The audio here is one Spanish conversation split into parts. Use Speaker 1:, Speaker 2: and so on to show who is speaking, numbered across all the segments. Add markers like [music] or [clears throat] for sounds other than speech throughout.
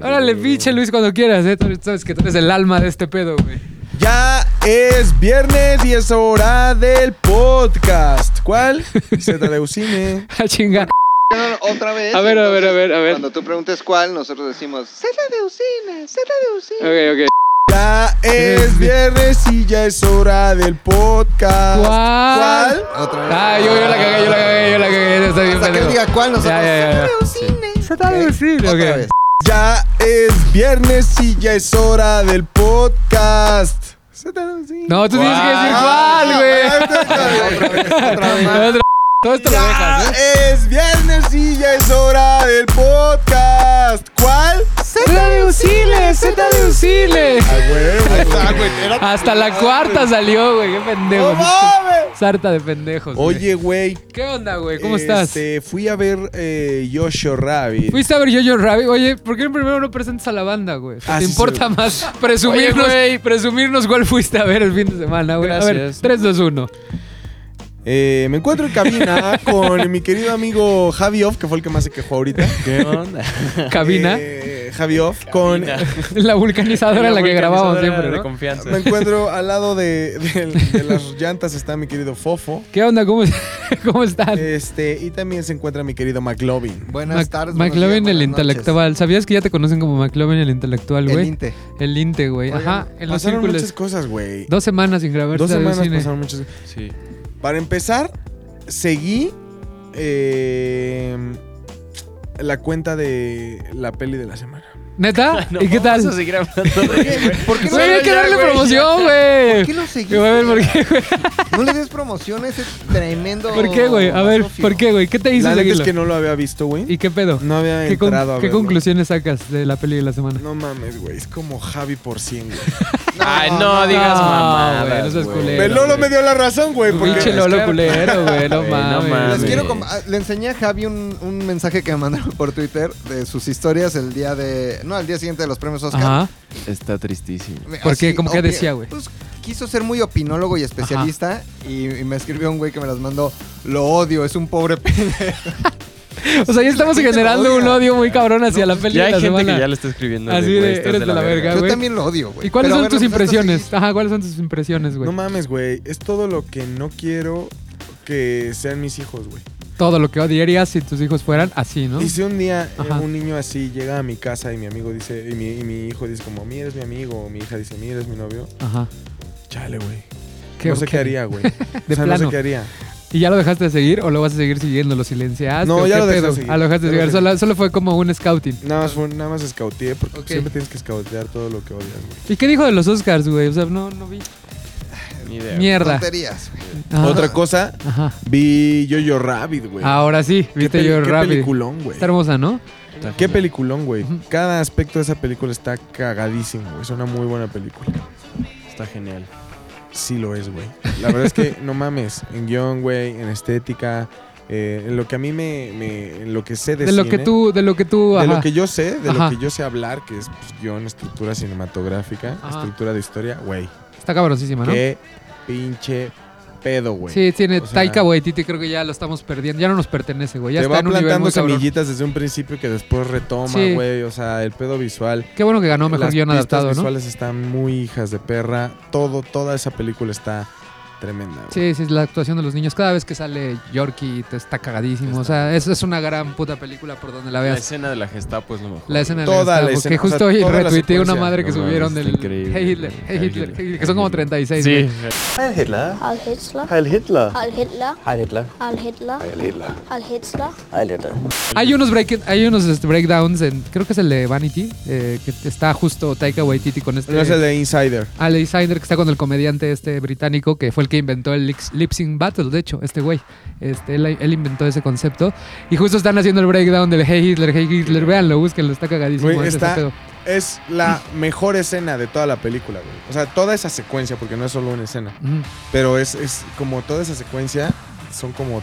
Speaker 1: Órale, pinche Luis, cuando quieras, ¿eh? Tú sabes que tú eres el alma de este pedo, güey. [laughs]
Speaker 2: Ya es viernes y es hora del podcast. ¿Cuál? ZDUcine.
Speaker 1: A chingar.
Speaker 3: Otra vez.
Speaker 1: A ver, a ver, a ver, a ver.
Speaker 3: Cuando tú preguntes cuál, nosotros decimos, Cela de Usine, Cela de Usine.
Speaker 1: Ok, ok.
Speaker 2: Ya es viernes y ya es hora del podcast.
Speaker 1: ¿Cuál?
Speaker 2: ¿Cuál? Otra vez.
Speaker 1: Ah, yo, yo la cagué, yo la cagué, yo la cagué. Está bien,
Speaker 4: Hasta que él
Speaker 1: pendejo.
Speaker 4: diga cuál nosotros.
Speaker 1: Ya, ya, ya.
Speaker 4: Se
Speaker 1: Está bien, sí, ok.
Speaker 4: Otra vez.
Speaker 2: Ya es viernes y ya es hora del podcast. ZDUcine.
Speaker 1: No, tú tienes que decir
Speaker 2: Ah,
Speaker 1: cuál, güey. [laughs]
Speaker 2: otra vez, otra vez.
Speaker 1: Otra- Todo esto lo dejas, ¿eh?
Speaker 2: Ya es viernes y ya es hora del podcast. ¿Cuál?
Speaker 1: Z de Usile, Z de Usile.
Speaker 4: Ah, güey, era-
Speaker 1: Hasta la cuarta salió, güey. Qué pendejo.
Speaker 2: ¡No mames!
Speaker 1: Sarta de pendejos. güey.
Speaker 2: Oye, güey.
Speaker 1: ¿Qué onda, güey? ¿Cómo estás?
Speaker 2: Este, fui a ver eh, Yoshio Rabbit.
Speaker 1: Fuiste a ver Jojo Rabbit. Oye, ¿por qué primero no presentas a la banda, güey? O sea,
Speaker 2: Ah,
Speaker 1: ¿Te
Speaker 2: sí,
Speaker 1: importa
Speaker 2: sí.
Speaker 1: más presumirnos, presumirnos cuál fuiste a ver el fin de semana, güey? A ver,
Speaker 2: Gracias.
Speaker 1: 3, 2, 1.
Speaker 2: Eh, me encuentro
Speaker 1: [laughs]
Speaker 2: en cabina con mi querido amigo Javi Off, que fue el que más se
Speaker 1: [laughs]
Speaker 2: quejó ahorita. ¿Qué onda?
Speaker 1: Cabina.
Speaker 2: Javi Off. Con,
Speaker 1: [laughs] La
Speaker 5: Ah,
Speaker 1: vulcanizadora en la que grabábamos siempre,
Speaker 5: De
Speaker 1: ¿no?
Speaker 5: confianza.
Speaker 2: me encuentro al lado de, de- de las llantas está mi querido Fofo.
Speaker 1: ¿Qué onda? ¿Cómo, [laughs] cómo están?
Speaker 2: Este, y también se encuentra mi querido McLovin.
Speaker 4: Buenas
Speaker 1: Mac-
Speaker 4: tardes. buenos
Speaker 1: McLovin
Speaker 4: días,
Speaker 1: el
Speaker 4: buenas noches.
Speaker 1: intelectual. ¿Sabías que ya te conocen como McLovin el intelectual,
Speaker 4: El
Speaker 1: güey?
Speaker 4: Inte.
Speaker 1: El Inte, güey.
Speaker 4: Oigan,
Speaker 1: Ajá, en los
Speaker 2: Pasaron muchas
Speaker 1: círculos.
Speaker 2: cosas, güey.
Speaker 1: Dos semanas sin grabar.
Speaker 2: Dos
Speaker 1: Radio
Speaker 2: semanas
Speaker 1: Cine.
Speaker 2: pasaron muchas
Speaker 5: Sí.
Speaker 2: Para empezar, seguí eh, la cuenta de la peli de la semana.
Speaker 1: ¿Neta? ¿Y qué tal?
Speaker 5: Vamos a seguir hablando
Speaker 1: [laughs]
Speaker 5: de-
Speaker 4: ¿Por qué no,
Speaker 1: Güey, hay que
Speaker 5: Ya,
Speaker 1: darle
Speaker 5: güey,
Speaker 1: promoción, güey.
Speaker 4: ¿por qué no seguiste?
Speaker 1: Güey, a ver, ¿por qué, güey?
Speaker 4: [laughs] No le des promoción a ese tremendo.
Speaker 1: ¿Por qué, güey? A ver,
Speaker 4: basofio.
Speaker 1: ¿por qué, güey? ¿Qué te hizo
Speaker 2: La neta es
Speaker 1: seguirlo?
Speaker 2: que no lo había visto, güey.
Speaker 1: ¿Y qué pedo?
Speaker 2: No había
Speaker 1: ¿Qué, con-
Speaker 2: entrado a
Speaker 1: qué
Speaker 2: verlo.
Speaker 1: conclusiones sacas de la peli de la semana?
Speaker 2: No mames, güey. Es como Javi por 100, güey.
Speaker 5: Ay, no digas
Speaker 1: No,
Speaker 5: mamadas,
Speaker 1: güey, no seas
Speaker 5: güey.
Speaker 1: culero.
Speaker 2: Pero Lolo me dio la razón, güey.
Speaker 1: Tu
Speaker 2: porque-
Speaker 1: Pinche
Speaker 5: es
Speaker 1: Lolo
Speaker 5: que-
Speaker 1: culero, güey. No
Speaker 5: Güey, no
Speaker 1: mames.
Speaker 5: mames.
Speaker 4: Les quiero
Speaker 5: Mames.
Speaker 4: com- ah, le enseñé a Javi un, un mensaje que me mandaron por Twitter de sus historias el día de. No, al día siguiente de los premios Oscar.
Speaker 1: Ajá.
Speaker 5: Está tristísimo.
Speaker 4: Me-
Speaker 1: ¿Por qué?
Speaker 4: así,
Speaker 1: ¿Cómo qué
Speaker 4: opi-
Speaker 1: decía, güey?
Speaker 4: Pues quiso ser muy opinólogo y especialista y, y me escribió un güey que me las mandó. Lo odio, es un pobre [laughs] pendejo.
Speaker 1: O sea, ya estamos
Speaker 4: gente me
Speaker 1: generando
Speaker 4: odia.
Speaker 1: un odio muy cabrón hacia la peli
Speaker 5: Ya
Speaker 1: de
Speaker 5: hay
Speaker 1: la
Speaker 5: gente
Speaker 1: semana.
Speaker 5: que ya le está escribiendo.
Speaker 1: Así
Speaker 5: güey,
Speaker 1: de,
Speaker 5: estás
Speaker 1: eres de la verga.
Speaker 4: Yo
Speaker 1: güey.
Speaker 4: también lo odio, güey.
Speaker 1: ¿Y cuáles
Speaker 4: Pero a
Speaker 1: son
Speaker 4: ver,
Speaker 1: tus
Speaker 4: vamos a hacer esto
Speaker 1: impresiones?
Speaker 4: seguido.
Speaker 1: Ajá, ¿cuáles son tus impresiones, güey?
Speaker 2: pues, No mames, güey. Es todo lo que no quiero que sean mis hijos, güey.
Speaker 1: Todo lo que odiarías si tus hijos fueran así, ¿no?
Speaker 2: Y si un día eh,
Speaker 1: Ajá.
Speaker 2: un niño así llega a mi casa y mi amigo dice, y mi, y mi hijo dice como, mi eres mi amigo, o mi hija dice, mi eres mi novio,
Speaker 1: Ajá.
Speaker 2: chale, güey.
Speaker 1: ¿Qué-
Speaker 2: no sé
Speaker 1: qué-
Speaker 2: qué
Speaker 1: [laughs]
Speaker 2: haría, güey.
Speaker 1: De
Speaker 2: o sea, no
Speaker 1: plano.
Speaker 2: sé qué haría.
Speaker 1: ¿Y ya lo dejaste de seguir o lo vas a seguir siguiendo? ¿Lo silenciaste?
Speaker 2: No,
Speaker 1: o
Speaker 2: ya
Speaker 1: qué
Speaker 2: lo dejé de
Speaker 1: pedo?
Speaker 2: seguir.
Speaker 1: Ah, lo dejaste de
Speaker 2: Ya lo
Speaker 1: seguir.
Speaker 2: dejé.
Speaker 1: Solo, solo fue como un scouting.
Speaker 2: Nada más, fue- nada más escauteé, porque
Speaker 1: Ok.
Speaker 2: siempre tienes que escautear todo lo que odias, güey.
Speaker 1: ¿Y qué dijo de los Oscars, güey? O sea, no, no vi.
Speaker 5: Ni idea.
Speaker 1: Mierda.
Speaker 4: Tonterías, güey.
Speaker 1: Ajá.
Speaker 2: Otra cosa,
Speaker 1: Ajá.
Speaker 2: vi Yo-Yo Rabbit, güey.
Speaker 1: Ahora sí, viste
Speaker 2: peli-
Speaker 1: yo
Speaker 2: Qué
Speaker 1: rápido.
Speaker 2: peliculón, güey.
Speaker 1: Está hermosa, ¿no?
Speaker 5: Está
Speaker 2: Qué
Speaker 5: genial.
Speaker 2: peliculón, güey.
Speaker 1: Ujú.
Speaker 2: Cada aspecto de esa película está cagadísimo, güey. Es una muy buena película.
Speaker 5: Está genial.
Speaker 2: Sí lo es, güey. La verdad es que no mames. En guión, güey, en estética, eh, en lo que a mí me, me- en lo que sé de,
Speaker 1: De lo que
Speaker 2: cine,
Speaker 1: tú, de lo que tú,
Speaker 2: de
Speaker 1: ajá.
Speaker 2: lo que yo sé, de
Speaker 1: Ajá.
Speaker 2: lo que yo sé hablar, que es pues, guión, estructura cinematográfica,
Speaker 1: Ajá.
Speaker 2: estructura de historia, güey.
Speaker 1: Está cabroncísima, ¿no?
Speaker 2: Qué pinche pedo, güey.
Speaker 1: Sí, tiene
Speaker 2: O sea,
Speaker 1: Taika Waititi, creo que ya lo estamos perdiendo. Ya no nos pertenece, güey. Ya
Speaker 2: te
Speaker 1: está
Speaker 2: va
Speaker 1: en un nivel
Speaker 2: plantando
Speaker 1: muy cabrón.
Speaker 2: semillitas desde un principio que después retoma,
Speaker 1: Sí.
Speaker 2: güey. O sea, el pedo visual.
Speaker 1: Qué bueno que ganó mejor
Speaker 2: Las
Speaker 1: guión
Speaker 2: pistas
Speaker 1: adaptado, ¿no?
Speaker 2: visuales están muy hijas de perra. Todo, toda esa película está tremenda,
Speaker 1: Sí,
Speaker 2: güey.
Speaker 1: sí, la actuación de los niños. Cada vez que sale Yorkie te está cagadísimo. O sea, es, es una gran puta película por donde la
Speaker 5: La
Speaker 1: veas.
Speaker 5: escena de la Gestapo es lo mejor.
Speaker 1: Pues, La escena de
Speaker 2: Toda
Speaker 1: Gestapo,
Speaker 2: la escena,
Speaker 1: que
Speaker 2: o sea,
Speaker 1: justo hoy
Speaker 2: toda la
Speaker 1: retuiteé una
Speaker 2: secuencia.
Speaker 1: madre que
Speaker 5: No mames,
Speaker 1: subieron
Speaker 5: está
Speaker 1: del
Speaker 5: increíble,
Speaker 1: Hey Hitler,
Speaker 5: güey.
Speaker 1: Hey
Speaker 5: Heil
Speaker 1: Hitler,
Speaker 5: Hitler.
Speaker 1: Heil Hitler, que son como 36.
Speaker 5: Sí.
Speaker 1: güey.
Speaker 6: Heil Hitler.
Speaker 7: Al Hitler.
Speaker 6: Heil Hitler.
Speaker 7: Al Hitler.
Speaker 6: Heil Hitler.
Speaker 7: Al Hitler.
Speaker 6: Heil Hitler.
Speaker 7: Al Hitler.
Speaker 6: Heil Hitler.
Speaker 1: Hay unos, break, hay unos este, breakdowns, en, creo que es el de Vanity, eh, que está justo Taika Waititi con este...
Speaker 2: No es el de Insider.
Speaker 1: Ale Sander, que está con el comediante este británico, que fue el que inventó el lips- lip sync battle, de hecho, este güey. Este, él, él inventó ese concepto. Y justo están haciendo el breakdown del Hey Hitler, Hey Hitler. Véanlo, búsquenlo, está cagadísimo.
Speaker 2: Güey,
Speaker 1: ese
Speaker 2: está-
Speaker 1: pedo.
Speaker 2: Es la mejor escena de toda la película, güey. O sea, toda esa secuencia, porque no es solo una escena.
Speaker 1: Ujú.
Speaker 2: Pero es, es como toda esa secuencia, son como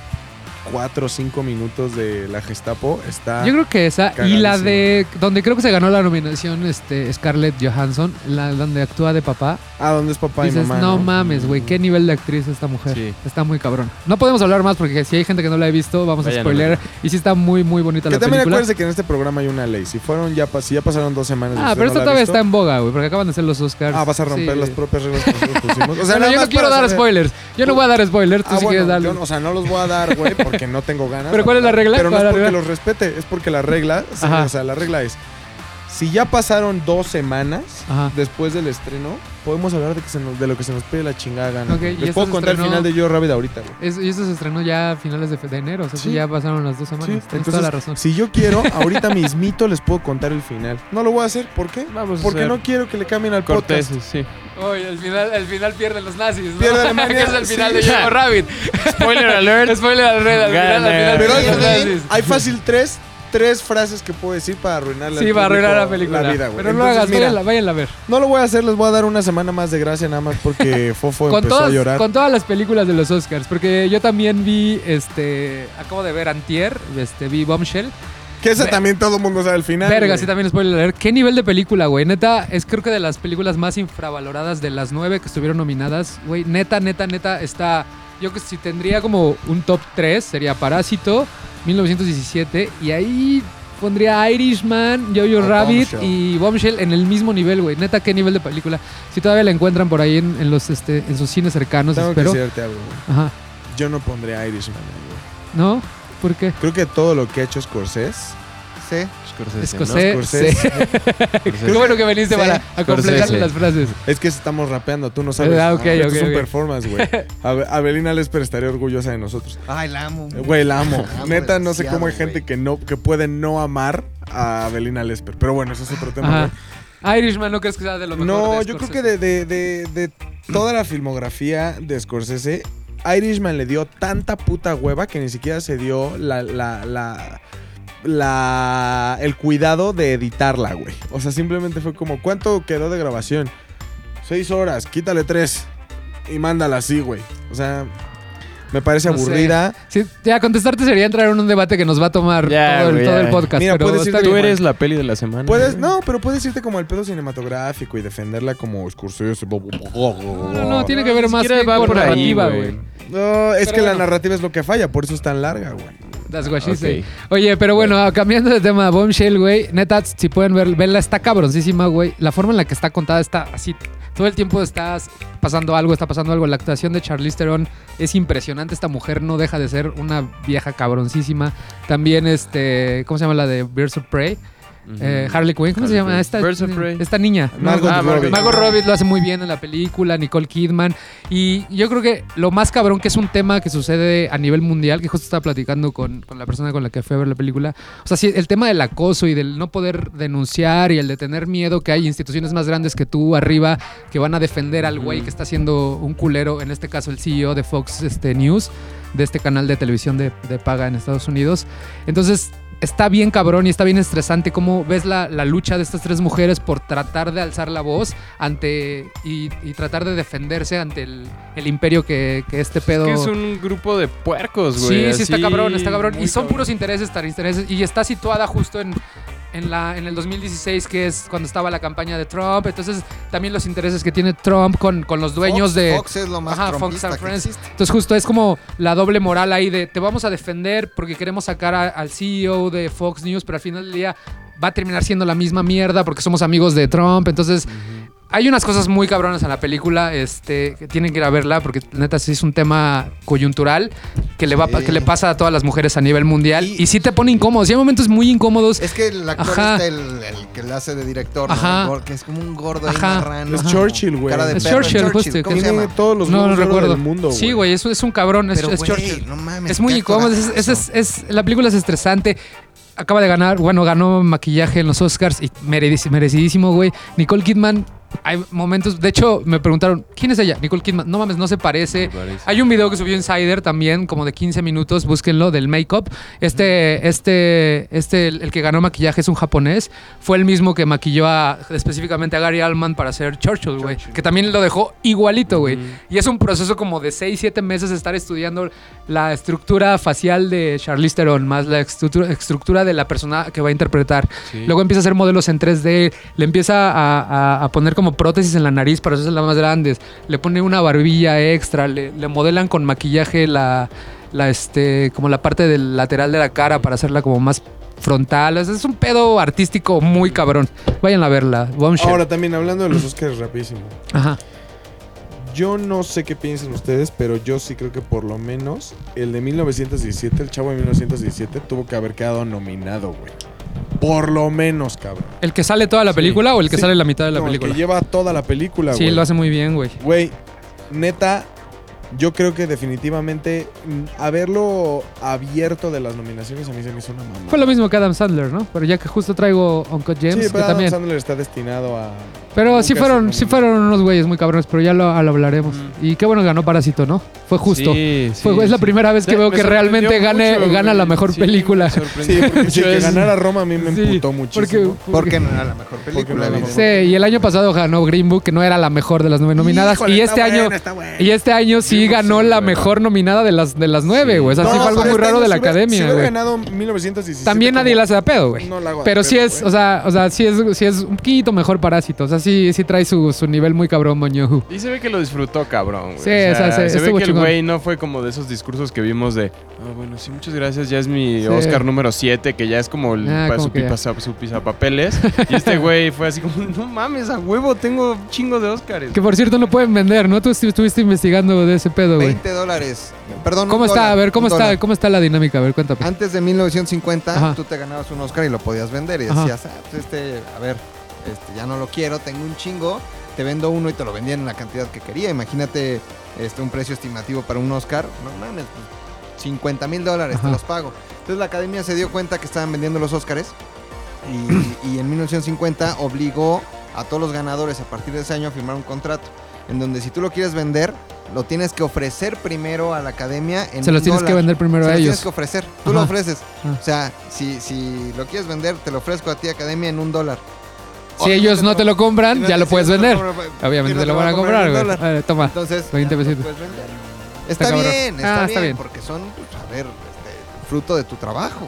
Speaker 2: 4 o 5 minutos de la Gestapo está.
Speaker 1: Yo creo que esa. Y la
Speaker 2: Ah, Cagadísimo.
Speaker 1: de. Donde creo que se ganó la nominación este, Scarlett Johansson, la donde actúa de papá.
Speaker 2: Ah, ¿dónde es papá y
Speaker 1: dices,
Speaker 2: mamá?
Speaker 1: no, mames, güey, qué nivel de actriz esta mujer.
Speaker 5: Sí.
Speaker 1: Está muy cabrón. No podemos hablar más porque si hay gente que no la ha visto, vamos
Speaker 5: Vayan
Speaker 1: a
Speaker 5: a
Speaker 1: spoiler. Y sí está muy, muy bonita
Speaker 2: Que
Speaker 1: la
Speaker 2: también
Speaker 1: película.
Speaker 2: acuérdense que en este programa hay una ley. Si fueron ya, pas- si ya pasaron dos semanas. y
Speaker 1: Ah,
Speaker 2: usted
Speaker 1: pero
Speaker 2: no
Speaker 1: esta
Speaker 2: la ha
Speaker 1: todavía
Speaker 2: visto,
Speaker 1: está en boga, güey, porque acaban de hacer los Oscars.
Speaker 2: Ah, vas a romper
Speaker 1: Sí.
Speaker 2: las propias reglas que nosotros pusimos. O sea,
Speaker 1: Bueno,
Speaker 2: nada
Speaker 1: yo
Speaker 2: más
Speaker 1: no quiero
Speaker 2: para
Speaker 1: dar
Speaker 2: saber.
Speaker 1: spoilers. Yo no voy a dar spoilers, tú
Speaker 2: Ah,
Speaker 1: sí
Speaker 2: bueno,
Speaker 1: quieres darle.
Speaker 2: yo no- o sea, no los voy a
Speaker 1: [laughs]
Speaker 2: dar, güey, porque no tengo ganas.
Speaker 1: ¿Pero cuál es la
Speaker 2: verdad.
Speaker 1: regla?
Speaker 2: Pero no
Speaker 1: ¿Cuál
Speaker 2: es
Speaker 1: es la
Speaker 2: porque
Speaker 1: regla?
Speaker 2: los respete, es porque la regla, sí,
Speaker 1: Ajá.
Speaker 2: o sea, la regla es, si ya pasaron dos semanas
Speaker 1: Ajá.
Speaker 2: después del estreno, podemos hablar de, que se nos- de lo que se nos pide la chingada gana.
Speaker 1: Ok, y
Speaker 2: Les
Speaker 1: esto
Speaker 2: puedo
Speaker 1: se
Speaker 2: contar
Speaker 1: estrenó-
Speaker 2: el final de Yo Rabbit ahorita, güey.
Speaker 1: Es- y eso se estrenó ya a finales de, fe- de enero, o sea, sí,
Speaker 2: Sí.
Speaker 1: ya pasaron las dos semanas.
Speaker 2: Sí,
Speaker 1: Tienes
Speaker 2: entonces,
Speaker 1: toda la razón.
Speaker 2: si yo
Speaker 1: [laughs]
Speaker 2: quiero, ahorita mismito les puedo contar el final. No lo voy a hacer, ¿por qué?
Speaker 1: pues,
Speaker 5: Vamos a
Speaker 2: Porque
Speaker 5: ser
Speaker 2: no quiero que le cambien al podcast.
Speaker 5: corteses, sí.
Speaker 1: Oye, al final, al final pierden los nazis, ¿no? [laughs]
Speaker 2: Pierde Alemania,
Speaker 1: que es el final de
Speaker 5: sí.
Speaker 1: Jojo [laughs] Rabbit.
Speaker 5: Spoiler
Speaker 1: [laughs]
Speaker 5: alert.
Speaker 1: Spoiler al red, al final, al final
Speaker 5: Gana.
Speaker 2: Pero hay,
Speaker 1: pierden los
Speaker 2: hay,
Speaker 1: nazis.
Speaker 2: hay fácil tres, tres frases que puedo decir para arruinarle
Speaker 1: Sí,
Speaker 2: al
Speaker 1: va a arruinar
Speaker 2: público
Speaker 1: la película.
Speaker 2: vida, güey.
Speaker 1: pero no lo
Speaker 2: Entonces,
Speaker 1: hagas,
Speaker 2: mira,
Speaker 1: váyanla, váyanla a ver.
Speaker 2: No lo voy a hacer, les voy a dar una semana más de gracia nada más
Speaker 1: [laughs]
Speaker 2: porque Fofo
Speaker 1: Con
Speaker 2: empezó a
Speaker 1: todas,
Speaker 2: llorar.
Speaker 1: con todas las películas de los Oscars, porque yo también vi, este, acabo de ver Antier, este, vi Bombshell.
Speaker 2: Que esa
Speaker 1: Ve-
Speaker 2: también todo el mundo sabe al final.
Speaker 1: Verga,
Speaker 2: güey.
Speaker 1: sí, también spoiler alert. ¿Qué nivel de película, güey? Neta, es creo que de las películas más infravaloradas de las nueve que estuvieron nominadas. Güey, neta, neta, neta, está... Yo que si tendría como un top 3 sería Parásito, 1917, y ahí pondría Irishman, Jojo
Speaker 2: O
Speaker 1: Rabbit
Speaker 2: Ah, Bombshell.
Speaker 1: y Bombshell en el mismo nivel, güey. Neta, qué nivel de película. Si todavía la encuentran por ahí en, en los, este, en sus cines cercanos,
Speaker 2: Tengo
Speaker 1: espero.
Speaker 2: que decirte algo. güey.
Speaker 1: Ajá.
Speaker 2: Yo no pondré Irishman. güey.
Speaker 1: ¿No? ¿Por qué?
Speaker 2: Creo que todo lo que ha hecho Scorsese.
Speaker 4: Sí.
Speaker 5: Scorsese,
Speaker 1: Escocés.
Speaker 2: Scorsese.
Speaker 1: Eh, Sí.
Speaker 5: ¿no?
Speaker 1: Qué
Speaker 5: Scorsese.
Speaker 1: bueno que viniste
Speaker 4: Sí.
Speaker 1: para a completarle
Speaker 5: Scorsese.
Speaker 1: las frases.
Speaker 2: [laughs] Es que estamos rapeando, tú no sabes.
Speaker 1: Ah, ok,
Speaker 2: Esto
Speaker 1: ok,
Speaker 2: es un
Speaker 1: ok.
Speaker 2: performance,
Speaker 1: [laughs]
Speaker 2: güey. Abe- Abelina Lesper estaría orgullosa de nosotros.
Speaker 4: Ay, la amo.
Speaker 2: Eh, Güey, la amo.
Speaker 4: La amo
Speaker 2: Neta, no sé
Speaker 4: demasiado,
Speaker 2: cómo hay
Speaker 4: güey.
Speaker 2: gente que no que puede no amar a Abelina Lesper. Pero bueno, ese es otro tema.
Speaker 1: Ajá.
Speaker 2: güey.
Speaker 1: Irishman, ¿no crees que sea de lo mejor?
Speaker 2: No,
Speaker 1: de
Speaker 2: yo creo
Speaker 1: Scorsese?
Speaker 2: que de, de- de- de toda la filmografía de Scorsese, Irishman le dio tanta puta hueva que ni siquiera se dio la, la, la, la- el cuidado de editarla, güey. O sea, simplemente fue como, ¿cuánto quedó de grabación? Seis horas, quítale tres y mándala así, güey. O sea, me parece
Speaker 1: No sé.
Speaker 2: aburrida.
Speaker 1: Sí, ya contestarte sería entrar en un debate que nos va a tomar
Speaker 5: Ya,
Speaker 1: todo, el,
Speaker 5: güey,
Speaker 1: todo
Speaker 5: ya.
Speaker 1: el podcast.
Speaker 2: Mira,
Speaker 1: pero
Speaker 2: puedes
Speaker 1: está
Speaker 2: irte
Speaker 1: bien.
Speaker 5: Tú eres la peli de la semana.
Speaker 2: Puedes,
Speaker 5: güey.
Speaker 2: no, pero puedes irte como al pedo cinematográfico y defenderla como Scorsese.
Speaker 1: No, no, no, tiene que
Speaker 5: Ni
Speaker 1: ver más
Speaker 5: siquiera
Speaker 1: que
Speaker 5: va
Speaker 1: con
Speaker 5: por ahí,
Speaker 1: narrativa,
Speaker 5: güey.
Speaker 1: güey.
Speaker 2: No, es
Speaker 1: Pero
Speaker 2: que
Speaker 1: bueno.
Speaker 2: la narrativa es lo que falla, por eso es tan larga, güey.
Speaker 1: That's what she
Speaker 5: Ok.
Speaker 1: said. eh. Oye, pero bueno, cambiando de tema, Bombshell, güey. Neta, si pueden ver, verla, está cabroncísima, güey. La forma en la que está contada está así. Todo el tiempo estás pasando algo, está pasando algo. La actuación de Charlize Theron es impresionante. Esta mujer no deja de ser una vieja cabroncísima. También, este, ¿cómo se llama la de Birds of Prey?
Speaker 5: Ujú.
Speaker 1: Eh, Harley Quinn, ¿cómo se
Speaker 5: Harley
Speaker 1: llama?
Speaker 5: Quinn.
Speaker 1: Esta,
Speaker 5: Birds of Prey.
Speaker 1: esta niña.
Speaker 2: Margot
Speaker 5: Ah, Margot
Speaker 2: Robbie.
Speaker 1: Margot Robbie lo hace muy bien en la película, Nicole Kidman. Y yo creo que lo más cabrón que es un tema que sucede a nivel mundial, que justo estaba platicando con, con la persona con la que fui a ver la película. O sea, sí, el tema del acoso y del no poder denunciar y el de tener miedo que hay instituciones más grandes que tú arriba que van a defender al güey que está siendo un culero, en este caso el CEO de Fox este, News, de este canal de televisión de, de paga en Estados Unidos. Entonces, está bien cabrón y está bien estresante cómo ves la, la lucha de estas tres mujeres por tratar de alzar la voz ante y, y tratar de defenderse ante el, el imperio que, que este
Speaker 5: Es
Speaker 1: pedo...
Speaker 5: que es un grupo de puercos,
Speaker 1: Sí,
Speaker 5: güey.
Speaker 1: sí, está
Speaker 5: así,
Speaker 1: cabrón, está cabrón.
Speaker 5: muy
Speaker 1: Y son
Speaker 5: cabrón.
Speaker 1: puros intereses, tan intereses. Y está situada justo en, en, la, en el 2016, que es cuando estaba la campaña de Trump. Entonces, también los intereses que tiene Trump con, con los dueños
Speaker 4: Fox-
Speaker 1: de.
Speaker 4: Fox es lo más
Speaker 1: Ajá, Fox
Speaker 4: trompista
Speaker 1: and
Speaker 4: que
Speaker 1: Friends.
Speaker 4: existe.
Speaker 1: Entonces, justo es como la doble moral ahí de te vamos a defender porque queremos sacar a- al CEO de Fox News, pero al final del día va a terminar siendo la misma mierda porque somos amigos de Trump. Entonces, hay unas cosas muy cabronas en la película, este, que tienen que ir a verla porque neta sí es un tema coyuntural que le va
Speaker 4: Sí.
Speaker 1: que le pasa a todas las mujeres a nivel mundial y,
Speaker 4: Y-
Speaker 1: sí te pone incómodo, sí hay momentos muy incómodos.
Speaker 4: Es que el actor
Speaker 1: Ajá.
Speaker 4: está el, el que le hace de director,
Speaker 1: Ajá.
Speaker 4: ¿no? Porque es como un gordo ahí
Speaker 1: Ajá.
Speaker 4: marrano.
Speaker 2: Es Churchill, güey.
Speaker 4: Cara de
Speaker 1: Es
Speaker 4: perro.
Speaker 1: Churchill, pues, justo,
Speaker 4: ¿Cómo se
Speaker 2: Tiene
Speaker 4: llama?
Speaker 2: todos los
Speaker 1: no, no
Speaker 2: globos de oro
Speaker 1: recuerdo.
Speaker 2: del mundo,
Speaker 1: sí, güey, es, es un cabrón, es,
Speaker 4: Pero,
Speaker 1: es
Speaker 4: güey,
Speaker 1: Churchill.
Speaker 4: No mames.
Speaker 1: Es muy
Speaker 4: qué
Speaker 1: incómodo, es,
Speaker 4: actorazo.
Speaker 1: es- es- es- la película es estresante. Acaba de ganar, bueno, ganó maquillaje en los Oscars y meredici- merecidísimo, güey. Nicole Kidman hay momentos. De hecho, me preguntaron, ¿quién es ella? Nicole Kidman. No mames, no se parece.
Speaker 5: parece.
Speaker 1: Hay un video que subió Insider también, como de 15 minutos, búsquenlo, del make-up. Este, este, este, el el que ganó maquillaje es un japonés. Fue el mismo que maquilló a, específicamente a Gary Alman para hacer Churchill, güey. Que también lo dejó igualito, güey. Y es un proceso como de 6, 7 meses estar estudiando la estructura facial de Charlize Theron, más la estructura, estructura de la persona que va a interpretar.
Speaker 5: Sí.
Speaker 1: Luego empieza a hacer modelos en 3D, le empieza a, a- a poner como prótesis en la nariz para hacerse las más grandes, le pone una barbilla extra, le, le modelan con maquillaje la, la este, como la parte del lateral de la cara para hacerla como más frontal. Es, es un pedo artístico muy cabrón. Vayan a verla. Bombshell.
Speaker 2: Ahora también, hablando de los Oscars rapidísimo.
Speaker 1: Ajá.
Speaker 2: Yo no sé qué piensan ustedes, pero yo sí creo que por lo menos el de 1917, el chavo de 1917, tuvo que haber quedado nominado, güey. Por lo menos, cabrón.
Speaker 1: ¿El que sale toda la película o el que
Speaker 2: Sí.
Speaker 1: sale la mitad de la
Speaker 2: No, el
Speaker 1: película?
Speaker 2: Que lleva toda la película,
Speaker 1: sí,
Speaker 2: güey.
Speaker 1: lo hace muy bien, güey.
Speaker 2: Güey, neta, yo creo que definitivamente mm, haberlo abierto de las nominaciones a mí se me hizo una mamá.
Speaker 1: Fue lo mismo que Adam Sandler, ¿no? Pero ya que justo traigo Uncut James,
Speaker 2: Sí,
Speaker 1: que
Speaker 2: pero Adam
Speaker 1: también.
Speaker 2: Sandler está destinado a...
Speaker 1: Pero
Speaker 2: nunca
Speaker 1: sí
Speaker 2: ser
Speaker 1: fueron, sí
Speaker 2: nominado.
Speaker 1: fueron unos güeyes muy cabrones, pero ya lo, lo hablaremos.
Speaker 2: Mm.
Speaker 1: Y qué bueno que ganó Parásito, ¿no? Fue justo.
Speaker 5: Sí,
Speaker 1: Fue-
Speaker 5: sí,
Speaker 1: es la
Speaker 5: sí.
Speaker 1: primera vez que
Speaker 5: Ya,
Speaker 1: veo
Speaker 5: me
Speaker 1: que realmente
Speaker 5: sorprendió
Speaker 1: gane,
Speaker 5: mucho,
Speaker 1: gana
Speaker 5: güey.
Speaker 1: la mejor
Speaker 5: Sí,
Speaker 1: película. [laughs]
Speaker 5: me
Speaker 1: Sí,
Speaker 2: Sí,
Speaker 5: sorprendió
Speaker 2: porque
Speaker 5: mucho,
Speaker 2: sí, que
Speaker 5: es-
Speaker 2: ganara Roma a mí me emputó
Speaker 1: porque,
Speaker 2: muchísimo.
Speaker 4: Porque no era la mejor película.
Speaker 2: Porque no era la
Speaker 4: dice.
Speaker 2: mejor.
Speaker 1: Sí, y el año pasado ganó Green Book, que no era la mejor de las nueve nominadas.
Speaker 2: Híjole,
Speaker 1: y
Speaker 2: está
Speaker 1: este año.
Speaker 2: buena, está buena.
Speaker 1: Y este año sí
Speaker 5: Green Book
Speaker 1: ganó
Speaker 5: sí,
Speaker 1: la
Speaker 5: güey.
Speaker 1: mejor nominada de las, de las nueve,
Speaker 5: Sí.
Speaker 1: güey. O sea, sí
Speaker 2: No,
Speaker 1: fue algo
Speaker 2: pero
Speaker 1: muy
Speaker 2: este
Speaker 1: raro
Speaker 2: año
Speaker 1: de la
Speaker 2: si hubiera- Si
Speaker 1: academia,
Speaker 2: hubiera
Speaker 1: güey.
Speaker 2: ganado 1917.
Speaker 1: También
Speaker 2: como-
Speaker 1: nadie la hace de pedo, güey.
Speaker 2: No la hago de
Speaker 1: pero sí
Speaker 2: pedo,
Speaker 1: es,
Speaker 2: güey.
Speaker 1: o sea, o sea, sí es, sí es un poquito mejor parásito. O sea, sí, sí trae su, su nivel muy cabrón, Moño.
Speaker 5: Y se ve que lo disfrutó, cabrón. güey.
Speaker 1: Sí, o sea, se-
Speaker 5: se ve
Speaker 1: estuvo
Speaker 5: que el
Speaker 1: chingón.
Speaker 5: güey no fue como de esos discursos que vimos de, "Ah, bueno, sí, muchas gracias, ya es mi
Speaker 1: Sí.
Speaker 5: Oscar número 7, que ya es como el
Speaker 1: Ah,
Speaker 5: pa-
Speaker 1: como
Speaker 5: su,
Speaker 1: que ya.
Speaker 5: pipa- su pisapapeles. y este güey fue así como, no mames, a huevo, tengo chingo de Oscars.
Speaker 1: Que por cierto no pueden vender, ¿no? Tú estu- estuviste investigando de ese pedo, güey.
Speaker 4: 20 dólares. Perdón.
Speaker 1: ¿Cómo
Speaker 4: un
Speaker 1: está?
Speaker 4: dólar,
Speaker 1: A ver, ¿cómo
Speaker 4: un
Speaker 1: está,
Speaker 4: dólar.
Speaker 1: ¿cómo está la dinámica? A ver, cuéntame.
Speaker 4: Antes de 1950,
Speaker 1: Ajá.
Speaker 4: tú te ganabas un Oscar y lo podías vender. Y
Speaker 1: Ajá.
Speaker 4: decías, ah, pues este, a ver, este, ya no lo quiero, tengo un chingo. Te vendo uno y te lo vendían en la cantidad que quería. Imagínate este, un precio estimativo para un Oscar. No mames, 50 mil dólares te
Speaker 1: Ajá.
Speaker 4: los pago. Entonces la academia se dio cuenta que estaban vendiendo los Oscars. Y, y en 1950 obligó a todos los ganadores a partir de ese año a firmar un contrato. En donde si tú lo quieres vender, lo tienes que ofrecer primero a la academia en
Speaker 1: Se los
Speaker 4: un
Speaker 1: tienes que
Speaker 4: dólar.
Speaker 1: vender primero
Speaker 4: Se
Speaker 1: a
Speaker 4: lo
Speaker 1: ellos.
Speaker 4: tienes que ofrecer. Tú lo
Speaker 1: Ajá.
Speaker 4: ofreces.
Speaker 1: Ah.
Speaker 4: O sea, si, si lo quieres vender, te lo ofrezco a ti, Academia, en un dólar.
Speaker 1: Si ellos no te lo
Speaker 4: Si
Speaker 1: compran,
Speaker 4: no-
Speaker 1: ya lo
Speaker 4: si
Speaker 1: puedes
Speaker 4: no
Speaker 1: vender.
Speaker 4: compran, si
Speaker 1: Obviamente
Speaker 4: no
Speaker 1: te lo van a
Speaker 4: en
Speaker 1: comprar,
Speaker 4: un
Speaker 1: güey.
Speaker 4: dólar.
Speaker 1: A ver, Toma.
Speaker 4: Entonces,
Speaker 1: 20
Speaker 4: ya no lo
Speaker 1: pesitos.
Speaker 4: puedes vender. Está,
Speaker 1: cabrón.
Speaker 4: bien, está,
Speaker 1: Ah,
Speaker 4: bien,
Speaker 1: está bien.
Speaker 4: porque son, pues, a ver, este, fruto de tu trabajo.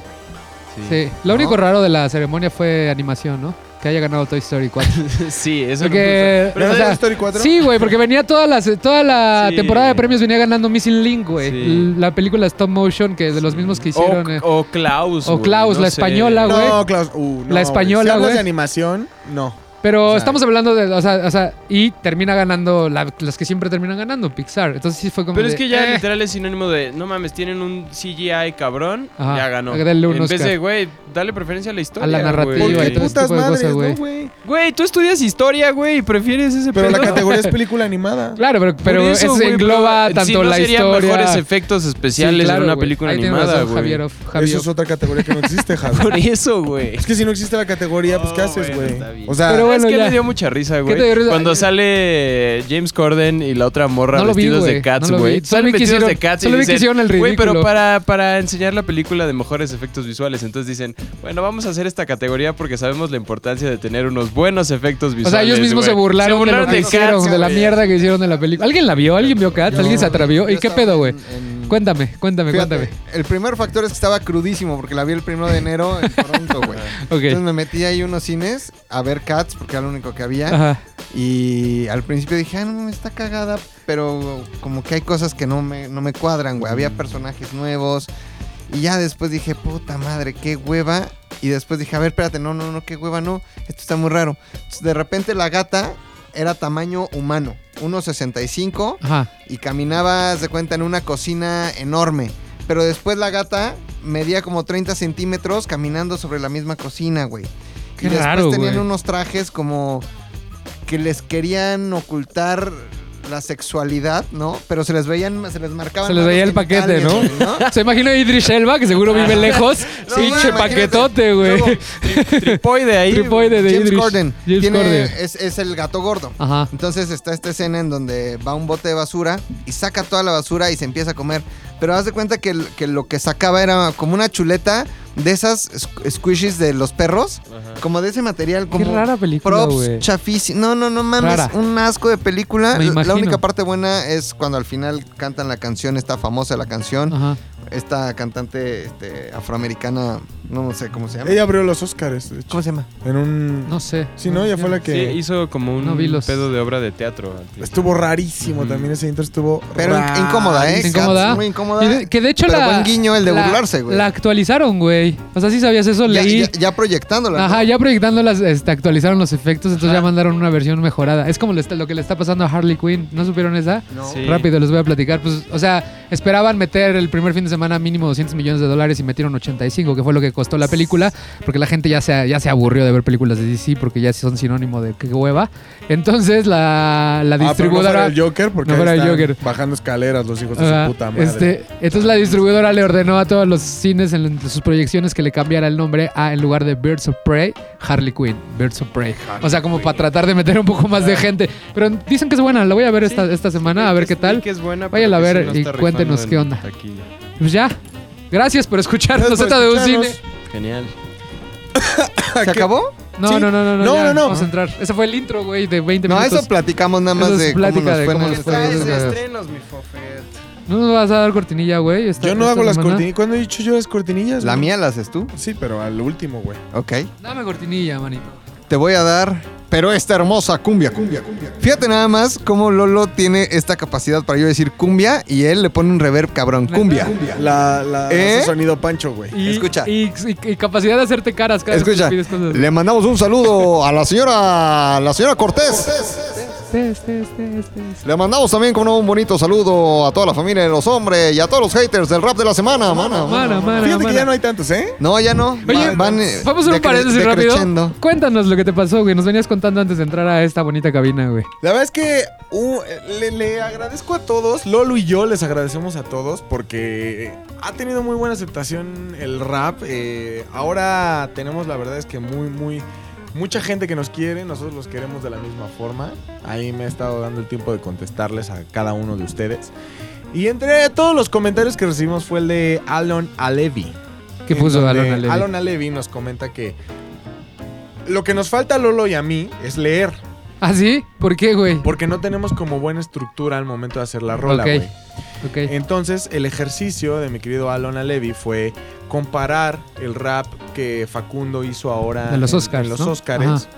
Speaker 4: güey.
Speaker 1: Sí. Lo
Speaker 4: ¿No?
Speaker 1: único raro de la ceremonia fue animación, ¿no? Que haya ganado Toy Story 4.
Speaker 4: [laughs]
Speaker 5: [laughs] Sí, eso no me
Speaker 1: Porque,
Speaker 5: gusta. Pero
Speaker 1: o
Speaker 5: ¿sabes?
Speaker 1: sea,
Speaker 2: Story 4?
Speaker 1: sí, güey, porque venía toda la, toda la
Speaker 5: Sí.
Speaker 1: temporada de premios venía ganando Missing Link, güey.
Speaker 5: Sí.
Speaker 1: L- La película stop motion que es de los mismos que hicieron. eh.
Speaker 5: o, o Klaus.
Speaker 1: o
Speaker 5: güey,
Speaker 1: Klaus, la española, güey.
Speaker 2: No, Klaus. uh, no,
Speaker 1: La española,
Speaker 2: güey. Si hablas
Speaker 1: güey.
Speaker 2: de animación, no.
Speaker 1: Pero
Speaker 2: O sea,
Speaker 1: estamos hablando de, o sea, o sea, y termina ganando la- las que siempre terminan ganando, Pixar. Entonces sí fue como
Speaker 5: Pero
Speaker 1: de,
Speaker 5: es que ya
Speaker 1: eh.
Speaker 5: literal es sinónimo de, no mames, tienen un CGI cabrón,
Speaker 1: Ajá,
Speaker 5: ya ganó.
Speaker 1: denle un
Speaker 5: en vez
Speaker 1: Oscar.
Speaker 5: de, güey, dale preferencia a la historia.
Speaker 1: narrativa
Speaker 5: güey.
Speaker 1: y
Speaker 2: Porque
Speaker 1: todo ese
Speaker 2: putas
Speaker 1: tipo de
Speaker 2: madres,
Speaker 1: cosas, güey.
Speaker 2: ¿no, güey?
Speaker 5: Güey, tú estudias historia, güey, y prefieres ese
Speaker 2: Pero la
Speaker 5: pedo.
Speaker 2: categoría
Speaker 1: [laughs]
Speaker 2: es película animada.
Speaker 1: Claro, pero, pero
Speaker 5: Por
Speaker 1: eso,
Speaker 5: güey,
Speaker 1: engloba
Speaker 5: pero
Speaker 1: tanto
Speaker 5: si no
Speaker 1: la
Speaker 5: serían
Speaker 1: historia.
Speaker 5: mejores efectos especiales
Speaker 1: Sí, claro,
Speaker 5: en una
Speaker 1: güey.
Speaker 5: película
Speaker 1: Ahí tienes
Speaker 5: animada,
Speaker 1: razón, Javier,
Speaker 5: güey.
Speaker 1: of- Javier
Speaker 2: Eso
Speaker 1: of-
Speaker 2: es otra categoría que no existe,
Speaker 1: [laughs]
Speaker 5: Por
Speaker 2: Javi.
Speaker 5: eso, güey.
Speaker 2: Es que si no existe la categoría, pues ¿qué
Speaker 5: No,
Speaker 2: haces,
Speaker 5: bueno,
Speaker 2: güey?
Speaker 5: está bien.
Speaker 2: o sea,
Speaker 1: Pero bueno,
Speaker 5: es que
Speaker 1: ya.
Speaker 5: me dio mucha risa, güey.
Speaker 1: ¿Qué te dio risa?
Speaker 5: Cuando sale James Corden y la otra morra
Speaker 1: No lo vi,
Speaker 5: vestidos
Speaker 1: güey.
Speaker 5: de cats,
Speaker 1: No lo vi.
Speaker 5: güey.
Speaker 1: Solo
Speaker 5: Salen
Speaker 1: vi que
Speaker 5: vestidos
Speaker 1: hicieron-
Speaker 5: de cats
Speaker 1: solo
Speaker 5: y
Speaker 1: vi que
Speaker 5: dicen,
Speaker 1: hicieron el
Speaker 5: Güey,
Speaker 1: ridículo".
Speaker 5: pero para, para enseñar la película de mejores efectos visuales. Entonces dicen, bueno, vamos a hacer esta categoría porque sabemos la importancia de tener unos buenos efectos
Speaker 1: O
Speaker 5: visuales.
Speaker 1: sea, ellos mismos se
Speaker 5: güey".
Speaker 1: burlaron,
Speaker 5: burlaron
Speaker 1: de lo que
Speaker 5: Cats,
Speaker 1: hicieron, de la
Speaker 5: güey.
Speaker 1: mierda que hicieron de la película. ¿Alguien la vio? ¿Alguien vio Cats?
Speaker 2: Yo-
Speaker 1: ¿Alguien se atrevió?
Speaker 4: Yo
Speaker 1: ¿Y qué
Speaker 4: estaba
Speaker 1: pedo, güey?
Speaker 4: en- en-
Speaker 1: Cuéntame, cuéntame,
Speaker 4: Fíjate,
Speaker 1: cuéntame.
Speaker 4: El primer factor es que estaba crudísimo porque la vi el primero de enero en Toronto, güey. Entonces
Speaker 1: [laughs] Ok.
Speaker 4: me metí ahí unos cines a ver Cats porque era lo único que había.
Speaker 1: Ajá.
Speaker 4: Y al principio dije, ah, no, está cagada, pero como que hay cosas que no me, no me cuadran, güey. Había personajes nuevos. Y ya después dije, puta madre, qué hueva. Y después dije, a ver, espérate, no, no, no, qué hueva, no. Esto está muy raro. Entonces, de repente la gata era tamaño humano, 1,65,
Speaker 1: Ajá.
Speaker 4: y caminaba, haz de cuenta, en una cocina enorme. Pero después la gata medía como 30 centímetros caminando sobre la misma cocina, güey.
Speaker 1: Qué
Speaker 4: y después
Speaker 1: raro,
Speaker 4: tenían
Speaker 1: güey.
Speaker 4: unos trajes como que les querían ocultar la sexualidad, ¿no? Pero se les veían, se les marcaban.
Speaker 1: Se les
Speaker 4: más
Speaker 1: veía
Speaker 4: los
Speaker 1: el paquete, ¿no?
Speaker 4: genitales,
Speaker 1: [laughs]
Speaker 4: güey,
Speaker 1: Se imagina a Idris Elba, que seguro vive lejos.
Speaker 4: No,
Speaker 1: Pinche
Speaker 4: imagínate.
Speaker 1: paquetote, güey.
Speaker 4: Luego,
Speaker 5: [laughs] Tripoide ahí.
Speaker 1: Tripoide de
Speaker 4: James
Speaker 1: Idris.
Speaker 4: Corden.
Speaker 1: James
Speaker 4: tiene-
Speaker 1: Corden.
Speaker 4: Es, es el gato gordo.
Speaker 1: Ajá.
Speaker 4: Entonces está esta escena en donde va un bote de basura y saca toda la basura y se empieza a comer. Pero haz de cuenta que, el- que lo que sacaba era como una chuleta de esas squ- squishies de los perros.
Speaker 5: Ajá.
Speaker 4: Como de ese material, como
Speaker 1: rara película, güey.
Speaker 4: props, chafísimo. No, no, no mames,
Speaker 1: Rara.
Speaker 4: un asco de película.
Speaker 1: Me
Speaker 4: La
Speaker 1: imagino.
Speaker 4: única parte buena es cuando al final cantan la canción, esta famosa la canción,
Speaker 1: Ajá.
Speaker 4: esta cantante este, afroamericana, no sé cómo se llama.
Speaker 2: Ella abrió los Oscars, de hecho.
Speaker 4: ¿Cómo se llama?
Speaker 2: En un.
Speaker 1: No sé.
Speaker 2: Sí, no, ella fue la
Speaker 5: Sí,
Speaker 2: que.
Speaker 5: hizo como un
Speaker 1: No vi los-
Speaker 5: pedo de obra de teatro. al principio.
Speaker 2: Estuvo rarísimo
Speaker 5: Ujú.
Speaker 2: también ese intro, estuvo.
Speaker 4: Pero
Speaker 2: ra-
Speaker 4: incómoda,
Speaker 2: Ah,
Speaker 4: ¿eh?
Speaker 1: Incómoda.
Speaker 4: Cats, Muy incómoda.
Speaker 1: Y de- que de hecho
Speaker 4: Pero
Speaker 1: la.
Speaker 4: buen guiño el de
Speaker 1: la-
Speaker 4: burlarse, güey.
Speaker 1: La actualizaron, güey. O sea, sí sabías eso,
Speaker 4: ya,
Speaker 1: leí.
Speaker 4: ya- ya proyectándola.
Speaker 1: Ajá,
Speaker 4: ¿no?
Speaker 1: ya proyectándolas, este, actualizaron los efectos, entonces ya mandaron una versión mejorada. Es como lo, está- lo que le está pasando a Harley Quinn. ¿No supieron esa?
Speaker 4: No.
Speaker 5: Sí.
Speaker 1: Rápido, les voy a platicar. Pues, o sea, esperaban meter el primer fin de semana mínimo 200 millones de dólares y metieron 85, que fue lo que costó la película, porque la gente ya se, ya se aburrió de ver películas de DC, porque ya son sinónimo de qué hueva. Entonces la, la
Speaker 2: Ah, pero
Speaker 1: distribuidora...
Speaker 2: no fuera el Joker, porque
Speaker 1: no
Speaker 2: ahí
Speaker 1: fuera el
Speaker 2: están
Speaker 1: Joker.
Speaker 2: bajando escaleras los hijos de
Speaker 1: Ajá,
Speaker 2: su puta madre.
Speaker 1: este, entonces la distribuidora le ordenó a todos los cines en en sus proyecciones que le cambiara el nombre a, en lugar de Birds of Prey, Harley Quinn. Birds of Prey. o sea, como para tratar de meter un poco más de gente. Pero dicen que es buena, la voy a ver esta,
Speaker 5: Sí,
Speaker 1: esta semana, a
Speaker 5: Vi
Speaker 1: ver qué
Speaker 5: que- vi
Speaker 1: tal.
Speaker 5: que es buena,
Speaker 1: Vayan
Speaker 5: pero
Speaker 1: a
Speaker 5: que
Speaker 1: ver
Speaker 5: sí no
Speaker 1: y
Speaker 5: está rifando
Speaker 1: cuéntenos
Speaker 5: en
Speaker 1: qué onda.
Speaker 5: taquilla.
Speaker 1: Pues ya. Gracias por escucharnos.
Speaker 2: Gracias por
Speaker 1: Z de un cine.
Speaker 2: escucharnos.
Speaker 5: Genial.
Speaker 4: ¿Se acabó?
Speaker 1: No,
Speaker 2: Sí.
Speaker 1: no, no, no, no.
Speaker 2: No,
Speaker 1: ya,
Speaker 2: no, no.
Speaker 1: Vamos a entrar. Ese fue el intro, güey, de 20
Speaker 4: No,
Speaker 1: minutos.
Speaker 4: eso platicamos nada más
Speaker 1: Eso es
Speaker 4: de cómo
Speaker 1: plática
Speaker 4: nos
Speaker 1: de
Speaker 4: fue en
Speaker 1: cómo
Speaker 4: el
Speaker 1: les fue.
Speaker 4: estreno.
Speaker 1: Traes
Speaker 5: estrenos, mi Fofet.
Speaker 1: No nos vas a dar cortinilla, güey. esta-
Speaker 2: Yo no
Speaker 1: esta
Speaker 2: hago las
Speaker 1: semana?
Speaker 2: cortinillas. ¿Cuándo he dicho yo las cortinillas?
Speaker 4: La
Speaker 2: güey?
Speaker 4: mía la haces tú.
Speaker 2: Sí, pero al último, güey.
Speaker 4: Ok.
Speaker 1: Dame cortinilla, manito.
Speaker 4: Te voy a dar, pero esta hermosa cumbia, cumbia, cumbia. Fíjate nada más cómo Lolo tiene esta capacidad para yo decir cumbia y él le pone un reverb cabrón, cumbia.
Speaker 2: La, la
Speaker 4: ¿Eh?
Speaker 2: ese sonido pancho, güey.
Speaker 1: Y,
Speaker 4: Escucha.
Speaker 1: Y, y- y capacidad de hacerte caras cada vez que
Speaker 4: Escucha,
Speaker 1: pides cosas.
Speaker 4: le mandamos un saludo a la señora, la señora Cortés.
Speaker 1: Test, test, test, test.
Speaker 4: Le mandamos también con un bonito saludo a toda la familia de los hombres y a todos los haters del rap de la semana, mana, mana.
Speaker 1: Mana, mana,
Speaker 2: Fíjate que
Speaker 1: mana.
Speaker 2: ya no hay tantos, ¿eh?
Speaker 4: No, ya no.
Speaker 1: Oye,
Speaker 4: eh,
Speaker 1: vamos a hacer un
Speaker 4: decre-
Speaker 1: paréntesis rápido.
Speaker 4: decreciendo.
Speaker 1: Cuéntanos lo que te pasó, güey. Nos venías contando antes de entrar a esta bonita cabina, güey.
Speaker 2: La verdad es que uh, le, le agradezco a todos, Lolo y yo les agradecemos a todos porque ha tenido muy buena aceptación el rap. eh, ahora tenemos la verdad es que muy, muy, mucha gente que nos quiere, nosotros los queremos de la misma forma. Ahí me he estado dando el tiempo de contestarles a cada uno de ustedes. Y entre todos los comentarios que recibimos fue el de Alon Alevi.
Speaker 1: ¿Qué
Speaker 2: en
Speaker 1: puso
Speaker 2: donde
Speaker 1: Alon Alevi?
Speaker 2: Alon Alevi nos comenta que lo que nos falta a Lolo y a mí es leer.
Speaker 1: ¿Ah, sí? ¿Por qué, güey?
Speaker 2: Porque no tenemos como buena estructura al momento de hacer la rola,
Speaker 1: Ok.
Speaker 2: güey.
Speaker 1: Ok.
Speaker 2: Entonces, el ejercicio de mi querido Alona Levy fue comparar el rap que Facundo hizo ahora
Speaker 1: De los
Speaker 2: en-
Speaker 1: Oscars,
Speaker 2: en los
Speaker 1: ¿no?
Speaker 2: Oscars.
Speaker 1: Ajá.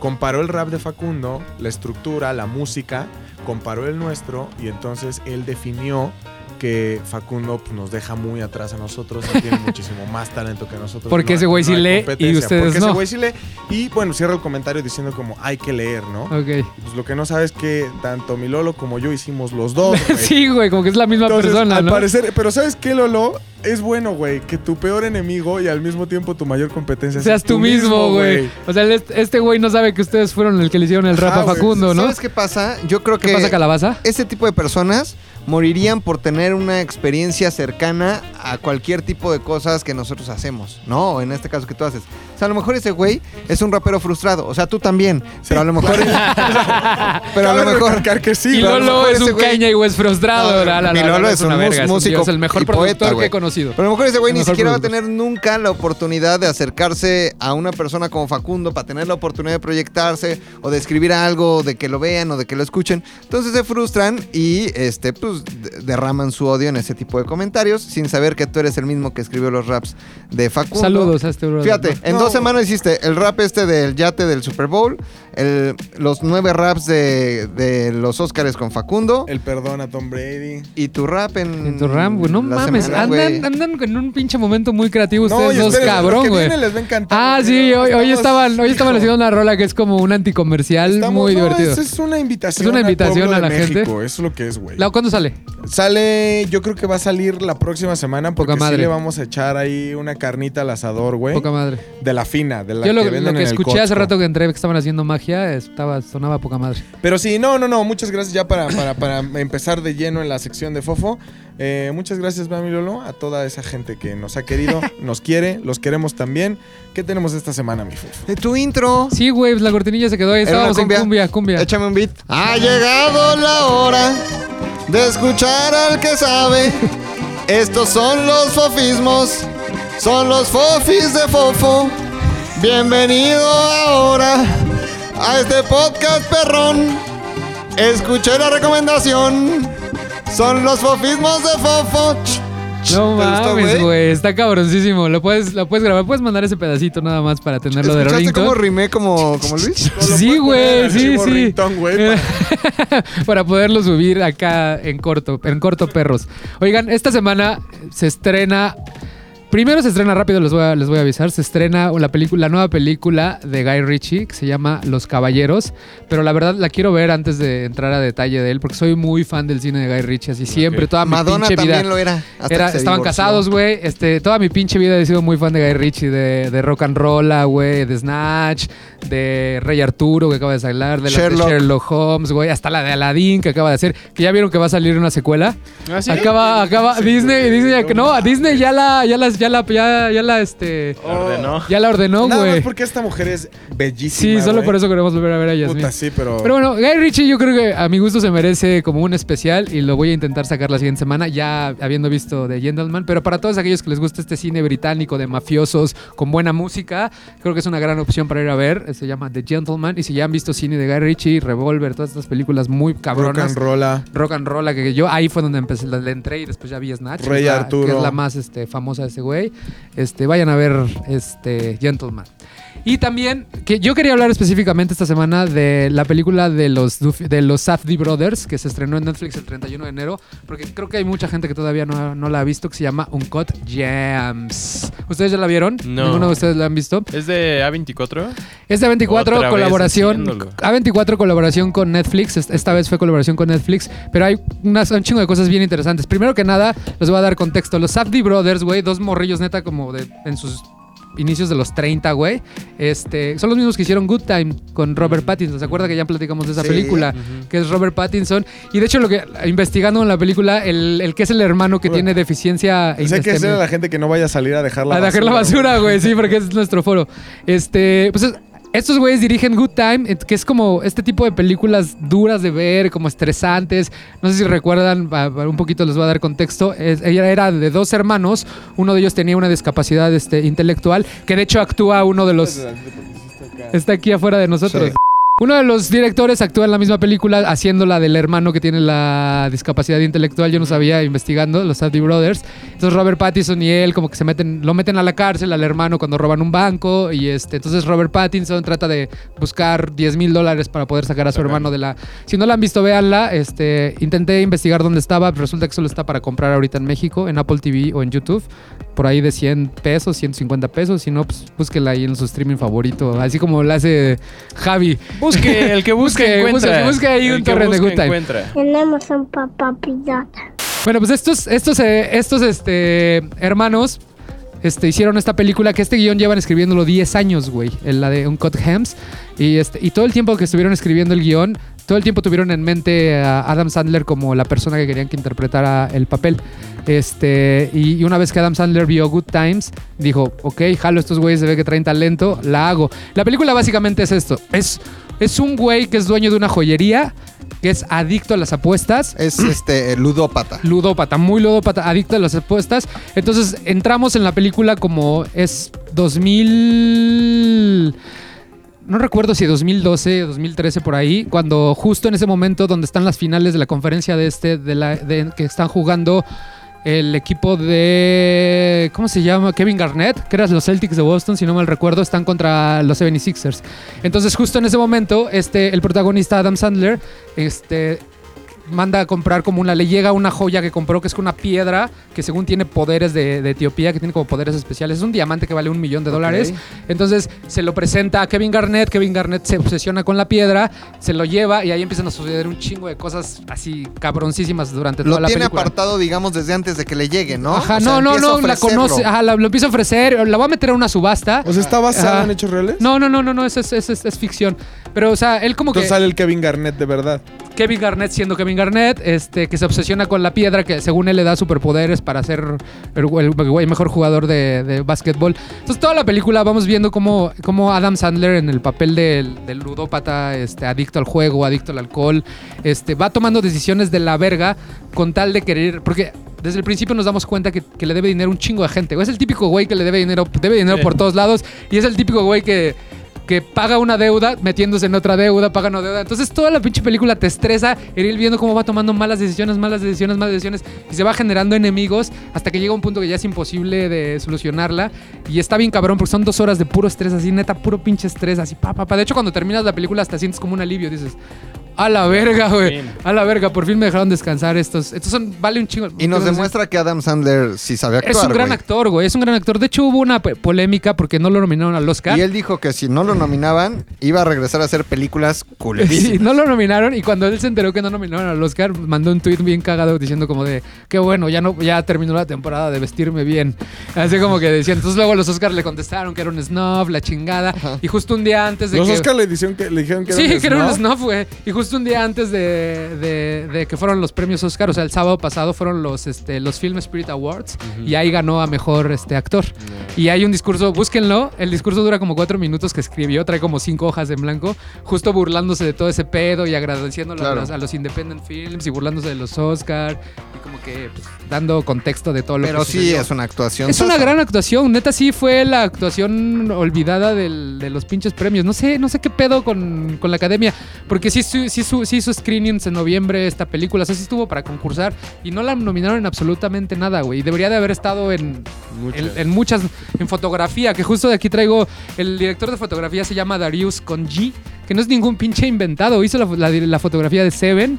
Speaker 2: Comparó el rap de Facundo, la estructura, la música, comparó el nuestro y entonces él definió que Facundo pues, nos deja muy atrás a nosotros, él
Speaker 1: [laughs]
Speaker 2: tiene muchísimo más talento que nosotros.
Speaker 1: Porque
Speaker 2: No
Speaker 1: ese
Speaker 2: hay-
Speaker 1: güey sí
Speaker 2: no hay
Speaker 1: lee y
Speaker 2: competencia,
Speaker 1: ustedes
Speaker 2: porque
Speaker 1: no.
Speaker 2: ese güey sí lee y bueno, cierra el comentario diciendo como hay que leer, ¿no?
Speaker 1: Ok.
Speaker 2: Pues lo que no sabes es que tanto mi Lolo como yo hicimos los dos.
Speaker 1: [laughs]
Speaker 2: güey.
Speaker 1: Sí, güey, como que es la misma
Speaker 2: Entonces,
Speaker 1: persona,
Speaker 2: al
Speaker 1: ¿no?
Speaker 2: parecer, pero ¿sabes qué, Lolo? Es bueno, güey, que tu peor enemigo y al mismo tiempo tu mayor competencia
Speaker 1: Seas tú mismo, güey. O sea, el- este güey no sabe que ustedes fueron el que le hicieron el rap
Speaker 2: Ajá,
Speaker 1: a
Speaker 2: Ah, güey.
Speaker 1: Facundo, ¿no?
Speaker 4: Ah, ¿Sabes qué pasa? Yo creo
Speaker 1: ¿Qué
Speaker 4: que
Speaker 1: pasa, Calabaza?
Speaker 4: este tipo de personas morirían por tener una experiencia cercana a cualquier tipo de cosas que nosotros hacemos, ¿no? O En este caso que tú haces. O sea, a lo mejor ese güey es un rapero frustrado, o sea, tú también, pero a lo
Speaker 1: [laughs]
Speaker 4: mejor... pero a lo
Speaker 2: Cabe
Speaker 4: mejor...
Speaker 2: recalcar que sí,
Speaker 1: y
Speaker 4: a lo
Speaker 2: güey.
Speaker 1: Lolo
Speaker 4: mejor
Speaker 1: es
Speaker 4: ese
Speaker 1: un
Speaker 4: güey-
Speaker 1: caña y es frustrado. la,
Speaker 4: No,
Speaker 1: la, la,
Speaker 4: mi
Speaker 1: la,
Speaker 4: Lolo
Speaker 1: la,
Speaker 4: es un
Speaker 1: una
Speaker 4: mus-
Speaker 1: verga,
Speaker 4: músico
Speaker 1: Dios, el mejor
Speaker 4: y poeta,
Speaker 1: productor que
Speaker 4: güey.
Speaker 1: he conocido.
Speaker 4: Pero a lo mejor ese güey
Speaker 1: El
Speaker 4: ni
Speaker 1: mejor
Speaker 4: siquiera va a
Speaker 1: productor.
Speaker 4: tener nunca la oportunidad de acercarse a una persona como Facundo para tener la oportunidad de proyectarse o de escribir algo, de que lo vean o de que lo escuchen. Entonces se frustran y este, pues, de- derraman su odio en ese tipo de comentarios sin saber que tú eres el mismo que escribió los raps de Facundo.
Speaker 1: Saludos a este brother.
Speaker 4: Fíjate, en
Speaker 2: No.
Speaker 4: dos semanas hiciste el rap este del yate del Super Bowl, el- los nueve raps de, de los Óscares con Facundo
Speaker 2: El perdón a Tom Brady.
Speaker 4: y tu rap en...
Speaker 1: En tu RAM, güey. No
Speaker 4: la
Speaker 1: mames.
Speaker 4: semana, güey.
Speaker 1: andan, andan en un pinche momento muy creativo ustedes
Speaker 2: y
Speaker 1: dos,
Speaker 2: espérense, los
Speaker 1: cabrón,
Speaker 2: que
Speaker 1: güey.
Speaker 2: vienen les va a encantar,
Speaker 1: Ah,
Speaker 2: güey.
Speaker 1: sí, hoy, hoy
Speaker 2: Estamos-
Speaker 1: estaban, hoy estaban
Speaker 2: hijo,
Speaker 1: haciendo una rola que es como un anticomercial
Speaker 2: estamos-
Speaker 1: muy
Speaker 2: no,
Speaker 1: divertido.
Speaker 2: eso es una invitación.
Speaker 1: Es una
Speaker 2: al
Speaker 1: invitación
Speaker 2: pueblo
Speaker 1: a
Speaker 2: de
Speaker 1: la gente.
Speaker 2: México, Eso es lo que es, güey.
Speaker 1: La- ¿Cuándo sale?
Speaker 2: Sale, yo creo que va a salir la próxima semana porque
Speaker 1: Poca madre.
Speaker 2: sí le vamos a echar ahí una carnita al asador, güey.
Speaker 1: Poca madre.
Speaker 2: De la fina, de ¿Eh? la
Speaker 1: Yo lo
Speaker 2: que
Speaker 1: lo que,
Speaker 2: venden en el
Speaker 1: escuché hace
Speaker 2: Costco.
Speaker 1: rato que entré que estaban haciendo magia, estaba, sonaba poca madre.
Speaker 2: Pero sí, no, no, no. Muchas gracias ya para, para, para empezar de lleno en la sección de Fofo. Eh, muchas gracias, Mami Lolo, a toda esa gente que nos ha
Speaker 1: [laughs]
Speaker 2: querido, nos quiere, los queremos también. ¿Qué tenemos esta semana, mi Fofo?
Speaker 4: De tu intro.
Speaker 1: Sí, güey, pues la cortinilla se quedó ahí.
Speaker 4: Era una
Speaker 1: Estábamos en cumbia, cumbia.
Speaker 4: Échame un beat. Ha llegado la hora de escuchar al que sabe. Estos son los fofismos. Son los fofis de fofo. Bienvenido ahora a este podcast perrón. Escuché la recomendación. Son los fofismos de fofo. Ch, ch,
Speaker 1: No
Speaker 4: ¿te gustó,
Speaker 1: mames, güey. Está cabroncísimo. Lo puedes, lo puedes grabar. Puedes mandar ese pedacito nada más para tenerlo de
Speaker 4: ¿Escuchaste
Speaker 1: ringtone.
Speaker 4: cómo rimé como, como Luis?
Speaker 1: Sí, güey,
Speaker 2: Al
Speaker 1: sí,
Speaker 2: chivo
Speaker 1: sí.
Speaker 2: ringtone, güey, para-
Speaker 1: [laughs] para poderlo subir acá en corto, en corto perros. Oigan, esta semana se estrena. Primero se estrena rápido, les voy a, les voy a avisar. Se estrena la película, la nueva película de Guy Ritchie que se llama Los Caballeros. Pero la verdad la quiero ver antes de entrar a detalle de él, porque soy muy fan del cine de Guy Ritchie, así siempre, toda Ah, mi
Speaker 4: Madonna
Speaker 1: pinche vida.
Speaker 4: también lo era. hasta
Speaker 1: Era-
Speaker 4: que se
Speaker 1: estaban
Speaker 4: divorció.
Speaker 1: casados, güey. Este, toda mi pinche vida he sido muy fan de Guy Ritchie, de, de rock and roll, ah, güey, de Snatch, de Rey Arturo, que acaba de salir, de, la- de
Speaker 4: Sherlock.
Speaker 1: Sherlock Holmes, güey, hasta la de Aladdin que acaba de hacer, que ya vieron que va a salir una secuela.
Speaker 5: Ah, sí.
Speaker 1: Acaba, acaba, Disney, Disney, ya, no, Disney ya la, ya las, ya la, ya, ya la, este,
Speaker 5: Ordenó.
Speaker 1: ya la ordenó,
Speaker 2: Nada más
Speaker 1: güey.
Speaker 2: porque esta mujer es bellísima.
Speaker 1: Sí, solo
Speaker 2: güey.
Speaker 1: por eso queremos volver a ver a Yasmín.
Speaker 2: Puta, sí, pero.
Speaker 1: Pero bueno, Guy Ritchie yo creo que a mi gusto se merece como un especial y lo voy a intentar sacar la siguiente semana, ya habiendo visto The Gentleman. Pero para todos aquellos que les gusta este cine británico de mafiosos con buena música, creo que es una gran opción para ir a ver. Se llama The Gentleman. Y si ya han visto cine de Guy Ritchie, Revolver, todas estas películas muy
Speaker 2: rock
Speaker 1: cabronas.
Speaker 2: and rolla.
Speaker 1: Rock and Roll, la que yo ahí fue donde empecé, la, le entré y después ya vi Snatch.
Speaker 2: Rey
Speaker 1: que es la-
Speaker 2: Arturo.
Speaker 1: Que es la más este, famosa de ese güey. Este, vayan a ver este, Gentleman. Y también, que yo quería hablar específicamente esta semana de la película de los, Duf- de los Safdie Brothers, que se estrenó en Netflix el 31 de enero, porque creo que hay mucha gente que todavía no, no la ha visto, que se llama Uncut Gems. ¿Ustedes ya la vieron?
Speaker 5: No.
Speaker 1: ¿Ninguno de ustedes la han visto?
Speaker 5: ¿Es de A24?
Speaker 1: Este 24
Speaker 5: Otra vez
Speaker 1: colaboración
Speaker 5: haciéndolo.
Speaker 1: A24 colaboración con Netflix, Est- esta vez fue colaboración con Netflix, pero hay unas, un chingo de cosas bien interesantes. Primero que nada, les voy a dar contexto. Los Safdie Brothers, güey, dos morrillos neta como de en sus inicios de los 30, güey. Este, son los mismos que hicieron Good Time con Robert Pattinson, ¿se acuerda que ya platicamos de esa
Speaker 4: Sí.
Speaker 1: película? Que es Robert Pattinson y de hecho lo que investigando en la película el, el que es el hermano que
Speaker 2: Bueno,
Speaker 1: tiene deficiencia e
Speaker 2: Sé que es
Speaker 1: intestinal
Speaker 2: a la gente que no vaya a salir a dejar la
Speaker 1: a dejar la basura, güey, sí, porque es nuestro foro. Este, pues es- estos güeyes dirigen Good Time, et- que es como este tipo de películas duras de ver, como estresantes. No sé si recuerdan, pa- pa- un poquito les voy a dar contexto. Es- ella era de dos hermanos, uno de ellos tenía una discapacidad este, intelectual, que de hecho actúa uno de los... Está aquí afuera de nosotros.
Speaker 4: Sí.
Speaker 1: Uno de los directores actúa en la misma película haciendo la del hermano que tiene la discapacidad intelectual. Yo no sabía investigando, los Safdie Brothers. Entonces Robert Pattinson y él como que se meten, lo meten a la cárcel al hermano cuando roban un banco. Y este, entonces Robert Pattinson trata de buscar 10 mil dólares para poder sacar a su hermano de la... Si no la han visto, véanla. Este, intenté investigar dónde estaba, pero resulta que solo está para comprar ahorita en México, en Apple TV o en YouTube por ahí de 100 pesos, 150 pesos. Si no, pues búsquela ahí en su streaming favorito. Así como lo hace Javi.
Speaker 5: Busque, el que busque,
Speaker 1: Busque,
Speaker 5: encuentra.
Speaker 1: busque, busque ahí
Speaker 5: El
Speaker 1: un
Speaker 5: que
Speaker 1: torrent de
Speaker 5: busque,
Speaker 1: Good Time.
Speaker 5: encuentra.
Speaker 6: Tenemos un papá pirata.
Speaker 1: Bueno, pues estos, estos, eh, estos este, hermanos este, hicieron esta película que este guión llevan escribiéndolo 10 años, güey. en La de Uncut Hems. Y, este, y todo el tiempo que estuvieron escribiendo el guión, todo el tiempo tuvieron en mente a Adam Sandler como la persona que querían que interpretara el papel. Este, y, y una vez que Adam Sandler vio Good Times, dijo, ok, jalo, estos güeyes se ve que traen talento, la hago. La película básicamente es esto. Es, es un güey que es dueño de una joyería, que es adicto a las apuestas
Speaker 4: Es este ludópata.
Speaker 1: ludópata, muy ludópata, adicto a las apuestas. Entonces entramos en la película como es 2000... No recuerdo si 2012 o 2013 por ahí, cuando justo en ese momento donde están las finales de la conferencia de este, de la, de- que están jugando el equipo de... ¿Cómo se llama? Kevin Garnett, que eran los Celtics de Boston, si no mal recuerdo, están contra los 76ers. Entonces justo en ese momento, este, el protagonista Adam Sandler este, manda a comprar como una, le llega una joya que compró, que es una piedra que según tiene poderes de, de Etiopía, que tiene como poderes especiales. Es un diamante que vale un millón de dólares. Entonces se lo presenta a Kevin Garnett, Kevin Garnett se obsesiona con la piedra, se lo lleva y ahí empiezan a suceder un chingo de cosas así cabroncísimas durante
Speaker 4: Lo
Speaker 1: toda la
Speaker 4: tiene
Speaker 1: película.
Speaker 4: apartado, digamos, desde antes de que le llegue, ¿no?
Speaker 1: Ajá,
Speaker 4: O sea,
Speaker 1: no, no,
Speaker 4: empieza
Speaker 1: no,
Speaker 4: a
Speaker 1: la
Speaker 4: ofrecerlo.
Speaker 1: conoce, Ah, ajá, la- lo empieza a ofrecer, la va a meter a una subasta.
Speaker 2: O sea, ¿está basado
Speaker 1: Ajá.
Speaker 2: en hechos reales?
Speaker 1: No, no, no, no, no, eso es, eso es, es ficción. Pero, o sea, él como que.
Speaker 2: Entonces sale el Kevin Garnett de verdad.
Speaker 1: Kevin Garnett siendo Kevin Garnett, este, que se obsesiona con la piedra, que según él le da superpoderes para ser el, el güey mejor jugador de, de básquetbol. Entonces, toda la película vamos viendo cómo, cómo Adam Sandler, en el papel del, del ludópata, este, adicto al juego, adicto al alcohol, este, va tomando decisiones de la verga con tal de querer. Porque desde el principio nos damos cuenta que, que le debe dinero un chingo de gente. güey. Es el típico güey que le debe dinero, debe dinero
Speaker 5: Sí.
Speaker 1: por todos lados. Y es el típico güey que, que paga una deuda metiéndose en otra deuda, paga una deuda. Entonces toda la pinche película te estresa en ir viendo cómo va tomando malas decisiones, malas decisiones, malas decisiones. Y se va generando enemigos hasta que llega un punto que ya es imposible de solucionarla. Y está bien cabrón porque son dos horas de puro estrés, así neta, puro pinche estrés, así pa, pa, pa. De hecho, cuando terminas la película hasta sientes como un alivio, dices... A la verga, güey.
Speaker 5: Fin.
Speaker 1: A la verga, por fin me dejaron descansar estos. Estos son, vale un chingo.
Speaker 4: Y nos
Speaker 1: Entonces,
Speaker 4: demuestra que Adam Sandler sí sabe actuar.
Speaker 1: es un gran
Speaker 4: güey.
Speaker 1: actor, güey. Es un gran actor. De hecho, hubo una pe- polémica porque no lo nominaron al Oscar.
Speaker 4: Y él dijo que si no lo nominaban, iba a regresar a hacer películas
Speaker 1: Sí,
Speaker 4: culerísimas.
Speaker 1: no lo nominaron [laughs] y cuando él se enteró que no nominaron al Oscar, mandó un tweet bien cagado diciendo como de, qué bueno, ya no ya terminó la temporada de vestirme bien. Así como que decían, entonces luego los Oscars le contestaron que era un snob, la chingada, y justo un día antes de
Speaker 2: Los
Speaker 1: que
Speaker 2: Oscar le, dijeron que, le dijeron que
Speaker 1: Sí, que era un
Speaker 2: snob.
Speaker 1: snob, güey. Y justo un día antes de, de- de que fueron los premios Oscar, o sea, el sábado pasado fueron los, este, los Film Spirit Awards y ahí ganó a mejor este, actor. Y hay un discurso, búsquenlo, el discurso dura como cuatro minutos que escribió, trae como cinco hojas en blanco, justo burlándose de todo ese pedo y agradeciéndolo a,
Speaker 4: Claro.
Speaker 1: los, a los Independent Films y burlándose de los Oscar y como que pues, dando contexto de todo lo
Speaker 4: Pero
Speaker 1: que
Speaker 4: sí
Speaker 1: sucedió.
Speaker 4: es una actuación.
Speaker 1: Es una
Speaker 4: sasa.
Speaker 1: gran actuación, neta sí fue la actuación olvidada del- de los pinches premios. No sé, no sé qué pedo con, con la academia, porque sí, su- sí, su- sí hizo screenings en noviembre esta película, o sea, sí estuvo para concursar y no la nominaron en absolutamente nada, güey. Y Debería de haber estado en, en, en muchas, en fotografía, que justo de aquí traigo, el director de fotografía se llama Darius Conji, que no es ningún pinche inventado, hizo la, fo- la di- la fotografía de Seven,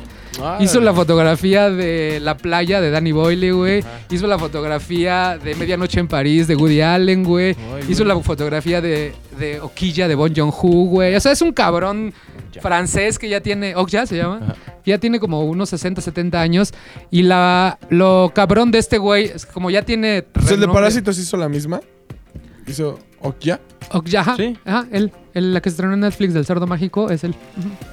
Speaker 1: hizo la fotografía de la playa de Danny Boyle, güey, hizo la fotografía de Medianoche en París de Woody Allen, güey,
Speaker 5: Ay,
Speaker 1: hizo
Speaker 5: güey.
Speaker 1: la fotografía de, de Oquilla de Bon Joon-ho, güey, o sea, es un cabrón francés que ya tiene, Okja se llama, ya tiene como unos 60, 70 años y la lo cabrón de este güey es que como ya tiene
Speaker 2: Entonces, el de
Speaker 1: renombre-
Speaker 2: Parásitos hizo la misma. Hizo Okia.
Speaker 1: Ok, ya, ajá,
Speaker 5: Sí.
Speaker 1: ajá, él, él, la que se estrenó en Netflix del Cerdo Mágico es él.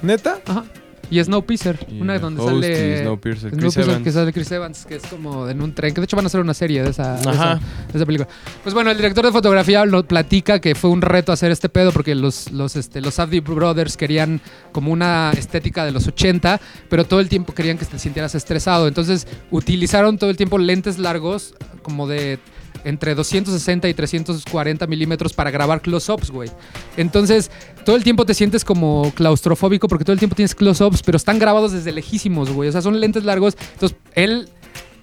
Speaker 2: ¿Neta?
Speaker 1: Ajá. Y Snowpiercer,
Speaker 5: Y
Speaker 1: una donde
Speaker 5: Host y
Speaker 1: sale
Speaker 5: Snowpiercer, Chris
Speaker 1: Snowpiercer,
Speaker 5: Evans.
Speaker 1: que sale Chris Evans, que es como en un tren, que de hecho van a hacer una serie de esa, de
Speaker 5: Ajá.
Speaker 1: esa- de esa película. Pues bueno, el director de fotografía lo platica que fue un reto hacer este pedo porque los los este los Safdie Brothers querían como una estética de los 80, pero todo el tiempo querían que te sintieras estresado, entonces utilizaron todo el tiempo lentes largos como de entre 260 y 340 milímetros para grabar close-ups, güey. Entonces, todo el tiempo te sientes como claustrofóbico porque todo el tiempo tienes close-ups, pero están grabados desde lejísimos, güey. O sea, son lentes largos. Entonces, él,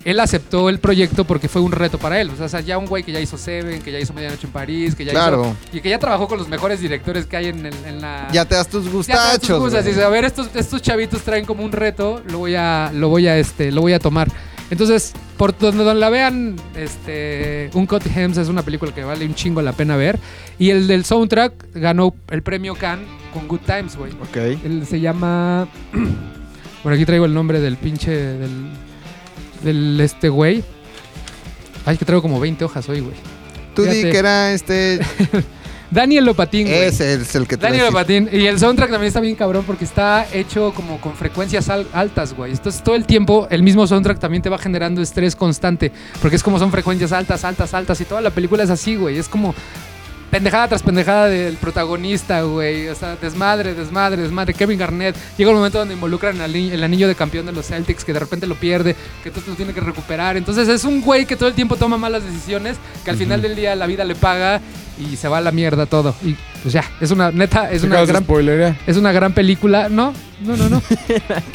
Speaker 1: él aceptó el proyecto porque fue un reto para él. O sea, ya un güey que ya hizo Seven, que ya hizo Medianoche en París, que ya
Speaker 4: Claro.
Speaker 1: hizo... Y que ya trabajó con los mejores directores que hay en, el- en la...
Speaker 4: Ya te das tus
Speaker 1: Ya trae sus
Speaker 4: gustachos.
Speaker 1: cosas,
Speaker 4: güey.
Speaker 1: dice, a ver, estos, estos chavitos traen como un reto, lo voy a, lo voy a, este, lo voy a tomar. Entonces, por donde, donde la vean, este, Uncut Hems es una película que vale un chingo la pena ver. Y el del soundtrack ganó el premio Cannes con Good Times, güey.
Speaker 4: Ok.
Speaker 1: Él se llama. [clears throat] Por aquí traigo el nombre del pinche. del. del este güey. Ay, que traigo como 20 hojas hoy, güey.
Speaker 4: Tú di
Speaker 1: Fíjate.
Speaker 4: que era este.
Speaker 1: Daniel Lopatín, [laughs] güey.
Speaker 4: Ese es el que te
Speaker 1: Daniel
Speaker 4: iba a decir.
Speaker 1: Lopatín. Y el soundtrack también está bien cabrón porque está hecho como con frecuencias al- altas, güey. Entonces todo el tiempo el mismo soundtrack también te va generando estrés constante. Porque es como son frecuencias altas, altas, altas. Y toda la película es así, güey. Es como pendejada tras pendejada del protagonista, güey. O sea, desmadre, desmadre, desmadre. Kevin Garnett. Llega un momento donde involucran al ni- el anillo de campeón de los Celtics que de repente lo pierde, que entonces lo tiene que recuperar. Entonces es un güey que todo el tiempo toma malas decisiones, que al final del día la vida le paga y se va a la mierda todo. Y pues ya, es una neta, es
Speaker 2: ¿Qué
Speaker 1: una
Speaker 2: acabas de
Speaker 1: gran
Speaker 2: spoilerear?
Speaker 1: es una gran película. No, no,
Speaker 2: [laughs]
Speaker 1: no, no.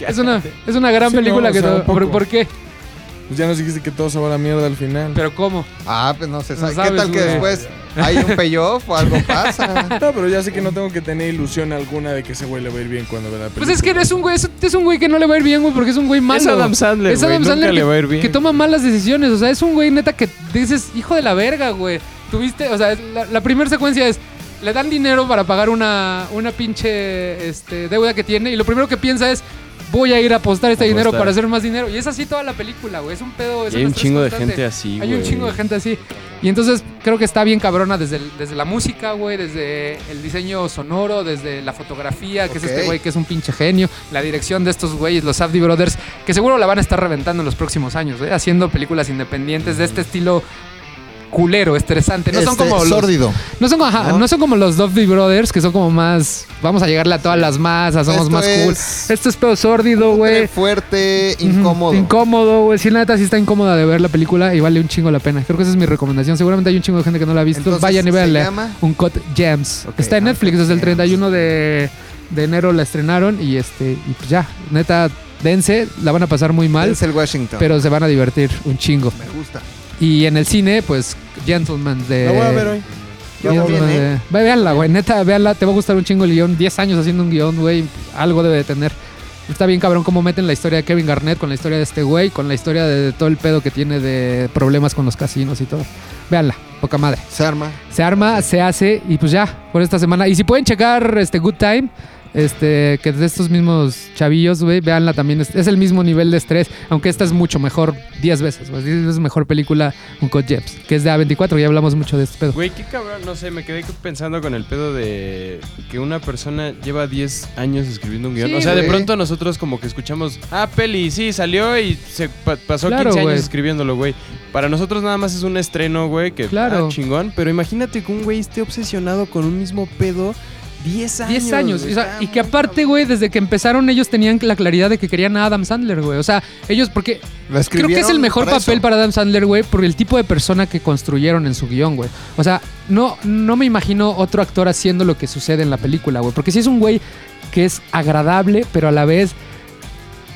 Speaker 1: es una es una gran
Speaker 2: Sí, no,
Speaker 1: película
Speaker 2: o
Speaker 1: que
Speaker 2: sea,
Speaker 1: no-
Speaker 2: un poco.
Speaker 1: ¿por, por qué?
Speaker 2: Pues ya nos dijiste que todo se va a la mierda al final.
Speaker 1: Pero cómo?
Speaker 4: Ah, pues no se
Speaker 1: No
Speaker 4: sabe. ¿Qué
Speaker 1: sabes,
Speaker 4: tal que
Speaker 1: güey.
Speaker 4: después hay un payoff o algo
Speaker 1: [laughs]
Speaker 4: pasa.
Speaker 2: No, pero ya sé que no tengo que tener ilusión alguna de que ese güey le va a ir bien cuando vea la película.
Speaker 1: Pues es que no es un güey, es, es un güey que no le va a ir bien, güey, porque es un güey malo.
Speaker 5: Es Adam Sandler,
Speaker 1: Es Adam
Speaker 5: güey, nunca
Speaker 1: Sandler
Speaker 5: le
Speaker 1: que-
Speaker 5: va a ir bien.
Speaker 1: Que toma malas decisiones. O sea, es un güey neta que dices, hijo de la verga, güey. Tuviste, o sea, es- la, primera secuencia es. Le dan dinero para pagar una, una pinche este, deuda que tiene. Y lo primero que piensa es. Voy a ir a apostar este dinero
Speaker 5: Apostar.
Speaker 1: para hacer más dinero. Y es así toda la película, güey. Es un pedo. es
Speaker 5: Y hay
Speaker 1: un
Speaker 5: un
Speaker 1: estrés
Speaker 5: chingo de
Speaker 1: constante.
Speaker 5: gente así,
Speaker 1: Hay un
Speaker 5: güey.
Speaker 1: chingo de gente así. Y entonces creo que está bien cabrona desde, el- desde la música, güey, desde el diseño sonoro, desde la fotografía, que es este
Speaker 4: Ok.
Speaker 1: güey que es un pinche genio, la dirección de estos güeyes, los Abdi Brothers, que seguro la van a estar reventando en los próximos años, ¿eh? haciendo películas independientes de este estilo culero, estresante. No son
Speaker 4: Este,
Speaker 1: como los,
Speaker 4: sórdido.
Speaker 1: no son, ajá,
Speaker 4: ¿no?
Speaker 1: no son como los Dovey Brothers, que son como más, vamos a llegarle a todas las masas, somos
Speaker 4: Esto
Speaker 1: más cool.
Speaker 4: es-
Speaker 1: Esto es pedo sórdido, güey.
Speaker 4: Fuerte, incómodo.
Speaker 1: Ujú, Incómodo, güey. Sí, la neta sí está incómoda de ver la película y vale un chingo la pena. Creo que esa es mi recomendación. Seguramente hay un chingo de gente que no la ha visto.
Speaker 4: Entonces,
Speaker 1: Vayan y
Speaker 4: ¿se
Speaker 1: véanla.
Speaker 4: llama?
Speaker 1: Un Cut Gems.
Speaker 4: Ok,
Speaker 1: está en
Speaker 4: Uncut
Speaker 1: Netflix desde el
Speaker 4: Gems.
Speaker 1: 31 de, de enero la estrenaron y este y pues ya, neta dense, la van a pasar muy mal,
Speaker 4: Es el Washington.
Speaker 1: pero se van a divertir un chingo.
Speaker 4: me gusta.
Speaker 1: Y en el cine, pues Gentleman de
Speaker 2: La voy a ver hoy.
Speaker 4: Yo también,
Speaker 1: Gentleman
Speaker 4: ¿eh?
Speaker 1: de- Ve, véanla, güey, neta, véanla, te va a gustar un chingo el guión. 10 años haciendo un guión, güey, algo debe de tener. Está bien cabrón cómo meten la historia de Kevin Garnett con la historia de este güey, con la historia de todo el pedo que tiene de problemas con los casinos y todo. Véanla, poca madre.
Speaker 4: Se arma.
Speaker 1: Se arma, se hace y pues ya, por esta semana. Y si pueden checar este Good Time, este, que es de estos mismos chavillos, güey, véanla también. Es, es el mismo nivel de estrés, aunque esta es mucho mejor, 10 veces, güey. 10 veces mejor película un Code Jeps, que es de A24, ya hablamos mucho de este pedo.
Speaker 5: Güey, qué cabrón, no sé, me quedé pensando con el pedo de que una persona lleva 10 años escribiendo un guión.
Speaker 1: Sí,
Speaker 5: o sea, de
Speaker 4: güey.
Speaker 5: pronto nosotros como que escuchamos, ah, peli, sí, salió y se pa- pasó
Speaker 1: Claro,
Speaker 5: 15
Speaker 1: güey.
Speaker 5: años escribiéndolo, güey. Para nosotros nada más es un estreno, güey, que
Speaker 1: Claro.
Speaker 5: ah, chingón, pero imagínate que un güey esté obsesionado con un mismo pedo 10 años.
Speaker 1: 10 años.
Speaker 5: güey,
Speaker 1: o sea,
Speaker 5: está
Speaker 1: y
Speaker 5: muy
Speaker 1: que aparte,
Speaker 5: cabrón.
Speaker 1: güey, desde que empezaron ellos tenían la claridad de que querían a Adam Sandler, güey. O sea, ellos, porque creo que es el
Speaker 4: Lo escribieron
Speaker 1: mejor
Speaker 4: para eso.
Speaker 1: papel para Adam Sandler, güey, por el tipo de persona que construyeron en su guión, güey. O sea, no, no me imagino otro actor haciendo lo que sucede en la película, güey. Porque si es un güey que es agradable, pero a la vez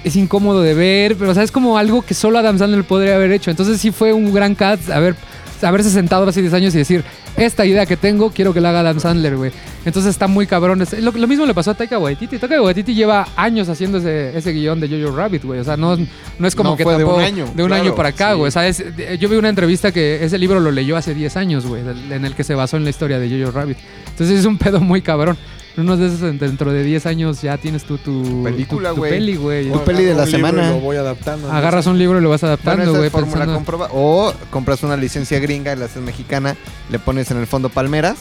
Speaker 1: es incómodo de ver, pero o sea, es como algo que solo Adam Sandler podría haber hecho. Entonces sí fue un gran cast haber, haberse sentado hace 10 años y decir, esta idea que tengo quiero que la haga Adam Sandler, güey. Entonces está muy cabrón. Es- Lo, lo mismo le pasó a Taika Waititi. Taika Waititi lleva años haciendo ese, ese guión de Jojo Rabbit, güey. O sea, no, no es como
Speaker 4: No,
Speaker 1: que
Speaker 4: fue de un
Speaker 1: tampoco...
Speaker 4: año,
Speaker 1: De un
Speaker 4: claro,
Speaker 1: año para acá, güey. O sea, es- de- yo vi una entrevista que ese libro lo leyó hace 10 años, güey, del- en el que se basó en la historia de Jojo Rabbit. Entonces es un pedo muy cabrón. Unos de esos en- dentro de 10 años ya tienes tú tu
Speaker 4: película,
Speaker 1: tu- tu
Speaker 4: güey.
Speaker 1: peli, güey.
Speaker 4: Tu peli de la
Speaker 2: Agarro un libro y
Speaker 4: semana.
Speaker 2: Lo voy adaptando. ¿no?
Speaker 1: Agarras un libro y lo vas
Speaker 4: Bueno,
Speaker 1: adaptando,
Speaker 4: esa
Speaker 1: güey.
Speaker 4: es fórmula
Speaker 1: pensando-
Speaker 4: comproba- O compras una licencia gringa y la haces mexicana, le pones en el fondo palmeras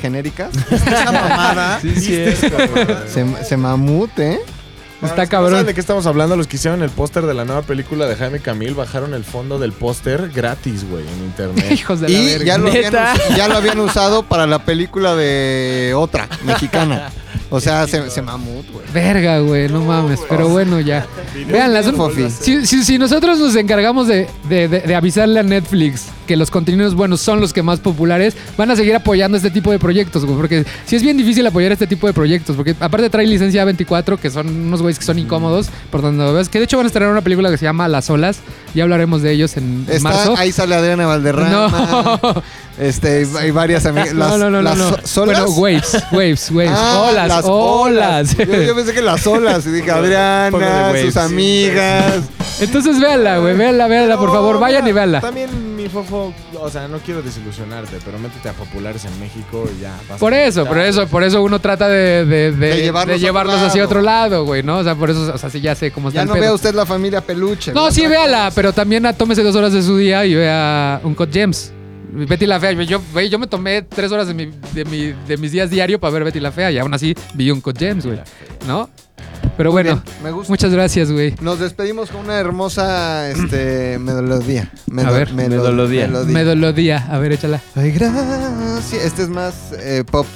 Speaker 4: genéricas.
Speaker 2: Esa mamada.
Speaker 5: Sí, sí.
Speaker 4: se, se mamute, ¿eh?
Speaker 2: Para
Speaker 1: Está
Speaker 2: los que no saben
Speaker 1: cabrón.
Speaker 2: ¿De qué estamos hablando? Los que hicieron el póster de la nueva película de Jaime Camil bajaron el fondo del póster gratis, güey,
Speaker 1: [laughs]
Speaker 2: en
Speaker 1: [laughs]
Speaker 2: internet.
Speaker 1: Hijos de la
Speaker 4: Y
Speaker 1: verga.
Speaker 4: ya lo, habían,
Speaker 5: ¿Neta?
Speaker 4: us- ya lo habían usado para la película de otra, mexicana. O sea, se, se mamut, güey.
Speaker 1: Verga, güey, no mames. Pero bueno, ya. Vean,
Speaker 4: Uh, oh. bien, Fofi.
Speaker 1: si, si, si nosotros nos encargamos de, de- de- de avisarle a Netflix que los contenidos buenos son los que más populares, van a seguir apoyando este tipo de proyectos, güey. Porque si es bien difícil apoyar este tipo de proyectos, porque aparte trae licencia 24, que son unos güeyes que
Speaker 4: Mm.
Speaker 1: son incómodos, por donde ves, que de hecho van a estrenar una película que se llama Las Olas. Ya hablaremos de ellos en, en
Speaker 4: Está-
Speaker 1: marzo.
Speaker 4: ahí sale Adriana Valderrama.
Speaker 1: [laughs] no.
Speaker 4: Este, y- hay varias amigas. Las,
Speaker 1: [laughs] no, no, no, no,
Speaker 4: las
Speaker 1: no.
Speaker 4: so- ¿Solas?
Speaker 1: Bueno, waves, waves, waves.
Speaker 4: Ah,
Speaker 1: Pues, olas,
Speaker 4: las
Speaker 1: olas.
Speaker 4: Yo, yo pensé que las olas.
Speaker 1: [laughs]
Speaker 4: Y dije,
Speaker 5: Ponle
Speaker 4: Adriana,
Speaker 5: waves.
Speaker 4: sus amigas.
Speaker 1: pues, Entonces véanla, güey, véanla, véanla, por favor,
Speaker 2: No,
Speaker 1: vayan y
Speaker 2: mira,
Speaker 1: véanla.
Speaker 2: También mi fofo, o sea, no quiero desilusionarte, pero métete a populares en México y ya. vas
Speaker 1: Por
Speaker 2: a
Speaker 1: eso,
Speaker 2: disfrutar.
Speaker 1: por eso, por eso uno trata de, de- de-
Speaker 4: De llevarlos
Speaker 1: de
Speaker 4: a
Speaker 1: llevarlos
Speaker 4: otro
Speaker 1: hacia
Speaker 4: lado.
Speaker 1: otro lado, güey, ¿no? O sea, por eso, o sea, sí ya sé cómo está
Speaker 4: Ya
Speaker 1: el
Speaker 4: no
Speaker 1: pedo.
Speaker 4: vea usted la familia peluche.
Speaker 1: no,
Speaker 4: vea
Speaker 1: sí,
Speaker 4: otra
Speaker 1: véala,
Speaker 4: cosa.
Speaker 1: pero también ah, tómese dos horas de su día y vea un Cod James. Betty la Fea, yo, güey, yo me tomé tres horas de, mi- de, mi- de mis días diario para ver Betty la Fea y aún así vi un Cod James, güey, ¿no? Pero bueno,
Speaker 4: Bien, me gusta.
Speaker 1: muchas gracias, güey.
Speaker 4: Nos despedimos con una hermosa este, [clears throat] melodía. Medo-
Speaker 1: A ver.
Speaker 4: melo-
Speaker 5: Medolodía.
Speaker 1: Me dolió día. A ver, échala.
Speaker 4: Ay, gracias. Este es más eh, pop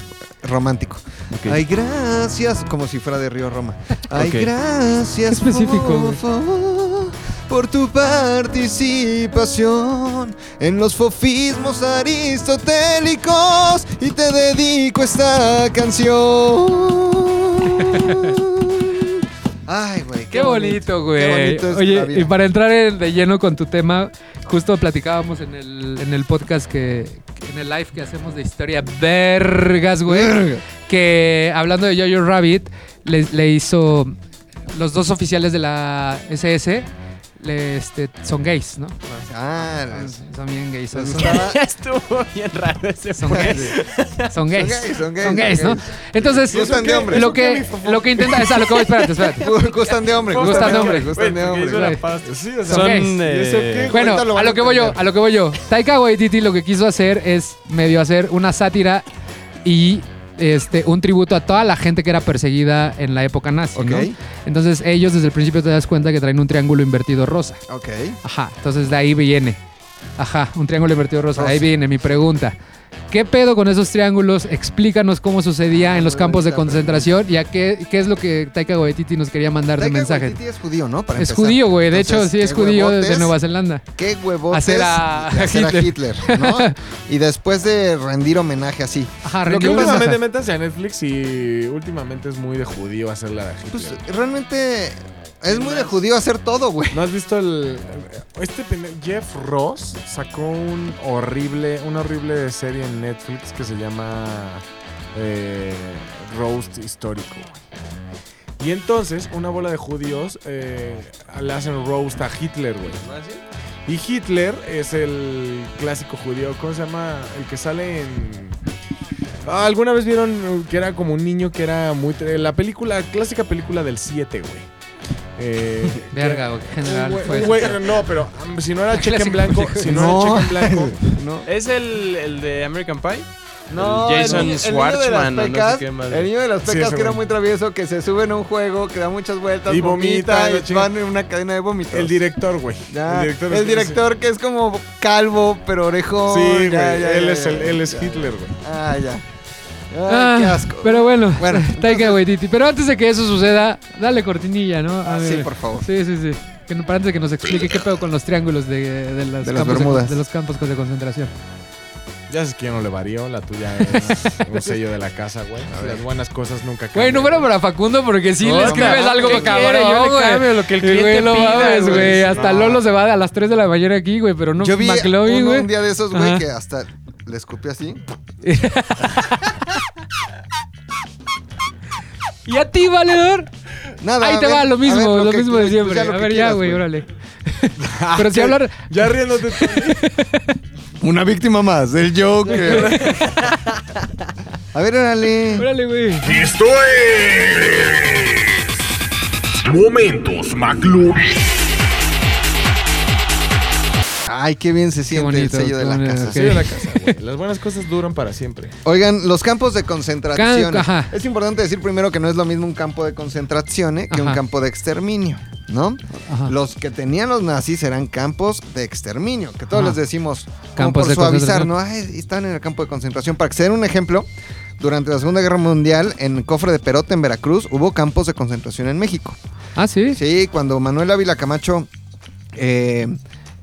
Speaker 4: romántico.
Speaker 5: Ok.
Speaker 4: Ay, gracias. Como si fuera de Río Roma. Ay,
Speaker 5: Ok.
Speaker 4: gracias.
Speaker 1: Qué específico, güey.
Speaker 4: fofo, por tu participación en los fofismos aristotélicos. Y te dedico esta
Speaker 5: [laughs]
Speaker 4: canción. Ay, güey.
Speaker 1: Qué bonito,
Speaker 4: Qué
Speaker 1: güey.
Speaker 4: bonito es la
Speaker 1: Oye,
Speaker 4: vida.
Speaker 1: y para entrar en- de lleno con tu tema, justo platicábamos en el, en el podcast que, en el live que hacemos de historia vergas, güey. Que hablando de Jojo Rabbit, le, le hizo. Los dos oficiales de la SS le- este, son gays, ¿no?
Speaker 4: Ah, las-
Speaker 1: Son bien gays. Son,
Speaker 4: las- estaba-
Speaker 5: Ya estuvo bien raro ese
Speaker 1: son
Speaker 5: juez.
Speaker 1: gays. Son gays.
Speaker 4: gays, son gays,
Speaker 1: Son gays,
Speaker 4: son
Speaker 1: ¿no?
Speaker 4: gays.
Speaker 1: Entonces,
Speaker 4: Gustan de hombres.
Speaker 1: lo que, lo que intenta. Esa, lo que voy, espérate,
Speaker 4: [laughs]
Speaker 1: espérate.
Speaker 4: Gustan de hombre,
Speaker 1: Gustan de hombre.
Speaker 4: gustan de
Speaker 5: Güey, porque
Speaker 4: hombre.
Speaker 5: hizo
Speaker 1: güey.
Speaker 5: la pasta.
Speaker 2: Sí, o
Speaker 1: Son
Speaker 2: sea,
Speaker 5: Son.
Speaker 1: gays.
Speaker 5: eh,
Speaker 2: ¿Y eso qué, güey?
Speaker 1: Bueno,
Speaker 2: Ahorita lo
Speaker 1: a
Speaker 2: van
Speaker 1: lo
Speaker 2: a
Speaker 1: que voy yo,
Speaker 2: entender.
Speaker 1: a lo que voy yo. Taika Waititi lo que quiso hacer es medio hacer una sátira y este un tributo a toda la gente que era perseguida en la época nazi, ¿no?
Speaker 4: Ok.
Speaker 1: Entonces ellos desde el principio te das cuenta que traen un triángulo invertido rosa.
Speaker 4: Ok.
Speaker 1: Ajá, entonces de ahí viene. Ajá, un triángulo invertido rosa.
Speaker 4: Rosa.
Speaker 1: Ahí viene mi pregunta. ¿Qué pedo con esos triángulos? Explícanos cómo sucedía en los
Speaker 4: Muy
Speaker 1: campos de
Speaker 4: bonita
Speaker 1: concentración y a qué, qué es lo que Taika Waititi nos quería mandar de
Speaker 4: Taika
Speaker 1: mensaje.
Speaker 4: Waititi es judío, ¿no? Para
Speaker 1: Es
Speaker 4: empezar.
Speaker 1: judío, güey. De
Speaker 4: Entonces,
Speaker 1: hecho, sí es
Speaker 4: qué
Speaker 1: judío de
Speaker 4: huevotes,
Speaker 1: Nueva Zelanda.
Speaker 4: Qué huevotes
Speaker 1: Hacer a-
Speaker 4: de hacer a Hitler,
Speaker 1: Hitler.
Speaker 4: ¿no? Y después de rendir homenaje así.
Speaker 1: Ajá,
Speaker 4: Lo que
Speaker 2: Que
Speaker 1: rendió
Speaker 4: pasa-
Speaker 2: últimamente
Speaker 1: homenaje.
Speaker 2: métanse a Netflix y últimamente es muy de judío hacerla de Hitler.
Speaker 4: Pues realmente es muy de judío hacer todo, güey.
Speaker 2: ¿No has visto el. Este pene- Jeff Ross sacó un horrible. Una horrible serie en Netflix que se llama. eh, Roast Histórico. güey. Y entonces, una bola de judíos eh, le hacen roast a Hitler, güey. Y Hitler es el clásico judío. ¿Cómo se llama? El que sale en. Ah, ¿Alguna vez vieron eh, que era como un niño que era muy. tre- La película, clásica película del 7, güey. Eh,
Speaker 1: Verga, güey. General,
Speaker 2: Güey,
Speaker 1: pues.
Speaker 2: güey, no, pero um, si
Speaker 4: [laughs]
Speaker 2: no era cheque en
Speaker 1: clásica
Speaker 2: blanco,
Speaker 1: película.
Speaker 2: si no,
Speaker 4: No.
Speaker 2: era cheque en blanco,
Speaker 4: [laughs]
Speaker 2: [laughs]
Speaker 4: No.
Speaker 5: ¿Es el, el de American Pie?
Speaker 4: No,
Speaker 5: El Jason
Speaker 4: el,
Speaker 5: Schwartzman,
Speaker 4: el
Speaker 5: o
Speaker 4: niño de las
Speaker 5: no
Speaker 4: pecas,
Speaker 5: sé qué madre.
Speaker 4: el niño de las
Speaker 2: Sí,
Speaker 4: pecas
Speaker 2: ese
Speaker 4: que era
Speaker 2: güey.
Speaker 4: muy travieso, que se sube en un juego, que da muchas vueltas,
Speaker 2: Y vomita, y la
Speaker 4: y
Speaker 2: chingada.
Speaker 4: van en una cadena de vómitos.
Speaker 2: el director, güey.
Speaker 4: Ya, el director,
Speaker 2: es-
Speaker 4: que es como calvo, pero orejón.
Speaker 2: Sí, güey.
Speaker 4: ya, ya,
Speaker 2: él,
Speaker 4: ya,
Speaker 2: es
Speaker 4: ya,
Speaker 2: el, él es
Speaker 4: ya.
Speaker 2: Hitler, güey.
Speaker 4: Ah, ya. Ah,
Speaker 1: Ah,
Speaker 4: qué asco.
Speaker 1: Pero bueno, [laughs]
Speaker 4: Bueno,
Speaker 1: Taika Waititi. Pero antes de que eso suceda, dale cortinilla, ¿no? A
Speaker 4: Ah, sí,
Speaker 1: ver.
Speaker 4: por favor.
Speaker 1: Sí, sí, sí. Que, no- para antes de que nos explique qué pedo con los triángulos de, de, las
Speaker 4: De las
Speaker 1: campos
Speaker 4: Bermudas.
Speaker 1: de los campos de concentración.
Speaker 2: Ya sé que yo no le varío, la tuya
Speaker 4: [laughs]
Speaker 2: es un sello de la casa, güey. Las buenas cosas nunca
Speaker 1: Güey,
Speaker 2: cambian.
Speaker 1: número para Facundo porque sí
Speaker 5: No,
Speaker 1: le
Speaker 5: no,
Speaker 1: escribes
Speaker 5: no,
Speaker 1: algo
Speaker 5: ¿qué quiere? Yo
Speaker 1: cabrón,
Speaker 5: le cambio
Speaker 1: güey.
Speaker 5: lo que el
Speaker 1: Sí, güey,
Speaker 5: cliente
Speaker 1: no
Speaker 5: pida,
Speaker 1: mames,
Speaker 5: güey.
Speaker 1: güey. Hasta
Speaker 2: No.
Speaker 1: Lolo se va a las 3 de la mañana aquí, güey, pero no
Speaker 4: Yo vi
Speaker 1: McLovin,
Speaker 4: uno
Speaker 1: güey.
Speaker 4: un día de esos, güey,
Speaker 1: Ajá.
Speaker 4: que hasta le escupí así.
Speaker 1: Y a ti, valedor.
Speaker 4: Nada,
Speaker 1: Ahí
Speaker 4: a
Speaker 1: te
Speaker 4: ver,
Speaker 1: va lo
Speaker 4: a ver,
Speaker 1: mismo, lo
Speaker 4: que-
Speaker 1: mismo de
Speaker 4: pues,
Speaker 1: siempre.
Speaker 4: ya lo
Speaker 1: A
Speaker 4: que
Speaker 1: ver, ya,
Speaker 4: quieras, Ah,
Speaker 1: güey,
Speaker 4: [laughs]
Speaker 1: órale. Pero si hablar.
Speaker 2: Ya riéndote. tú.
Speaker 4: Una víctima más, el Joker. [laughs] a ver, órale.
Speaker 1: Órale, güey.
Speaker 7: Esto es. Momentos McLovin.
Speaker 4: Ay, qué bien se siente
Speaker 1: bonito,
Speaker 4: el sello de
Speaker 1: qué
Speaker 4: la
Speaker 1: bonito,
Speaker 4: casa.
Speaker 1: qué
Speaker 2: sello de la casa, güey. Las buenas cosas duran para siempre.
Speaker 4: Oigan, los campos de concentración.
Speaker 1: Can- ajá.
Speaker 4: Es importante decir primero que no es lo mismo un campo de concentración eh, que un
Speaker 1: Ajá.
Speaker 4: campo de exterminio, ¿no?
Speaker 1: Ajá.
Speaker 4: Los que tenían los nazis eran campos de exterminio, que todos
Speaker 1: Ajá.
Speaker 4: les decimos como
Speaker 1: Campos
Speaker 4: por
Speaker 1: de
Speaker 4: suavizar,
Speaker 1: concentración.
Speaker 4: ¿no? Ay, están en el campo de concentración. Para que se den un ejemplo, durante la Segunda Guerra Mundial, en el cofre de Perote, en Veracruz, hubo campos de concentración en México.
Speaker 1: Ah, sí.
Speaker 4: Sí, cuando Manuel Ávila Camacho eh,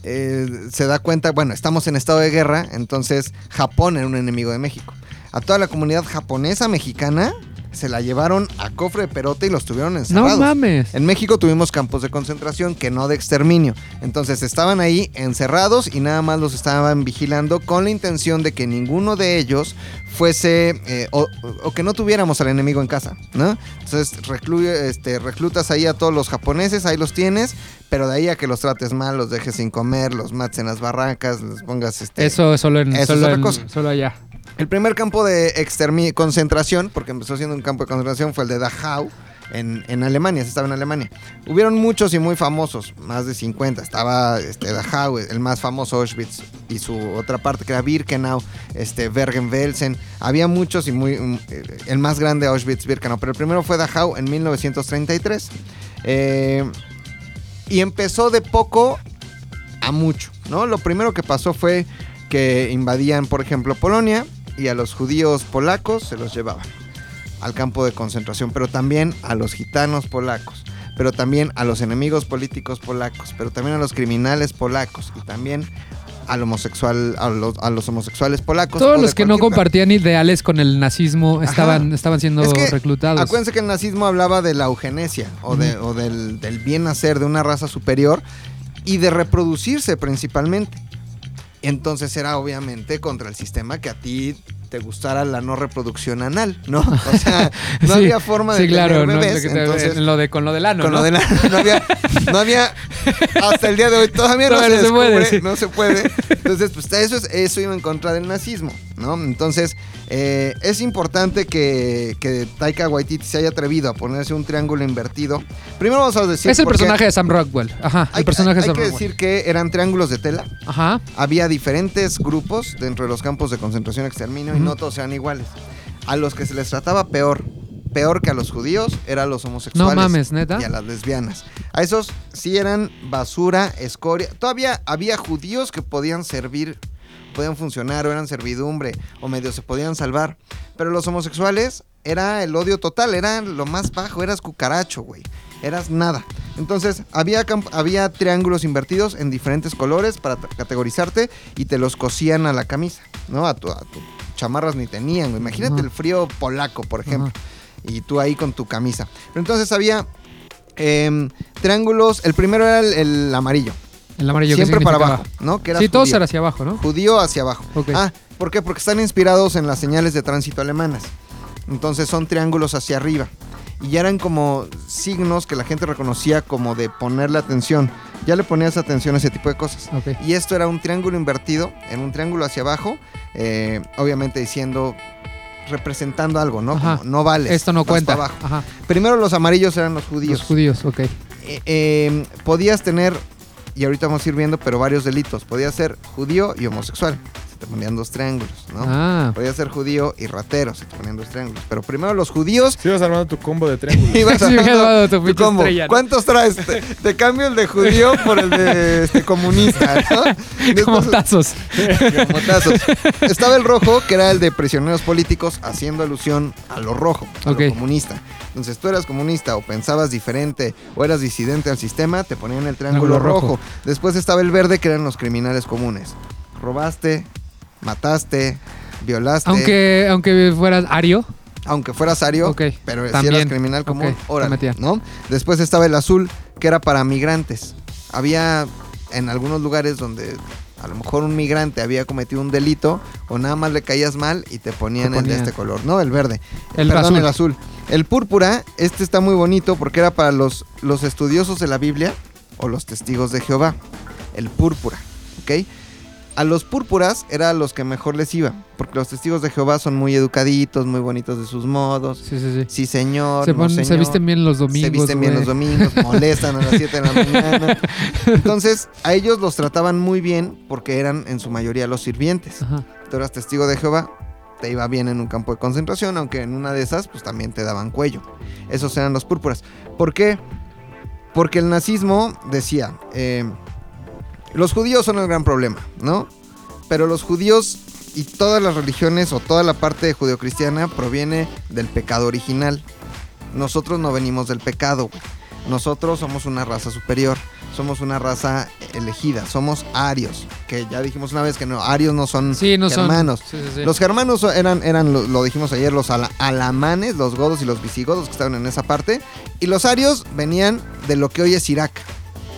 Speaker 4: eh, se da cuenta, bueno, estamos en estado de guerra, entonces Japón era un enemigo de México. A toda la comunidad japonesa mexicana se la llevaron a cofre de perote y los tuvieron
Speaker 1: No
Speaker 4: encerrados.
Speaker 1: mames.
Speaker 4: En México tuvimos campos de concentración que no de exterminio. Entonces estaban ahí encerrados y nada más los estaban vigilando con la intención de que ninguno de ellos fuese eh, o, o que no tuviéramos al enemigo en casa, ¿no? Entonces reclu- este, reclutas ahí a todos los japoneses, ahí los tienes, pero de ahí a que los trates mal, los dejes sin comer, los mates en las barracas, los pongas este,
Speaker 1: Eso es solo en.
Speaker 4: Eso es
Speaker 1: solo
Speaker 4: otra
Speaker 1: en-
Speaker 4: cosa.
Speaker 1: Solo allá.
Speaker 4: el primer campo de extermi- concentración, porque empezó siendo un campo de concentración, fue el de Dachau. En, en Alemania, se estaba en Alemania. Hubieron muchos y muy famosos, más de 50. Estaba este, Dachau, el más famoso Auschwitz, y su otra parte que era Birkenau, este, Bergen-Belsen. Había muchos y muy. mm, eh, El más grande Auschwitz-Birkenau, pero el primero fue Dachau en 1933. Eh, y empezó de poco a mucho, ¿no? Lo primero que pasó fue que invadían, por ejemplo, Polonia y a los judíos polacos se los llevaban al campo de concentración, pero también a los gitanos polacos, pero también a los enemigos políticos polacos, pero también a los criminales polacos y también al homosexual, a los, a los homosexuales polacos. o
Speaker 1: Todos
Speaker 4: de
Speaker 1: los que no
Speaker 4: cualquier-
Speaker 1: compartían ideales con el nazismo
Speaker 4: Ajá.
Speaker 1: estaban, estaban siendo
Speaker 4: Es que,
Speaker 1: reclutados.
Speaker 4: Acuérdense que el nazismo hablaba de la eugenesia o, de- o del, del bien hacer de una raza superior y de reproducirse principalmente. Entonces era obviamente contra el sistema que a ti te gustara la no reproducción anal, ¿no?
Speaker 1: [laughs]
Speaker 4: O sea, no
Speaker 1: Sí,
Speaker 4: había forma de
Speaker 1: sí, claro,
Speaker 4: tener
Speaker 1: no,
Speaker 4: bebés,
Speaker 1: lo que te-
Speaker 4: entonces-
Speaker 1: en lo de con lo del ano,
Speaker 4: con
Speaker 1: ¿no?
Speaker 4: lo de la- [laughs] no había, no había- hasta el día de hoy todavía no,
Speaker 1: Todavía
Speaker 4: se,
Speaker 1: no se puede,
Speaker 4: descubre,
Speaker 1: sí.
Speaker 4: no se puede. Entonces, pues eso es, eso iba en contra del nazismo, ¿no? Entonces, eh, es importante que, que Taika Waititi se haya atrevido a ponerse un triángulo invertido. Primero vamos a decir
Speaker 1: es el
Speaker 4: por qué.
Speaker 1: personaje de Sam Rockwell. Ajá,
Speaker 4: Hay,
Speaker 1: el personaje
Speaker 4: hay-
Speaker 1: de Sam
Speaker 4: hay que
Speaker 1: Rockwell.
Speaker 4: decir que eran triángulos de tela.
Speaker 1: Ajá.
Speaker 4: Había diferentes grupos dentro de los campos de concentración y exterminio y
Speaker 1: Ujú.
Speaker 4: no todos eran iguales. A los que se les trataba peor, peor que a los judíos, eran los homosexuales.
Speaker 1: No mames, neta.
Speaker 4: Y a las lesbianas. A esos sí eran basura, escoria. Todavía había judíos que podían servir, podían funcionar, o eran servidumbre, o medio se podían salvar. Pero los homosexuales era el odio total, era lo más bajo, eras cucaracho, güey. Eras nada. Entonces, había, camp- había triángulos invertidos en diferentes colores para t- categorizarte y te los cosían a la camisa, ¿no? A tu, a tu chamarras ni tenían, güey. Imagínate
Speaker 1: Ajá.
Speaker 4: el frío polaco, por ejemplo.
Speaker 1: Ajá.
Speaker 4: Y tú ahí con tu camisa. Pero entonces había em, triángulos. El primero era el, el amarillo.
Speaker 1: El amarillo ¿qué
Speaker 4: siempre para
Speaker 1: significaba?
Speaker 4: abajo, ¿no? Que era
Speaker 1: Sí, todos
Speaker 4: judío.
Speaker 1: eran hacia abajo, ¿no?
Speaker 4: Judío hacia abajo.
Speaker 1: Ok.
Speaker 4: Ah, ¿por qué? Porque están inspirados en las señales de tránsito alemanas. Entonces son triángulos hacia arriba. Y ya eran como signos que la gente reconocía como de ponerle atención. Ya le ponías atención a ese tipo de cosas.
Speaker 1: Ok.
Speaker 4: Y esto era un triángulo invertido, en un triángulo hacia abajo, eh, obviamente diciendo, representando algo, ¿no?
Speaker 1: Ajá.
Speaker 4: Como, no vale.
Speaker 1: Esto no cuenta. Ajá.
Speaker 4: Primero los amarillos eran los judíos.
Speaker 1: Los judíos, ok.
Speaker 4: Eh, eh, podías tener, y ahorita vamos a ir viendo, pero varios delitos. Podías ser judío y homosexual. Se te ponían dos triángulos, ¿no?
Speaker 1: Ah. [laughs]
Speaker 4: Podías ser judío y ratero. Se te ponían dos triángulos. Pero primero los judíos [laughs]
Speaker 2: Si vas armando tu combo de triángulos.
Speaker 1: [laughs]
Speaker 4: Ibas
Speaker 1: Sí, me
Speaker 4: armando
Speaker 1: había dado tu
Speaker 4: tu
Speaker 1: pinche
Speaker 4: combo.
Speaker 1: estrella, ¿no?
Speaker 4: ¿Cuántos traes? Te, te cambio el de judío por el de este, comunista, ¿no?
Speaker 1: [laughs] [laughs]
Speaker 4: Después-
Speaker 1: Como tazos. [laughs]
Speaker 4: este como tazos. Estaba el rojo, que era el de prisioneros políticos, haciendo alusión a lo rojo, a
Speaker 1: Ok.
Speaker 4: lo comunista. Entonces tú eras comunista o pensabas diferente o eras disidente al sistema, te ponían el triángulo
Speaker 1: Triángulo
Speaker 4: rojo.
Speaker 1: rojo.
Speaker 4: Después estaba el verde, que eran los criminales comunes. Robaste, mataste, violaste.
Speaker 1: Aunque, aunque fueras Ario.
Speaker 4: aunque fueras ario,
Speaker 1: Ok,
Speaker 4: pero si eras
Speaker 1: también.
Speaker 4: criminal común,
Speaker 1: Ok, te
Speaker 4: órale,
Speaker 1: metían.
Speaker 4: ¿no? Después estaba el azul, que era para migrantes. Había en algunos lugares donde a lo mejor un migrante había cometido un delito o nada más le caías mal y te ponían,
Speaker 1: Te
Speaker 4: el de
Speaker 1: ponían.
Speaker 4: este color, ¿no? El verde.
Speaker 1: El
Speaker 4: Perdón,
Speaker 1: azul.
Speaker 4: el azul. El púrpura, este está muy bonito porque era para los, los estudiosos de la Biblia o los testigos de Jehová. El púrpura, ¿ok? A los púrpuras era a los que mejor les iba, porque los testigos de Jehová son muy educaditos, muy bonitos de sus modos.
Speaker 1: Sí, sí, sí.
Speaker 4: Sí, señor.
Speaker 1: se,
Speaker 4: no,
Speaker 1: ponen- se
Speaker 4: señor.
Speaker 1: visten bien los domingos.
Speaker 4: Se visten bien
Speaker 1: güey.
Speaker 4: los domingos, molestan a las
Speaker 1: [laughs]
Speaker 4: 7 de la mañana. Entonces, a ellos los trataban muy bien porque eran en su mayoría los sirvientes.
Speaker 1: Ajá.
Speaker 4: Tú eras testigo de Jehová, te iba bien en un campo de concentración, aunque en una de esas, pues también te daban cuello. Esos eran los púrpuras. ¿Por qué? Porque el nazismo decía: eh, los judíos son el gran problema, ¿no? Pero los judíos y todas las religiones o toda la parte judeocristiana proviene del pecado original. Nosotros no venimos del pecado. güey. Nosotros somos una raza superior. Somos una raza elegida. Somos arios. Que ya dijimos una vez que no, arios no son
Speaker 1: Sí, no son.
Speaker 4: germanos.
Speaker 1: Sí, sí, sí.
Speaker 4: Los germanos so- eran, eran lo, lo dijimos ayer, los ala- alamanes, los godos y los visigodos que estaban en esa parte. Y los arios venían de lo que hoy es Irak.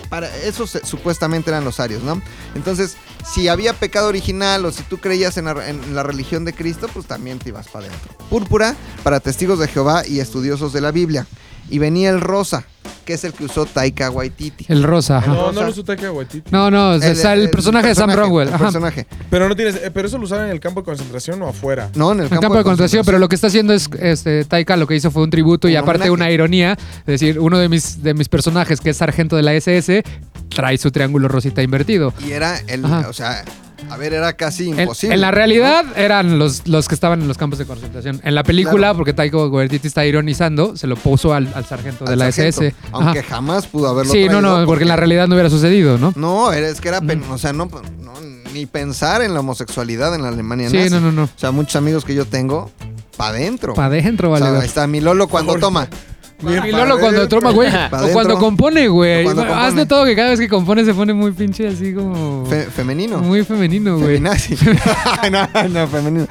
Speaker 4: Para eso se- supuestamente eran los arios, ¿no? Entonces, si había pecado original o si tú creías en la, en la religión de Cristo, pues también te ibas para adentro. Púrpura para testigos de Jehová y estudiosos de la Biblia. Y venía el rosa, que es el que usó Taika Waititi.
Speaker 1: El rosa, ajá.
Speaker 2: No, no lo taque a Waititi.
Speaker 1: No, no, o sea, el, personaje de Sam Rockwell.
Speaker 4: El
Speaker 1: Ajá.
Speaker 4: personaje.
Speaker 2: Pero no tienes. eh, Pero eso lo usaban en el campo de concentración o
Speaker 4: [laughs]
Speaker 2: afuera.
Speaker 4: No, en el,
Speaker 1: El campo de concentración, pero lo que está haciendo es, este, Taika lo que hizo fue un tributo y
Speaker 4: Un
Speaker 1: aparte
Speaker 4: homenaje.
Speaker 1: una ironía, es decir, uno de mis, de mis personajes, que es sargento de la SS, trae su triángulo rosita invertido.
Speaker 4: Y era el,
Speaker 1: Ajá.
Speaker 4: o sea, a ver, era casi
Speaker 1: En,
Speaker 4: imposible.
Speaker 1: en la realidad eran los, los que estaban en los campos de concentración. En la película,
Speaker 4: Claro.
Speaker 1: porque Taika Waititi está ironizando, se lo puso al, al sargento
Speaker 4: Al
Speaker 1: de la
Speaker 4: sargento,
Speaker 1: SS. Ajá.
Speaker 4: Aunque jamás pudo haberlo
Speaker 1: Sí, no,
Speaker 4: traído,
Speaker 1: no, porque, en la realidad no hubiera sucedido, ¿no?
Speaker 4: No, era- es que era, pen- o sea, no, no, ni pensar en la homosexualidad en la Alemania
Speaker 1: sí,
Speaker 4: nazi.
Speaker 1: no, no, no.
Speaker 4: O sea, muchos amigos que yo tengo, pa' adentro.
Speaker 1: Para adentro,
Speaker 4: O
Speaker 1: vale.
Speaker 4: sea,
Speaker 1: güey.
Speaker 4: ahí está mi Lolo cuando toma.
Speaker 1: Mi Lolo cuando
Speaker 2: adentro.
Speaker 1: troma, güey.
Speaker 4: Pa'
Speaker 1: O cuando
Speaker 4: adentro.
Speaker 1: compone, güey.
Speaker 4: O cuando
Speaker 1: Has
Speaker 4: compone.
Speaker 1: notado que cada vez que compone se pone muy pinche así como.
Speaker 4: Fe- femenino.
Speaker 1: Muy femenino, güey.
Speaker 4: Feminazi. [laughs] no, no, femenino.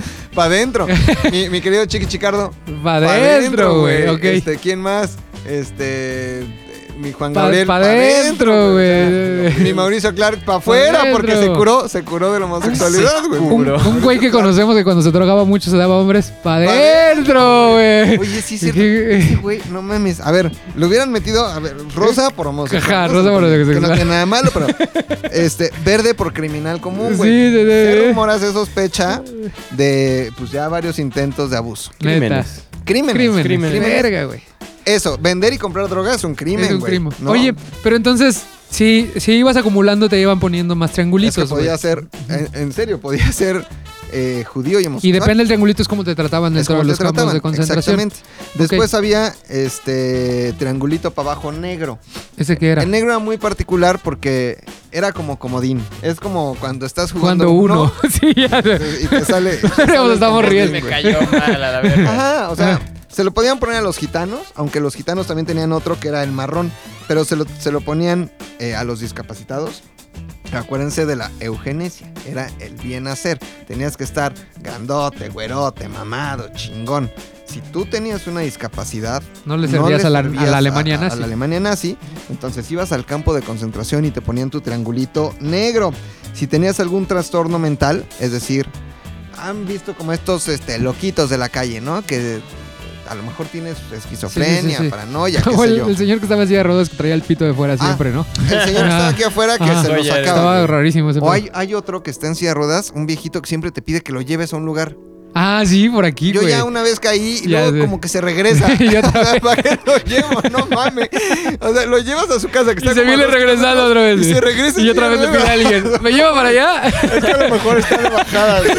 Speaker 1: [laughs]
Speaker 4: Pa' adentro. mi, mi querido Chiqui Chicardo.
Speaker 1: Va
Speaker 4: Pa'
Speaker 1: adentro, güey. Ok.
Speaker 4: Este, ¿Quién más? Este. mi Juan
Speaker 1: Pa-
Speaker 4: Gabriel.
Speaker 1: pa'
Speaker 4: pa'
Speaker 1: adentro, [laughs]
Speaker 4: adentro,
Speaker 1: güey.
Speaker 4: Mi Mauricio Clark para afuera
Speaker 1: adentro.
Speaker 4: porque se curó, se curó de la homosexualidad, güey.
Speaker 1: Un, un güey que conocemos que cuando se drogaba mucho se daba hombres pa' adentro,
Speaker 4: adentro,
Speaker 1: güey.
Speaker 4: Oye, sí,
Speaker 1: [laughs]
Speaker 4: es cierto. Ese güey, no mames. A ver, lo hubieran metido, a ver, rosa por homosexual.
Speaker 1: Ajá, rosa por homosexual.
Speaker 4: Que no tiene nada malo,
Speaker 1: [laughs]
Speaker 4: pero este, verde por criminal común, güey.
Speaker 1: Sí, sí, sí, sí.
Speaker 4: Se rumora, se sospecha de, pues ya varios intentos de abuso.
Speaker 1: Neta.
Speaker 5: Crímenes.
Speaker 4: Crímenes.
Speaker 1: Crímenes.
Speaker 5: Crímenes.
Speaker 1: Verga, güey.
Speaker 4: Eso, vender y comprar drogas es un crimen,
Speaker 1: Es un
Speaker 4: güey,
Speaker 1: crimen.
Speaker 4: ¿no?
Speaker 1: Oye, pero entonces, si, si ibas acumulando, te iban poniendo más
Speaker 4: Es
Speaker 1: triangulitos.
Speaker 4: que podía
Speaker 1: güey.
Speaker 4: ser, en, en serio, podía [laughs] ser eh, judío y homosexual.
Speaker 1: Y depende del triangulito, es como te trataban
Speaker 4: Es
Speaker 1: dentro
Speaker 4: como
Speaker 1: de
Speaker 4: te
Speaker 1: los campos
Speaker 4: trataban,
Speaker 1: de concentración.
Speaker 4: Exactamente. Después había este triangulito para abajo negro.
Speaker 1: Ese que era.
Speaker 4: El negro era muy particular porque era como comodín. Es como cuando estás jugando,
Speaker 1: Cuando uno. [laughs] sí, ya.
Speaker 4: y te sale. y [laughs] te sale
Speaker 1: Nos
Speaker 4: el
Speaker 1: estamos
Speaker 4: comodín,
Speaker 1: riendo.
Speaker 5: Me
Speaker 4: güey.
Speaker 5: cayó mal a la verga.
Speaker 4: Ajá, o sea,
Speaker 1: Ah.
Speaker 4: se lo podían poner a los gitanos, aunque los gitanos también tenían otro que era el marrón, pero se lo, se lo ponían eh, a los discapacitados. Acuérdense de la eugenesia, era el bien hacer. Tenías que estar grandote, güerote, mamado, chingón. Si tú tenías una discapacidad,
Speaker 1: No le
Speaker 4: no
Speaker 1: servías a, la, a la
Speaker 4: servías
Speaker 1: Alemania
Speaker 4: a- a
Speaker 1: nazi. [laughs]
Speaker 4: la Alemania nazi, entonces ibas al campo de concentración y te ponían tu triangulito negro. Si tenías algún trastorno mental, es decir, han visto como estos este, loquitos de la calle, ¿no? Que a lo mejor tienes esquizofrenia,
Speaker 1: Sí, sí, sí, sí. [laughs]
Speaker 4: paranoia, qué
Speaker 1: Como
Speaker 4: sé
Speaker 1: el,
Speaker 4: yo.
Speaker 1: el señor que estaba en silla de ruedas que traía el pito de fuera siempre, ¿no?
Speaker 4: El señor que estaba aquí afuera que
Speaker 1: Ah. Ajá.
Speaker 4: se lo
Speaker 5: Oye,
Speaker 4: sacaba.
Speaker 1: Estaba rarísimo ese
Speaker 4: O
Speaker 1: pedo.
Speaker 4: hay, hay otro que está en silla de ruedas, un viejito que siempre te pide que lo lleves a un lugar.
Speaker 1: Ah, sí, por aquí,
Speaker 4: Yo
Speaker 1: güey.
Speaker 4: ya una vez caí y
Speaker 1: Ya
Speaker 4: luego
Speaker 1: sé.
Speaker 4: como que se regresa.
Speaker 1: [laughs] Y
Speaker 4: [laughs]
Speaker 1: yo
Speaker 4: O sea,
Speaker 1: también.
Speaker 4: ¿Para qué lo llevo? No mames. O sea, lo llevas a su casa. Que
Speaker 1: Y se viene regresando otra vez.
Speaker 4: Y
Speaker 1: güey.
Speaker 4: se
Speaker 1: [laughs]
Speaker 4: regresa.
Speaker 1: Y otra vez le pide a alguien. ¿Me lleva para allá?
Speaker 4: [laughs] Es que a lo mejor está de bajada, güey.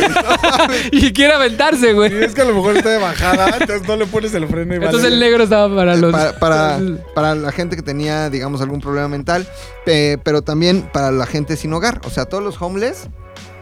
Speaker 1: [laughs] y quiere aventarse,
Speaker 2: Y
Speaker 1: güey.
Speaker 2: es que a lo mejor está de bajada, entonces no le pones el freno y vale.
Speaker 1: Entonces el negro estaba para los.
Speaker 4: Para, para, para la gente que tenía, digamos, algún problema mental, pe- pero también para la gente sin hogar. O sea, todos los homeless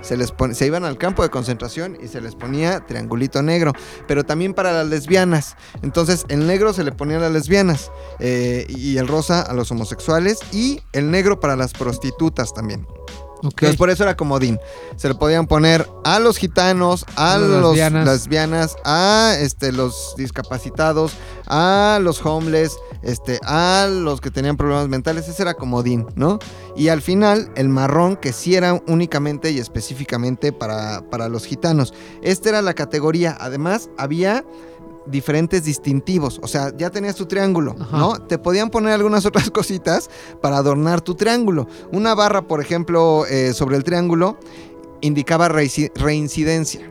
Speaker 4: se, les pon- se iban al campo de concentración y se les ponía triangulito negro, pero también para las lesbianas. Entonces, el negro se le ponía a las lesbianas eh, y el rosa a los homosexuales y el negro para las prostitutas también.
Speaker 1: [laughs] Ok.
Speaker 4: Entonces, por eso era comodín. Se le podían poner a los gitanos, a,
Speaker 1: A las
Speaker 4: los
Speaker 1: lesbianas.
Speaker 4: lesbianas. a este, los discapacitados, a los homeless, este, a los que tenían problemas mentales. Ese era comodín, ¿no? Y al final, el marrón, que sí era únicamente y específicamente para, para los gitanos. Esta era la categoría. Además, había diferentes distintivos, o sea, ya tenías tu triángulo,
Speaker 1: Ajá.
Speaker 4: ¿no? Te podían poner algunas otras [laughs] cositas para adornar tu triángulo. Una barra, por ejemplo, eh, sobre el triángulo indicaba reinci- reincidencia.
Speaker 1: [coughs]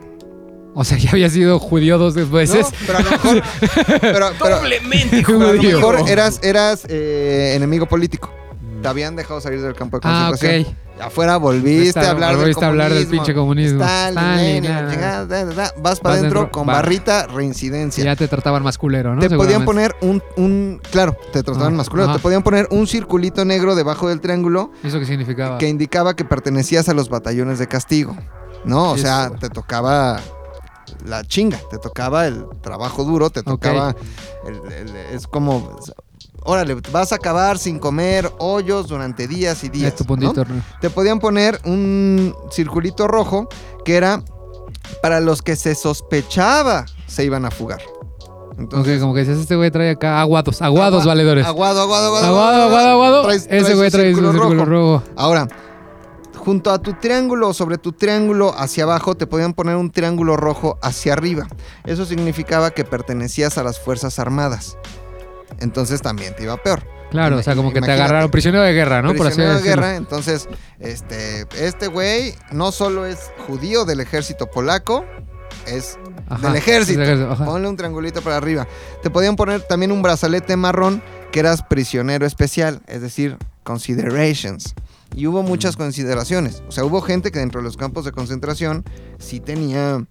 Speaker 1: O sea, ya había sido judío dos
Speaker 4: ¿no?
Speaker 1: veces.
Speaker 4: Pero a lo mejor, pero- pero- pero a lo
Speaker 1: judío.
Speaker 4: mejor eras, eras eh, enemigo político. Te habían dejado salir del campo de
Speaker 1: Ah,
Speaker 4: concentración.
Speaker 1: ok.
Speaker 4: Afuera volviste
Speaker 1: Está-
Speaker 4: a hablar
Speaker 1: volviste
Speaker 4: del
Speaker 1: a hablar del
Speaker 4: comunismo,
Speaker 1: pinche comunismo.
Speaker 4: Stalin,
Speaker 1: Stalin,
Speaker 4: Lenin,
Speaker 1: nada.
Speaker 4: chingada, da, da, da. Vas para
Speaker 1: Vas
Speaker 4: adentro
Speaker 1: dentro,
Speaker 4: con
Speaker 1: va.
Speaker 4: barrita reincidencia.
Speaker 1: Ya te trataban más culero, ¿no?
Speaker 4: te podían
Speaker 1: Seguramente.
Speaker 4: poner un, un claro, te trataban
Speaker 1: Ah,
Speaker 4: más culero,
Speaker 1: ajá.
Speaker 4: te podían poner un circulito negro debajo del triángulo
Speaker 1: ¿Y ¿Eso qué significaba?
Speaker 4: que indicaba que pertenecías a los batallones de castigo. No, o
Speaker 1: Sí,
Speaker 4: sea,
Speaker 1: eso.
Speaker 4: te tocaba la chinga, te tocaba el trabajo duro, te tocaba el- el- es como órale, vas a acabar sin comer hoyos durante días y días.
Speaker 1: Es Eh, tu
Speaker 4: ¿no?
Speaker 1: puntito, ¿no?
Speaker 4: te podían poner un circulito rojo que era para los que se sospechaba se iban a fugar. Entonces,
Speaker 1: Ok, como que decías, este güey trae acá aguados, aguados valedores.
Speaker 4: Aguado, aguado, aguado.
Speaker 1: Aguado, aguado, aguado.
Speaker 4: Traes-
Speaker 1: Ese güey trae su círculo rojo.
Speaker 4: Ahora, junto a tu triángulo o sobre tu triángulo hacia abajo, te podían poner un triángulo rojo hacia arriba. Eso significaba que pertenecías a las Fuerzas Armadas. Entonces también te iba peor.
Speaker 1: Claro, o sea, como que te
Speaker 4: Imagínate.
Speaker 1: agarraron prisionero de guerra, ¿no?
Speaker 4: Prisionero de
Speaker 1: decirlo.
Speaker 4: guerra, entonces, este, este güey no solo es judío del ejército polaco, es
Speaker 1: Ajá,
Speaker 4: del ejército.
Speaker 1: del ejército, ajá.
Speaker 4: Ponle un triangulito para arriba. Te podían poner también un brazalete marrón que eras prisionero especial, es decir, considerations. Y hubo muchas
Speaker 1: Mm.
Speaker 4: consideraciones. O sea, hubo gente que dentro de los campos de concentración sí tenía,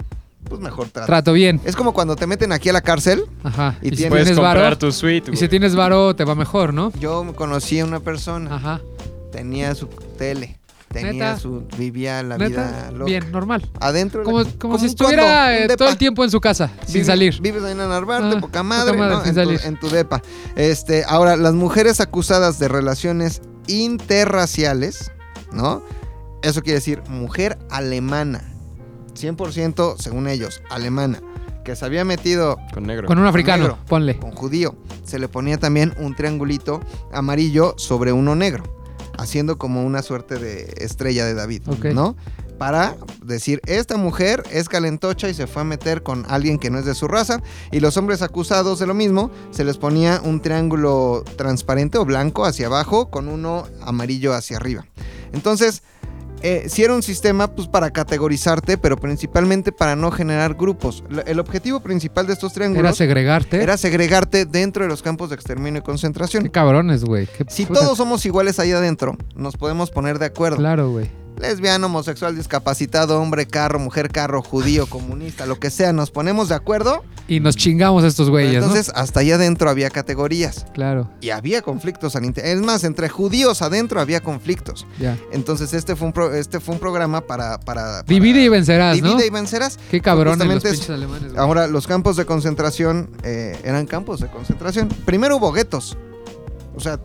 Speaker 4: pues, mejor trato.
Speaker 1: Trato bien.
Speaker 4: Es como cuando te meten aquí a la cárcel.
Speaker 1: Ajá. Y,
Speaker 4: Y
Speaker 1: si
Speaker 4: tienes-
Speaker 5: Puedes
Speaker 1: tienes
Speaker 5: comprar
Speaker 1: varo,
Speaker 5: tu suite,
Speaker 1: y si
Speaker 5: güey.
Speaker 1: tienes varo te va mejor, ¿no?
Speaker 4: Yo conocí a una persona,
Speaker 1: Ajá.
Speaker 4: tenía su tele, tenía
Speaker 1: Ah. ¿Neta?
Speaker 4: su, vivía la vida
Speaker 1: Neta,
Speaker 4: loca.
Speaker 1: bien, normal.
Speaker 4: Adentro. de la-
Speaker 1: Como, como, si
Speaker 4: un condo, un
Speaker 1: estuviera eh, todo
Speaker 4: depa.
Speaker 1: el tiempo en su casa, sin
Speaker 4: Vive-
Speaker 1: salir.
Speaker 4: Vives ahí en Narvarte,
Speaker 1: Ah,
Speaker 4: poca madre,
Speaker 1: poca madre,
Speaker 4: ¿no?
Speaker 1: sin
Speaker 4: en, tu,
Speaker 1: salir.
Speaker 4: en tu depa. Este, ahora, las mujeres acusadas de relaciones interraciales, ¿no? Eso quiere decir mujer alemana. 100% según ellos, alemana. Que se había metido
Speaker 5: Con negro.
Speaker 1: Con un africano,
Speaker 4: negro.
Speaker 1: ponle.
Speaker 4: con judío, se le ponía también un triangulito amarillo sobre uno negro, haciendo como una suerte de estrella de David,
Speaker 1: Ok.
Speaker 4: ¿no? Para decir, esta mujer es calentocha y se fue a meter con alguien que no es de su raza. Y los hombres acusados de lo mismo, se les ponía un triángulo transparente o blanco hacia abajo con uno amarillo hacia arriba. Entonces, eh, si era un sistema pues, para categorizarte, pero principalmente para no generar grupos. Lo- El objetivo principal de estos
Speaker 1: Era
Speaker 4: triángulos era,
Speaker 1: segregarte.
Speaker 4: segregarte dentro de los campos de exterminio y
Speaker 1: Qué
Speaker 4: concentración.
Speaker 1: cabrones, güey. Qué
Speaker 4: Si
Speaker 1: puta-
Speaker 4: todos somos iguales ahí adentro, nos podemos poner de acuerdo.
Speaker 1: Claro, güey.
Speaker 4: Lesbiano, homosexual, discapacitado, hombre, carro, mujer, carro, judío, [laughs] comunista, lo que sea, nos ponemos de acuerdo.
Speaker 1: Y nos chingamos a estos güeyes,
Speaker 4: Entonces, hasta allá adentro había categorías
Speaker 1: ¿no? Claro,
Speaker 4: y había conflictos al inter- Es más, entre judíos adentro había conflictos.
Speaker 1: ya.
Speaker 4: Entonces, este fue un, pro- este fue un programa para, para, para-
Speaker 1: Divide y vencerás, ¿no?
Speaker 4: Divide y vencerás.
Speaker 1: Qué cabrones los
Speaker 4: Justamente es-
Speaker 1: pinches alemanes, güey.
Speaker 4: Ahora, los campos de concentración eh, eran campos de concentración. Primero hubo guetos. O sea,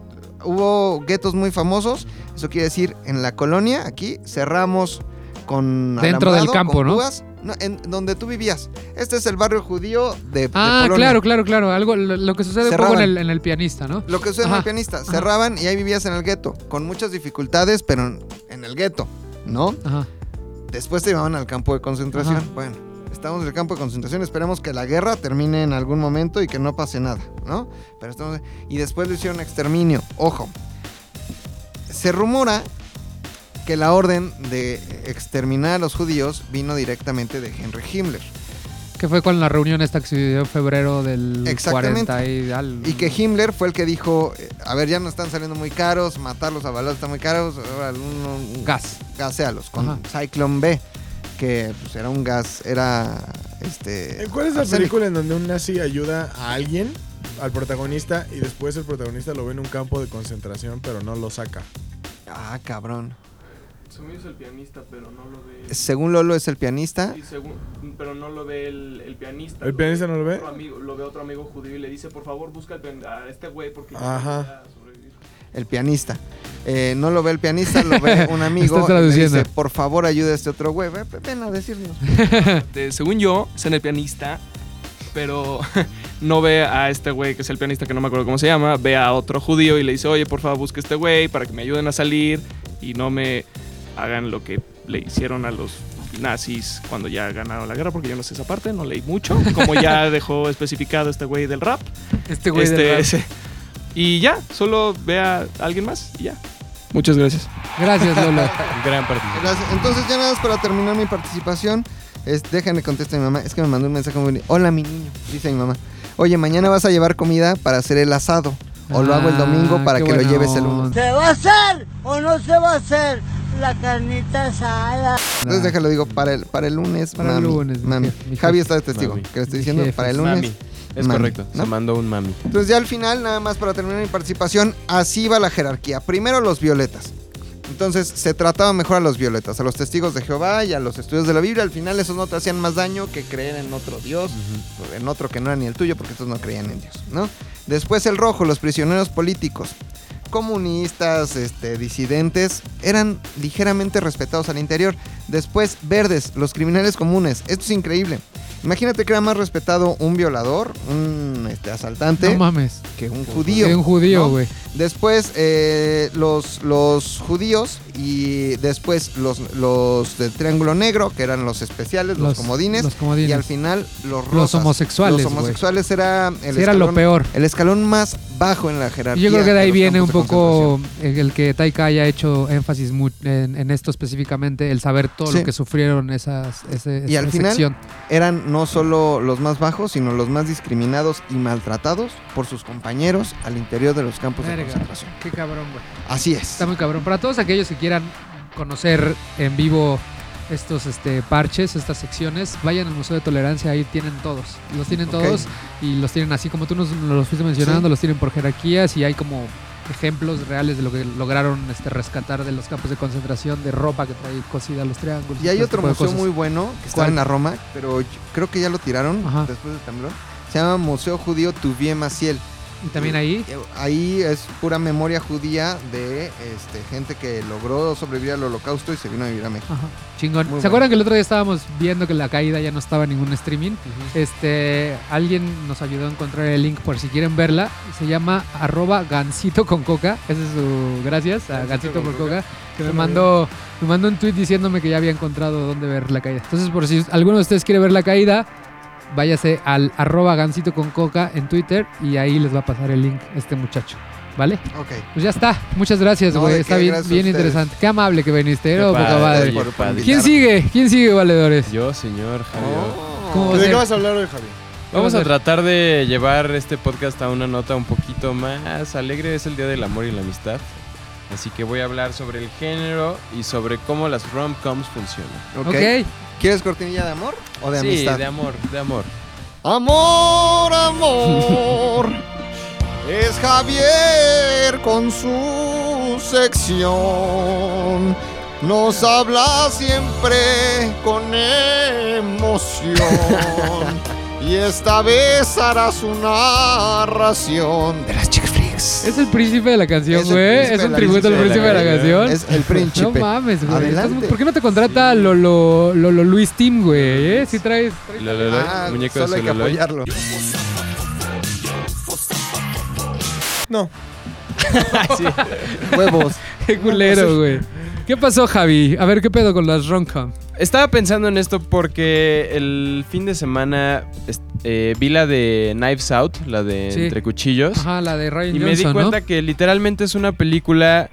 Speaker 4: hubo guetos muy famosos. Eso quiere decir, en la colonia, aquí cerramos con.
Speaker 1: Dentro del
Speaker 4: alambrado,
Speaker 1: campo,
Speaker 4: con
Speaker 1: ¿no?
Speaker 4: púas. No, en donde tú vivías. Este es el barrio judío de. de
Speaker 1: Ah,
Speaker 4: Polonia.
Speaker 1: claro, claro, claro. Algo, lo, lo que sucede un poco
Speaker 4: Cerraban.
Speaker 1: en el, en el pianista, ¿no?
Speaker 4: Lo que sucede en
Speaker 1: Ajá,
Speaker 4: el pianista. Cerraban y ahí vivías en el gueto. Con muchas dificultades, pero en, en el gueto, ¿no?
Speaker 1: Ajá.
Speaker 4: Después te llevaban al campo de concentración.
Speaker 1: Ajá.
Speaker 4: Bueno, estamos en el campo de concentración. Esperemos que la guerra termine en algún momento y que no pase nada, ¿no? Pero estamos... Y después le hicieron exterminio. Ojo. Se rumora que la orden de exterminar a los judíos vino directamente de Henry Himmler.
Speaker 1: Que fue con la reunión esta que se dio en febrero del
Speaker 4: Exactamente.
Speaker 1: 40 y al...
Speaker 4: Y que Himmler fue el que dijo, eh, a ver, ya no están saliendo muy caros, matarlos a balazos está muy caros, ahora un- un-
Speaker 1: Gas.
Speaker 4: gasealos con
Speaker 1: Ajá.
Speaker 4: Cyclone B, que pues, era un gas, era este.
Speaker 2: Eh, ¿Cuál es la
Speaker 4: arsénico.
Speaker 2: película en donde un nazi ayuda a alguien, al protagonista, y después el protagonista lo ve en un campo de concentración, pero no lo saca?
Speaker 4: Ah, cabrón.
Speaker 8: Sumi es el pianista, pero no lo ve.
Speaker 4: Según Lolo es el pianista.
Speaker 8: Sí, según- pero no lo ve el, el pianista.
Speaker 2: ¿El
Speaker 8: lo
Speaker 2: pianista
Speaker 8: ve
Speaker 2: no lo ve?
Speaker 8: Otro amigo, lo ve otro amigo judío y le dice, por favor, busca al pian- a este güey porque
Speaker 2: Ajá.
Speaker 8: ya no voy a sobrevivir".
Speaker 4: El pianista. Eh, no lo ve el pianista, lo ve
Speaker 1: [laughs]
Speaker 4: un amigo.
Speaker 1: Estás
Speaker 4: y le
Speaker 1: traduciendo.
Speaker 4: dice, por favor, ayuda a este otro güey. Ve- Ven a decirnos.
Speaker 8: Este, según yo, es en el pianista, pero [laughs] no ve a este güey que es el pianista que no me acuerdo cómo se llama, ve a otro judío y le dice, oye, por favor, busca a este güey para que me ayuden a salir y no me hagan lo que le hicieron a los nazis cuando ya ganaron la guerra, porque yo no sé esa parte, no leí mucho,
Speaker 2: [laughs]
Speaker 8: como ya dejó especificado este güey del rap.
Speaker 1: Este güey
Speaker 8: Este,
Speaker 1: del rap.
Speaker 8: ese. Y ya, solo ve a alguien más y ya. Muchas gracias.
Speaker 1: Gracias, Lolo.
Speaker 5: Gran partido.
Speaker 4: Gracias. Entonces, ya nada más para terminar mi participación. Es, déjame contestar a mi mamá. Es que me mandó un mensaje muy bonito. Hola, mi niño. Dice mi mamá. Oye, mañana vas a llevar comida para hacer el asado. [laughs] O lo hago el domingo
Speaker 1: Ah,
Speaker 4: para
Speaker 1: qué
Speaker 4: que lo
Speaker 1: buena
Speaker 4: lleves el lunes.
Speaker 1: onda.
Speaker 9: ¿Se va a hacer o no se va a hacer la carnita asada?
Speaker 4: Entonces déjalo, digo, para el, para el lunes,
Speaker 1: Para el
Speaker 4: mami.
Speaker 1: lunes, mi
Speaker 4: mami.
Speaker 1: jefe, mi
Speaker 4: Javi
Speaker 1: jefe.
Speaker 4: está de testigo,
Speaker 5: Mami.
Speaker 4: que le estoy diciendo,
Speaker 1: jefe.
Speaker 4: para el lunes.
Speaker 5: Mami. Es
Speaker 4: Mami,
Speaker 5: correcto.
Speaker 4: ¿no?
Speaker 5: Se mandó un mami.
Speaker 4: Entonces ya al final, nada más para terminar mi participación, así va la jerarquía. Primero los violetas. Entonces se trataba mejor a los violetas, a los testigos de Jehová y a los estudios de la Biblia. Al final esos no te hacían más daño que creer en otro Dios, en otro que no era ni el tuyo, porque estos no creían en Dios, ¿no? Después el rojo, los prisioneros políticos. Comunistas, este, disidentes, eran ligeramente respetados al interior. Después, verdes, los criminales comunes. Esto es increíble. Imagínate que era más respetado un violador, un este, asaltante,
Speaker 1: No mames.
Speaker 4: que un
Speaker 1: Soy
Speaker 4: judío.
Speaker 1: un judío,
Speaker 4: ¿no?
Speaker 1: güey.
Speaker 4: Después eh, los, los judíos y después los, los del Triángulo Negro, que eran los especiales, los, comodines.
Speaker 1: Los comodines.
Speaker 4: Y al final los rosas.
Speaker 1: Los homosexuales,
Speaker 4: Los homosexuales era el
Speaker 1: Sí, era lo peor.
Speaker 4: El escalón más bajo en la jerarquía.
Speaker 1: Yo creo que de ahí
Speaker 4: los
Speaker 1: viene un
Speaker 4: campos de
Speaker 1: poco el el que Taika haya hecho énfasis mu- en, en esto específicamente, el saber todo
Speaker 4: Sí.
Speaker 1: lo que sufrieron esas, ese,
Speaker 4: Y al
Speaker 1: esa
Speaker 4: final-
Speaker 1: sección.
Speaker 4: concentración. Eran no solo los más bajos, sino los más discriminados y maltratados por sus compañeros al interior de los campos de
Speaker 1: Verga.
Speaker 4: concentración.
Speaker 1: Qué cabrón, güey.
Speaker 4: Así es.
Speaker 1: Está muy cabrón. Para todos aquellos que quieran conocer en vivo estos este, parches, estas secciones, vayan al Museo de Tolerancia, ahí tienen todos. Los tienen
Speaker 4: Ok.
Speaker 1: todos y los tienen así como tú nos nos los fuiste mencionando,
Speaker 4: Sí.
Speaker 1: los tienen por jerarquías y hay como ejemplos reales de lo que lograron este, rescatar de los campos de concentración, de ropa que trae cosida los triángulos.
Speaker 4: Y hay
Speaker 1: todo este tipo
Speaker 4: otro
Speaker 1: de
Speaker 4: museo
Speaker 1: cosas.
Speaker 4: muy bueno que está
Speaker 1: ¿Cuál?
Speaker 4: en la Roma, pero yo- creo que ya lo tiraron
Speaker 1: Ajá.
Speaker 4: después del temblor. Se llama Museo Judío Tuvier Maciel. [laughs]
Speaker 1: Y también ahí.
Speaker 4: Eh, Ahí es pura memoria judía de este, gente que logró sobrevivir al holocausto y se vino a vivir a México.
Speaker 1: Ajá, chingón.
Speaker 4: Muy
Speaker 1: ¿Se
Speaker 4: bueno.
Speaker 1: acuerdan que el otro día estábamos viendo que la caída ya no estaba en ningún streaming? Este, alguien nos ayudó a encontrar el link por si quieren verla. Se llama arroba gansito con coca. Ese es su gracias a gansito con coca. Que me mandó, me mandó un tweet diciéndome que ya había encontrado dónde ver la caída. Entonces, por si alguno de ustedes quiere ver la caída, váyase al arroba gansito con coca en Twitter y ahí les va a pasar el link este muchacho. ¿Vale?
Speaker 4: Ok.
Speaker 1: Pues ya está. Muchas gracias,
Speaker 4: No,
Speaker 1: güey.
Speaker 4: de
Speaker 1: está
Speaker 4: qué,
Speaker 1: bien,
Speaker 4: gracias a
Speaker 1: bien
Speaker 4: ustedes.
Speaker 1: interesante. Qué amable que viniste,
Speaker 5: Qué
Speaker 1: ¿no? Poca
Speaker 5: padre,
Speaker 1: madre.
Speaker 5: oye,
Speaker 4: Por
Speaker 5: padre.
Speaker 1: ¿Quién sigue? ¿Quién sigue, valedores?
Speaker 5: Yo, señor Javier.
Speaker 1: ¿Cómo va a
Speaker 2: ¿De qué
Speaker 1: ser?
Speaker 2: vas a hablar hoy, Javi?
Speaker 5: Vamos
Speaker 1: a
Speaker 5: a
Speaker 1: ver.
Speaker 5: tratar de llevar este podcast a una nota un poquito más alegre. Es el Día del Amor y la Amistad. Así que voy a hablar sobre el género y sobre cómo las rom-coms funcionan.
Speaker 4: Ok.
Speaker 1: Ok.
Speaker 4: ¿Quieres cortinilla de amor o de
Speaker 5: sí,
Speaker 4: amistad?
Speaker 5: de amor, de amor.
Speaker 4: Amor,
Speaker 2: [laughs]
Speaker 4: amor. es Javier con su sección. Nos habla siempre con
Speaker 2: [laughs]
Speaker 4: emoción. y esta vez hará su narración de las chick flicks.
Speaker 1: Es el príncipe de la canción,
Speaker 4: Es el
Speaker 1: güey.
Speaker 4: príncipe
Speaker 1: Es
Speaker 4: de
Speaker 1: un
Speaker 4: la
Speaker 1: tributo al príncipe de la canción.
Speaker 4: Es el príncipe.
Speaker 1: No mames, güey.
Speaker 4: Adelante.
Speaker 1: Estás- ¿Por qué no te contrata Lolo, Lolo Luis Team, güey? ¿Eh? Si
Speaker 4: [laughs]
Speaker 1: traes. traes-
Speaker 5: Lo, lo, lo,
Speaker 4: Ah,
Speaker 5: muñeco de
Speaker 4: solo hay que
Speaker 5: Sololoy.
Speaker 4: apoyarlo.
Speaker 2: No.
Speaker 4: Huevos.
Speaker 1: Qué culero, güey. ¿Qué pasó, Javi? A ver, ¿qué pedo con las Roncom?
Speaker 5: Estaba pensando en esto porque el fin de semana est- eh, vi la de Knives Out, la de
Speaker 1: Sí.
Speaker 5: Entre Cuchillos.
Speaker 1: Ajá, la de Ryan
Speaker 5: Pues, Y me di
Speaker 1: Johnson,
Speaker 5: cuenta que literalmente es una película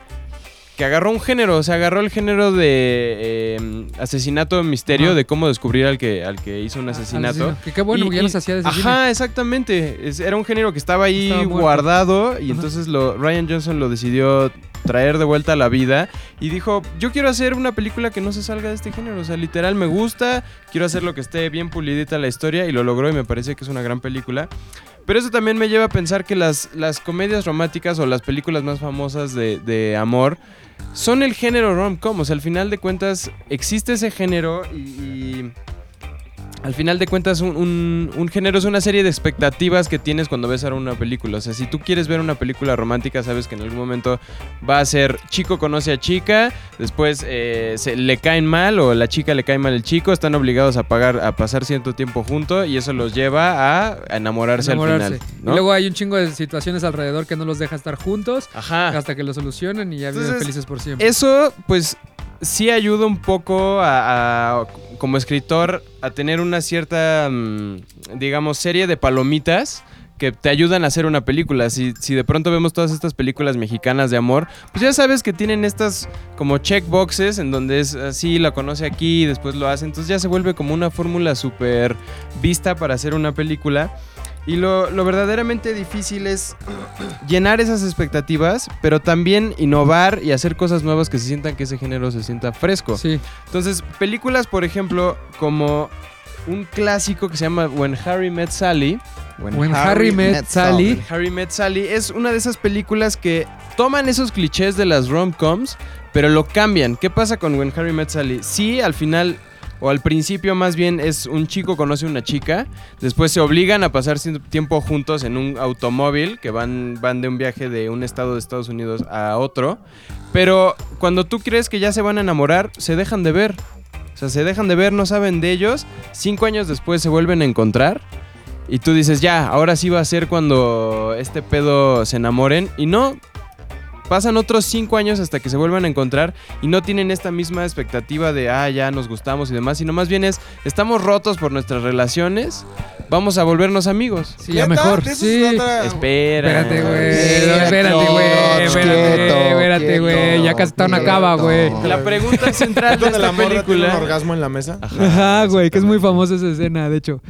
Speaker 5: que agarró un género, o sea, agarró el género de eh, asesinato misterio,
Speaker 1: Ajá.
Speaker 5: de cómo descubrir al que, al que hizo un
Speaker 1: Ah, ¿no?
Speaker 5: asesinato.
Speaker 1: Asesino. Que qué bueno,
Speaker 5: Y-
Speaker 1: porque ya
Speaker 5: y-
Speaker 1: los hacía desde cine.
Speaker 5: Ajá, exactamente. Es- era un género que estaba ahí
Speaker 1: Estaba muerto.
Speaker 5: guardado y
Speaker 1: Ajá.
Speaker 5: entonces lo, Ryan Johnson lo decidió traer de vuelta a la vida y dijo, yo quiero hacer una película que no se salga de este género. O sea, literal me gusta, quiero hacer lo que esté bien pulidita la historia y lo logró y me parece que es una gran película. Pero eso también me lleva a pensar que las, las comedias románticas o las películas más famosas de, de amor son el género rom-com. O sea, al final de cuentas existe ese género y... y al final de cuentas, un, un- un género es una serie de expectativas que tienes cuando ves ahora una película. O sea, si tú quieres ver una película romántica, sabes que en algún momento va a ser chico conoce a chica, después eh, se, le caen mal o la chica le cae mal al chico, están obligados a pagar, a pasar cierto tiempo juntos y eso los lleva a enamorarse, al
Speaker 1: Enamorarse.
Speaker 5: final.
Speaker 1: Y
Speaker 5: ¿no?
Speaker 1: luego hay un chingo de situaciones alrededor que no los deja estar juntos
Speaker 5: Ajá.
Speaker 1: hasta que lo solucionan y ya viven
Speaker 5: Entonces,
Speaker 1: felices por siempre.
Speaker 5: Ah. Eso, pues, sí ayuda un poco a, a- como escritor a tener una cierta, mm, digamos, serie de palomitas que te ayudan a hacer una película. Si, si de pronto vemos todas estas películas mexicanas de amor, pues ya sabes que tienen estas como checkboxes en donde es así, la conoce aquí y después lo hace. Entonces ya se vuelve como una fórmula súper vista para hacer una película. Y lo, lo verdaderamente difícil es [clears throat] llenar esas expectativas, pero también innovar y hacer cosas nuevas que se sientan que ese género se sienta fresco.
Speaker 1: Sí.
Speaker 5: Entonces, películas, por ejemplo, como un clásico que se llama When Harry Met Sally.
Speaker 1: When Harry Met Sally.
Speaker 5: Harry Met Sally es una de esas películas que toman esos clichés de las rom-coms, pero lo cambian. ¿Qué pasa con When Harry Met Sally? Sí, al final, o al principio más bien, es un chico conoce a una chica, después se obligan a pasar cien- tiempo juntos en un automóvil, que van, van de un viaje de un estado de Estados Unidos a otro, pero cuando tú crees que ya se van a enamorar, se dejan de ver. O sea, se dejan de ver, no saben de ellos, cinco años después se vuelven a encontrar. Y tú dices, ya, ahora sí va a ser cuando este pedo se enamoren. Y no, pasan otros cinco años hasta que se vuelvan a encontrar y no tienen esta misma expectativa de, ah, ya nos gustamos y demás, sino más bien es, estamos rotos por nuestras relaciones, vamos a volvernos amigos.
Speaker 1: Sí, a
Speaker 2: ¿Neta?
Speaker 1: mejor.
Speaker 2: ¿De eso
Speaker 1: Sí.
Speaker 2: se trata?
Speaker 5: Espera.
Speaker 1: Espérate, güey.
Speaker 4: Quieto,
Speaker 1: Espérate, güey. Espérate,
Speaker 4: quieto,
Speaker 1: espérate, güey. Ya casi está una
Speaker 4: quieto.
Speaker 1: cava, güey.
Speaker 5: La pregunta central de
Speaker 2: ¿Dónde
Speaker 5: esta
Speaker 2: la morra tiene un
Speaker 5: película...
Speaker 2: orgasmo en la mesa?
Speaker 1: Ajá, güey, que es muy famosa esa escena, de hecho.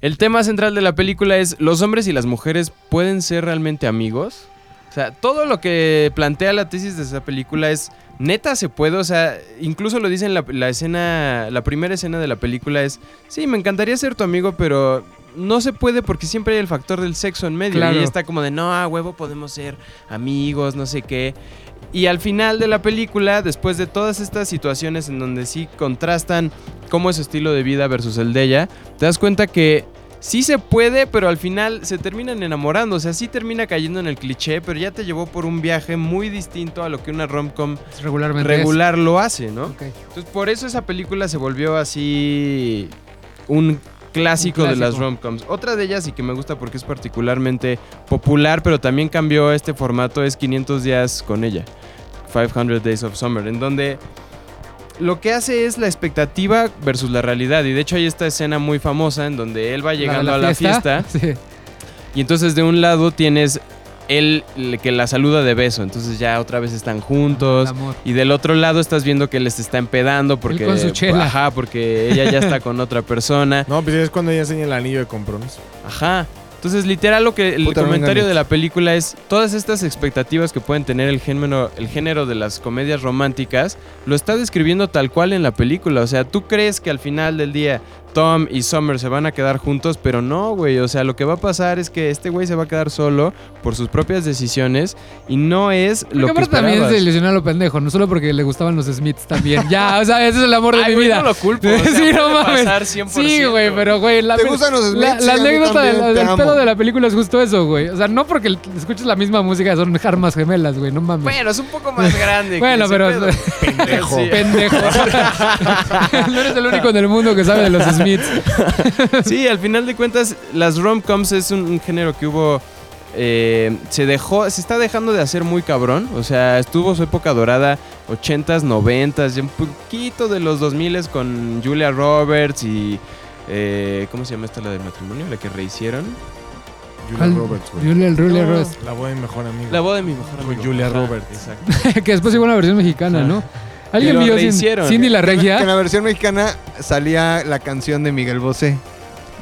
Speaker 5: El tema central de la película es, ¿los hombres y las mujeres pueden ser realmente amigos? O sea, todo lo que plantea la tesis de esa película es, neta se puede, o sea, incluso lo dice en la, la escena, la primera escena de la película es, sí, me encantaría ser tu amigo, pero no se puede porque siempre hay el factor del sexo en medio.
Speaker 1: Claro.
Speaker 5: Y está como de, no, a huevo podemos ser amigos, no sé qué. Y al final de la película, después de todas estas situaciones en donde sí contrastan cómo es su estilo de vida versus el de ella, te das cuenta que sí se puede, pero al final se terminan enamorando. O sea, sí termina cayendo en el cliché, pero ya te llevó por un viaje muy distinto a lo que una rom-com
Speaker 1: Regularmente. es.
Speaker 5: regular lo hace, ¿no?
Speaker 1: Pues, Ok.
Speaker 5: Entonces, por eso esa película se volvió así un
Speaker 1: Un
Speaker 5: clásico,
Speaker 1: clásico.
Speaker 5: de las rom-coms. Otra de ellas y que me gusta porque es particularmente popular, pero también cambió este formato, es 500 días con ella. 500 Days of Summer, en donde lo que hace es la expectativa versus la realidad. Y de hecho hay esta escena muy famosa en donde él va llegando
Speaker 1: de
Speaker 5: a la fiesta
Speaker 1: Sí.
Speaker 5: y entonces de un lado tienes él le- que la saluda de beso, entonces ya otra vez están juntos.
Speaker 1: El amor.
Speaker 5: Y del otro lado estás viendo que les está empedando porque.
Speaker 1: Él con su chela.
Speaker 5: Ajá, porque ella ya está con otra persona.
Speaker 2: No, pues es cuando ella enseña el anillo de compromiso.
Speaker 5: Ajá. Entonces, literal, lo que el
Speaker 4: Puta,
Speaker 5: comentario
Speaker 4: vengan.
Speaker 5: de la película es: todas estas expectativas que pueden tener el género, el género de las comedias románticas, lo está describiendo tal cual en la película. O sea, tú crees que al final del día Tom y Summer se van a quedar juntos, pero no, güey. O sea, lo que va a pasar es que este güey se va a quedar solo por sus propias decisiones y no es
Speaker 1: Porque
Speaker 5: lo que
Speaker 1: aparte también
Speaker 5: esperabas.
Speaker 1: se ilusionó a lo pendejo, no solo porque le gustaban los Smiths también. Ya, o sea, ese es el amor de
Speaker 5: Ay,
Speaker 1: mi
Speaker 5: güey,
Speaker 1: vida.
Speaker 5: no lo culpo. o sea,
Speaker 1: [laughs] sí, no
Speaker 5: puede
Speaker 1: mames.
Speaker 5: pasar 100%.
Speaker 1: Sí, güey, pero güey, la,
Speaker 4: ¿Te gustan los
Speaker 1: la,
Speaker 4: Smiths?
Speaker 1: la
Speaker 4: Sí, a mí
Speaker 1: anécdota del
Speaker 4: también, te amo.
Speaker 1: pedo de la película es justo eso, güey. O sea, no porque l- escuches la misma música son armas gemelas, güey, no mames.
Speaker 5: Bueno, es un poco más grande. que
Speaker 1: Bueno,
Speaker 5: ese
Speaker 1: pero-
Speaker 5: pedo.
Speaker 1: [laughs]
Speaker 2: Pendejo.
Speaker 5: Sí.
Speaker 1: Pendejo. no eres el único en el mundo que sabe de los Smiths.
Speaker 5: Sí, al final de cuentas, las rom-coms es un, un género que hubo. eh, se dejó, se está dejando de hacer muy cabrón. O sea, estuvo su época dorada, 80s, 90s, y un poquito de los 2000s con Julia Roberts y. eh, ¿Cómo se llama esta la del matrimonio? La que rehicieron.
Speaker 2: Julia
Speaker 1: ¿Cuál?
Speaker 2: Roberts, güey.
Speaker 1: Julia Julia
Speaker 5: No.
Speaker 1: Roberts.
Speaker 2: La buena mejor amiga.
Speaker 5: La boda de mi mejor
Speaker 2: Con
Speaker 5: amigo.
Speaker 2: Julia
Speaker 5: Ajá,
Speaker 2: Roberts.
Speaker 5: Exacto.
Speaker 1: [laughs] que después llegó una versión mexicana,
Speaker 5: Ajá.
Speaker 1: ¿no?
Speaker 5: Y
Speaker 1: ¿Alguien
Speaker 5: lo
Speaker 1: vio Cin-
Speaker 5: rehicieron.
Speaker 1: Cindy la
Speaker 4: Que en
Speaker 1: Regia?
Speaker 4: la versión mexicana salía la canción de Miguel Bosé.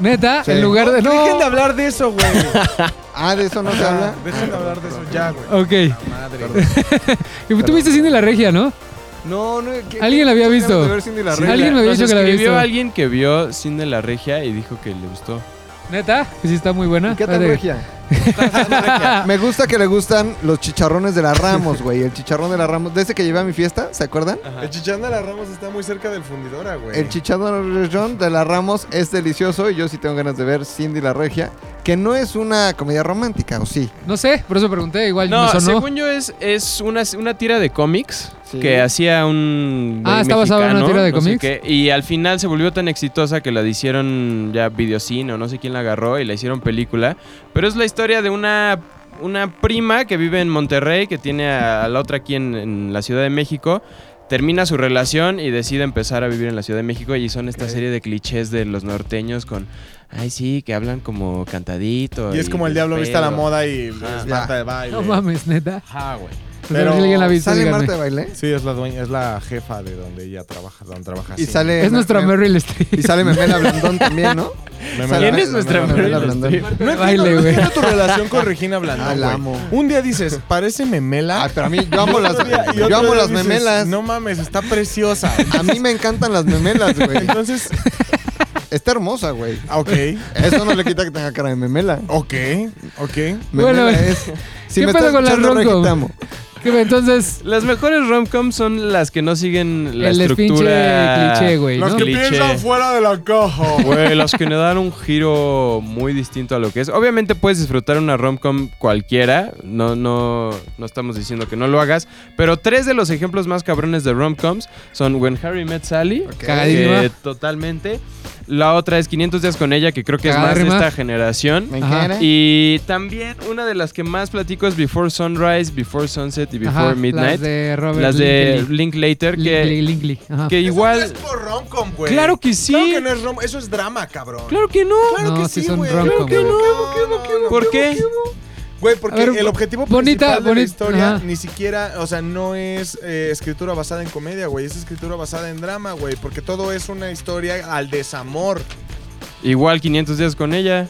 Speaker 1: Neta,
Speaker 4: Sí.
Speaker 1: en lugar de.
Speaker 2: Dejen de
Speaker 1: No.
Speaker 2: hablar de eso, güey.
Speaker 4: Ah, de eso no se habla.
Speaker 2: Dejen de hablar de eso ya, güey.
Speaker 1: Ok.
Speaker 2: Madre.
Speaker 1: [laughs] Y tú viste Cindy la Regia, ¿no?
Speaker 4: No, no. ¿qué-
Speaker 1: Alguien la había
Speaker 4: qué-
Speaker 1: visto.
Speaker 4: de ver Cindy la
Speaker 1: Sí.
Speaker 4: Regia?
Speaker 1: Alguien me había
Speaker 5: Nos
Speaker 1: dicho que la había
Speaker 5: escribió
Speaker 1: visto.
Speaker 5: alguien que vio Cine la Regia y dijo que le gustó.
Speaker 1: Neta, que sí está muy buena.
Speaker 4: ¿Y ¿Qué tal
Speaker 1: Espérate.
Speaker 4: regia? Me gusta que le gustan los chicharrones de la Ramos, güey. El chicharrón de la Ramos. Desde que llevé a mi fiesta, ¿se acuerdan?
Speaker 5: Ajá.
Speaker 2: El chichán de la Ramos está muy cerca del fundidora, güey.
Speaker 4: El chicharrón de la Ramos es delicioso y yo sí tengo ganas de ver Cindy la Regia, que no es una comedia romántica, ¿o sí?
Speaker 1: No sé, por eso pregunté, igual
Speaker 5: No,
Speaker 1: me sonó.
Speaker 5: según yo es, es una, una tira de cómics
Speaker 4: Sí.
Speaker 5: que hacía un...
Speaker 1: Ah,
Speaker 5: güey
Speaker 1: ¿está basada en una
Speaker 5: mexicano,
Speaker 1: tira de
Speaker 5: no sé
Speaker 1: cómics?
Speaker 5: qué, y al final se volvió tan exitosa que la hicieron ya videocine o no sé quién la agarró y la hicieron película. Pero es la historia de una, una prima que vive en Monterrey, que tiene a, a la otra aquí en, en la Ciudad de México. Termina su relación y decide empezar a vivir en la Ciudad de México y son esta serie de clichés de los norteños con... Ay, sí, que hablan como cantadito.
Speaker 2: Y es como el diablo viste a la
Speaker 5: pedo".
Speaker 2: moda y es
Speaker 5: Ah.
Speaker 2: Marta de
Speaker 1: [laughs]
Speaker 2: baile.
Speaker 1: No mames, neta.
Speaker 5: Ajá, güey.
Speaker 1: Pero
Speaker 2: Pero
Speaker 1: si alguien la ha visto,
Speaker 4: ¿Sale
Speaker 1: díganme.
Speaker 4: Marta de Baile?
Speaker 2: Sí, es la dueña, es la jefa de donde ella trabaja, donde trabaja. sí.
Speaker 4: Y sale...
Speaker 1: Es nuestra
Speaker 4: Mem-
Speaker 1: Meryl Streep.
Speaker 4: Y sale Memela Blandón también, ¿no?
Speaker 2: Me-
Speaker 4: Sale
Speaker 5: ¿Quién
Speaker 2: me-
Speaker 5: es
Speaker 2: me-
Speaker 5: nuestra
Speaker 2: me- me-
Speaker 5: Memela
Speaker 2: me- me-
Speaker 5: Blandón?
Speaker 2: No
Speaker 1: Baile,
Speaker 2: entiendo, no
Speaker 1: güey.
Speaker 2: entiendo tu relación con Regina
Speaker 4: Ah,
Speaker 2: Blandón,
Speaker 4: la
Speaker 2: güey.
Speaker 4: amo.
Speaker 2: Un día dices, parece memela.
Speaker 4: Ay, pero a mí, yo amo
Speaker 2: Y
Speaker 4: las,
Speaker 2: otro día- [laughs] y
Speaker 4: yo
Speaker 2: otro
Speaker 4: amo
Speaker 2: día
Speaker 4: las
Speaker 2: dices,
Speaker 4: memelas. Ah,
Speaker 2: No mames, está preciosa.
Speaker 4: A mí me encantan las memelas,
Speaker 2: [laughs]
Speaker 4: güey.
Speaker 2: Entonces,
Speaker 4: Está hermosa, güey.
Speaker 2: ah, ok,
Speaker 4: [laughs] Eso no le quita que tenga cara de memela.
Speaker 2: ok, ok.
Speaker 4: Memela
Speaker 1: Bueno,
Speaker 4: es... Si
Speaker 1: ¿qué
Speaker 4: me
Speaker 1: pedo
Speaker 4: estás
Speaker 1: con la
Speaker 4: escuchando,
Speaker 1: Ronco?
Speaker 4: Regi, te amo.
Speaker 1: Que Entonces,
Speaker 5: Las mejores rom-coms son las que no siguen la
Speaker 1: El
Speaker 5: estructura.
Speaker 1: pinche cliché, güey, ¿no?
Speaker 2: Los que
Speaker 5: Cliché.
Speaker 2: piensan fuera de la caja.
Speaker 5: Güey, las que le dan un giro muy distinto a lo que es. Obviamente puedes disfrutar una rom-com cualquiera, no, no, no estamos diciendo que no lo hagas, pero tres de los ejemplos más cabrones de rom-coms son When Harry Met Sally,
Speaker 4: Ok.
Speaker 1: Cagadísima.
Speaker 5: que totalmente. La otra es 500 días con ella, que creo que es más de
Speaker 1: Cagadérrima.
Speaker 5: esta generación.
Speaker 4: Me
Speaker 1: Ajá.
Speaker 4: encanta.
Speaker 5: Y también una de las que más platico es Before Sunrise, Before Sunset y Before
Speaker 1: ajá,
Speaker 5: Midnight.
Speaker 1: las de Robert
Speaker 5: Las de
Speaker 1: Linkley-
Speaker 5: Linklater,
Speaker 1: Linkley,
Speaker 5: que,
Speaker 1: Linkley, ajá.
Speaker 5: que igual...
Speaker 2: Eso no es por romcom, güey.
Speaker 5: Claro que sí.
Speaker 2: Claro que no es rom, eso es drama, cabrón.
Speaker 5: Claro que no.
Speaker 2: Claro
Speaker 1: No,
Speaker 2: que
Speaker 1: sí
Speaker 2: sí,
Speaker 1: son
Speaker 2: güey.
Speaker 1: rom-com,
Speaker 2: Claro que
Speaker 1: güey.
Speaker 2: no, no, no, no.
Speaker 5: ¿Por qué?
Speaker 2: Güey, porque
Speaker 1: A ver,
Speaker 2: el objetivo
Speaker 1: bonita,
Speaker 2: principal de
Speaker 1: boni-
Speaker 2: la historia
Speaker 1: ajá.
Speaker 2: ni siquiera, o sea, no es eh, escritura basada en comedia, güey. Es escritura basada en drama, güey. Porque todo es una historia al desamor.
Speaker 5: Igual 500 días con ella.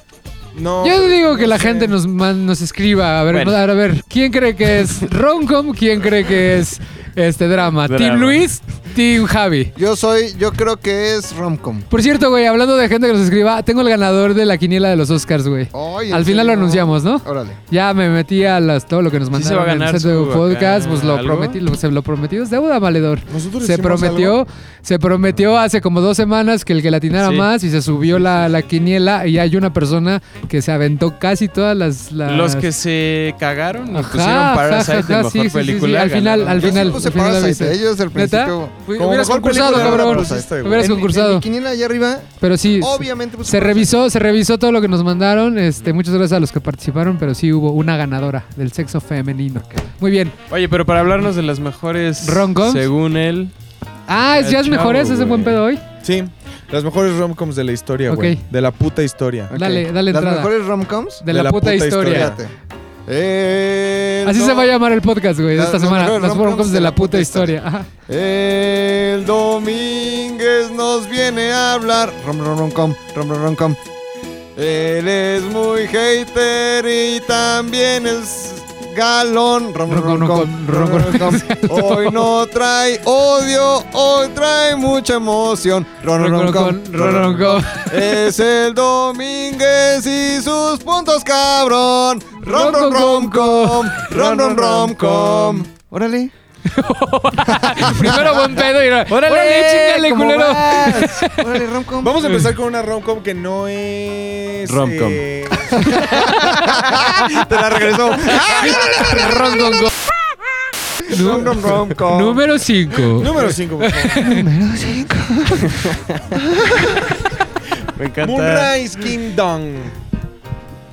Speaker 2: No.
Speaker 1: Yo digo
Speaker 2: no
Speaker 1: que la
Speaker 2: sé.
Speaker 1: gente nos, man- nos escriba. A ver,
Speaker 5: Bueno.
Speaker 1: a ver, a ver, ¿quién cree que es Roncom? ¿Quién cree que es Este drama. Team
Speaker 8: Drama.
Speaker 1: Luis, Team Javi.
Speaker 4: Yo soy, yo creo que es romcom.
Speaker 1: Por cierto, güey, hablando de gente que nos escriba, tengo el ganador de la quiniela de los Oscars, güey.
Speaker 4: Ay, ¿en
Speaker 1: Al final lo
Speaker 4: serio?
Speaker 1: anunciamos, ¿no?
Speaker 4: Órale.
Speaker 1: Ya me metí a las, todo lo que nos
Speaker 8: Sí
Speaker 1: mandaron
Speaker 8: se va a
Speaker 1: en
Speaker 8: ganar
Speaker 1: el centro
Speaker 8: su
Speaker 1: de podcast,
Speaker 8: acá
Speaker 1: pues lo
Speaker 8: algo.
Speaker 1: prometí, lo, se lo prometido es deuda, valedor.
Speaker 2: Nosotros
Speaker 1: Se
Speaker 2: hicimos
Speaker 1: prometió,
Speaker 2: algo.
Speaker 1: se prometió hace como dos semanas que el que latinara
Speaker 8: Sí.
Speaker 1: más y se subió la, la quiniela y hay una persona que se aventó casi todas las... las-
Speaker 8: Los que se cagaron y
Speaker 1: Ajá,
Speaker 8: pusieron
Speaker 1: ajá,
Speaker 8: Parasite de
Speaker 1: ajá,
Speaker 8: mejor
Speaker 1: sí, sí, sí,
Speaker 8: película.
Speaker 1: sí, al final,
Speaker 8: ganaron.
Speaker 1: al
Speaker 4: Yo sí
Speaker 1: final,
Speaker 4: puse
Speaker 1: al final
Speaker 4: Parasite,
Speaker 1: avise.
Speaker 4: ellos al
Speaker 1: ¿Neta?
Speaker 4: principio.
Speaker 1: Fui-
Speaker 2: Como
Speaker 1: hubieras
Speaker 2: mejor
Speaker 1: concursado,
Speaker 2: película,
Speaker 1: cabrón.
Speaker 2: la pusiste, güey.
Speaker 1: Hubieras
Speaker 4: pues, este, En mi- En
Speaker 1: concursado.
Speaker 4: mi quiniela allá arriba,
Speaker 1: Pero sí,
Speaker 4: obviamente puse
Speaker 1: se
Speaker 4: Parasite.
Speaker 1: revisó, se revisó todo lo que nos mandaron. Este, muchas gracias a los que participaron, pero sí hubo una ganadora del sexo femenino. Muy bien.
Speaker 8: Oye, pero para hablarnos de las mejores.
Speaker 1: ¿Rom-coms?
Speaker 8: Según él.
Speaker 1: Ah,
Speaker 8: El
Speaker 1: ¿ya es
Speaker 8: Eh, chavo,
Speaker 1: mejores? ¿Es de buen
Speaker 8: güey.
Speaker 1: pedo hoy?
Speaker 2: Sí, las mejores romcoms de la historia,
Speaker 1: Ok.
Speaker 2: güey. De la puta historia.
Speaker 4: Ok.
Speaker 1: Dale, dale
Speaker 4: Las
Speaker 1: entrada.
Speaker 4: mejores romcoms.
Speaker 1: De, la, puta, historia.
Speaker 4: Fíjate. El
Speaker 1: Así se
Speaker 4: do-
Speaker 1: va a llamar el podcast, güey, de
Speaker 4: Las-
Speaker 1: esta
Speaker 4: las
Speaker 1: semana.
Speaker 4: mejores
Speaker 1: Las
Speaker 4: rom-coms
Speaker 1: rom-coms de la puta historia. Ajá.
Speaker 4: El Domínguez nos viene a hablar. Rom, rom, rom, com, rom, rom, rom, com. Él es muy hater y también es galón. Rom, rom, rom, com, rom, rom, com. Hoy no trae odio, hoy trae mucha emoción. Rom, rom, rom, com,
Speaker 1: Rom-com, rom-com.
Speaker 4: Es el Domínguez y sus puntos, cabrón. Rom, rom, rom, com, rom, rom, rom, com. Órale.
Speaker 1: [laughs] Primero buen pedo y ahora- ¡Órale, chingale,
Speaker 4: ¿cómo
Speaker 1: culero! [laughs]
Speaker 4: vas? [laughs] Órale, romcom.
Speaker 2: Vamos a empezar con una romcom que no es.
Speaker 5: Romcom.
Speaker 2: eh, [laughs]
Speaker 4: Te
Speaker 1: [laughs]
Speaker 4: la regresó.
Speaker 1: Rom-com.
Speaker 4: Rom, rom, romcom.
Speaker 1: Número 5.
Speaker 2: número 5,
Speaker 8: Me encanta.
Speaker 2: Moonrise Kingdom.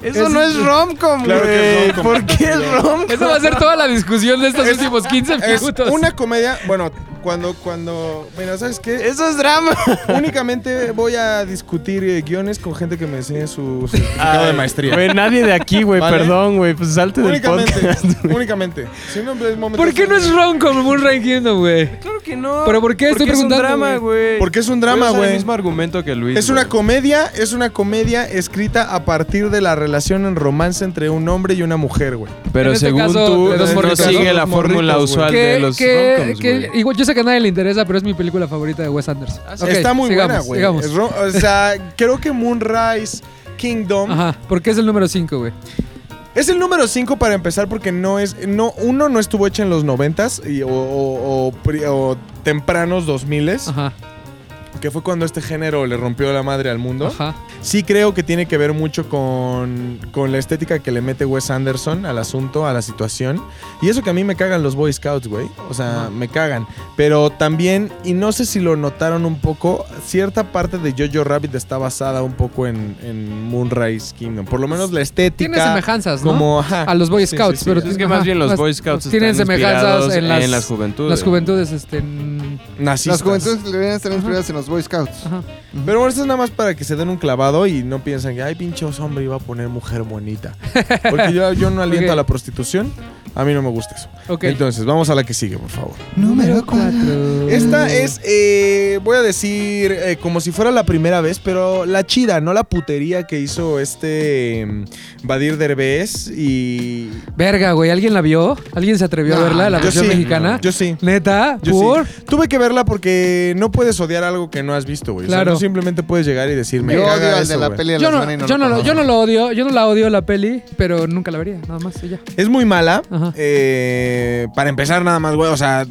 Speaker 8: Eso no es romcom,
Speaker 2: Claro que es
Speaker 8: güey.
Speaker 2: rom-com.
Speaker 8: ¿Por qué es romcom?
Speaker 1: Esa va a ser toda la discusión de estos
Speaker 2: Es-
Speaker 1: últimos 15
Speaker 2: Es
Speaker 1: minutos.
Speaker 2: una comedia. Bueno, cuando. cuando Mira, ¿sabes qué?
Speaker 8: Eso es drama.
Speaker 1: [laughs]
Speaker 2: Únicamente voy a discutir eh, guiones con gente que me enseñe su certificado de maestría.
Speaker 8: Güey, nadie de aquí, güey.
Speaker 2: Vale.
Speaker 8: Perdón, güey. Pues salte del
Speaker 2: Únicamente.
Speaker 8: podcast.
Speaker 2: únicamente. Si no, pues, momento-
Speaker 1: ¿Por qué no es rom como Moonrise Kingdom, güey?
Speaker 8: Claro que no.
Speaker 1: ¿Pero por qué? Estoy preguntando,
Speaker 8: Es un drama, güey.
Speaker 2: Porque es un drama,
Speaker 8: Voy a usar
Speaker 2: güey.
Speaker 8: el mismo argumento que Luis.
Speaker 2: Es una
Speaker 8: güey.
Speaker 2: comedia, es una comedia escrita a partir de la relación en romance entre un hombre y una mujer, güey.
Speaker 1: En
Speaker 8: Pero
Speaker 1: este
Speaker 8: según
Speaker 1: caso,
Speaker 8: tú,
Speaker 1: de dos
Speaker 8: no
Speaker 1: morritos,
Speaker 8: sigue
Speaker 2: ¿no?
Speaker 8: la
Speaker 2: Dos
Speaker 8: fórmula
Speaker 2: morritos,
Speaker 8: usual de los
Speaker 1: que-
Speaker 8: romcoms,
Speaker 1: que-
Speaker 8: güey.
Speaker 1: igual, yo sé que a nadie le interesa, pero es mi película favorita de Wes Anderson. Ok,
Speaker 2: Está muy
Speaker 1: sigamos,
Speaker 2: buena,
Speaker 1: sigamos.
Speaker 2: güey. Es ro- O sea, creo que Moonrise Kingdom
Speaker 1: Ajá, porque es el número 5, güey.
Speaker 2: es el número 5 para empezar porque no es no uno no estuvo hecha en los 90s y- o, o- o pri- o tempranos 2000s,
Speaker 1: Ajá,
Speaker 2: que fue cuando este género le rompió la madre al mundo.
Speaker 1: ajá.
Speaker 2: Sí creo que tiene que ver mucho con, con la estética que le mete Wes Anderson al asunto, a la situación. Y eso que a mí me cagan los Boy Scouts, güey. O sea, me cagan. Pero también, y no sé si lo notaron un poco, cierta parte de Jojo Rabbit está basada un poco en, en Moonrise Kingdom. Por lo menos la estética.
Speaker 1: Tiene semejanzas, ¿no?
Speaker 2: Como, ajá.
Speaker 1: [laughs] a los Boy
Speaker 2: Sí,
Speaker 1: Scouts,
Speaker 2: sí, sí.
Speaker 1: pero
Speaker 2: Es
Speaker 8: Es que más
Speaker 1: ajá,
Speaker 8: bien los
Speaker 1: más-
Speaker 8: Boy Scouts
Speaker 1: tienen
Speaker 8: están
Speaker 1: semejanzas
Speaker 8: inspiradas
Speaker 1: en las,
Speaker 8: juventudes.
Speaker 1: las juventudes, este, en-
Speaker 2: Nazistas.
Speaker 4: Las juventudes deberían estar inspiradas en los Boy Scouts.
Speaker 1: ajá.
Speaker 2: Pero bueno, esto es nada más para que se den un clavado y no piensen que, ay, pinche hombre, iba a poner mujer
Speaker 1: [laughs]
Speaker 2: bonita. Porque yo, yo no aliento
Speaker 1: Ok.
Speaker 2: a la prostitución. A mí no me gusta eso.
Speaker 1: Ok.
Speaker 2: Entonces, vamos a la que sigue, por favor.
Speaker 4: Número
Speaker 1: cuatro.
Speaker 2: Esta es, eh, voy a decir, eh, como si fuera la primera vez, pero la chida, no la putería que hizo este em, Badir Derbez y...
Speaker 1: Verga, güey, ¿alguien la vio? ¿Alguien se atrevió a
Speaker 4: No,
Speaker 1: verla, la
Speaker 2: yo
Speaker 1: versión
Speaker 2: sí,
Speaker 1: mexicana?
Speaker 2: Yo sí.
Speaker 1: ¿Neta?
Speaker 2: Yo
Speaker 1: ¿Por?
Speaker 2: sí. Tuve que verla porque no puedes odiar algo que no has visto, güey. O sea,
Speaker 1: Claro.
Speaker 2: no simplemente puedes llegar y decir, me
Speaker 4: Yo
Speaker 2: caga
Speaker 4: odio al
Speaker 2: eso,
Speaker 4: de la
Speaker 2: güey".
Speaker 4: peli de
Speaker 1: Yo
Speaker 4: la
Speaker 1: no,
Speaker 4: semana y
Speaker 1: yo, no,
Speaker 4: lo
Speaker 1: lo- yo no lo odio, yo no la odio la peli, pero nunca la vería, nada más, y ya.
Speaker 2: Es muy mala.
Speaker 1: Ajá.
Speaker 2: Eh, para empezar, nada más, güey. O sea,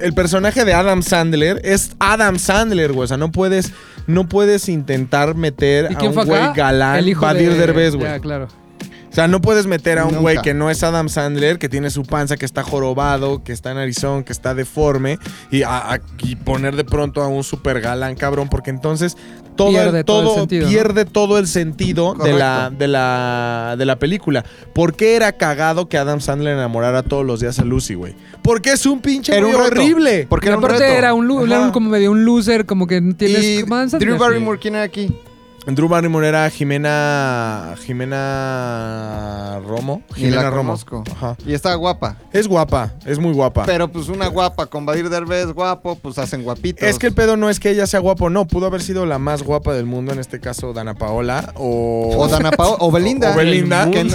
Speaker 2: el personaje de Adam Sandler es Adam Sandler, güey. O sea, no puedes, no puedes intentar meter
Speaker 1: ¿Y
Speaker 2: a
Speaker 1: quién
Speaker 2: un
Speaker 1: fue acá?
Speaker 2: güey galán,
Speaker 1: El hijo
Speaker 2: Badir
Speaker 1: de-
Speaker 2: Derbez, güey.
Speaker 1: Ya, claro.
Speaker 2: O sea, no puedes meter a un
Speaker 4: Nunca.
Speaker 2: güey que no es Adam Sandler, que tiene su panza, que está jorobado, que está en Arizona, que está deforme, y, a- a- y poner de pronto a un super galán, cabrón, porque entonces todo,
Speaker 1: Pierde
Speaker 2: el,
Speaker 1: todo el
Speaker 2: todo,
Speaker 1: sentido, ¿no?
Speaker 2: pierde todo el sentido de
Speaker 4: Correcto.
Speaker 2: la, de, la, de la película. ¿Por qué era cagado que Adam Sandler enamorara todos los días a Lucy, güey? Porque es un pinche
Speaker 4: Era
Speaker 2: güey
Speaker 4: un reto.
Speaker 2: horrible.
Speaker 4: Porque
Speaker 1: Y
Speaker 4: era un
Speaker 1: aparte
Speaker 4: reto.
Speaker 1: era un, lu-
Speaker 2: Ajá.
Speaker 1: era un como medio un loser, como que no tienes
Speaker 4: Y
Speaker 1: manzas,
Speaker 4: Drew
Speaker 1: ya.
Speaker 4: Barrymore, ¿quién era aquí?
Speaker 2: Drew Barrymore era Jimena. Jimena. Romo.
Speaker 4: Ni
Speaker 2: Jimena
Speaker 4: la
Speaker 2: Romo.
Speaker 4: conozco.
Speaker 2: Ajá.
Speaker 4: Y estaba guapa.
Speaker 2: Es guapa, es muy
Speaker 1: Ah.
Speaker 2: guapa.
Speaker 4: Pero pues una guapa con Badir Derbez guapo, pues hacen guapitos.
Speaker 2: Es que el pedo no es que ella sea guapa o no, pudo haber sido la más guapa del mundo, en este caso Dana Paola o...
Speaker 4: o Dana Paola o Belinda.
Speaker 2: [laughs] O Belinda.
Speaker 4: Que no-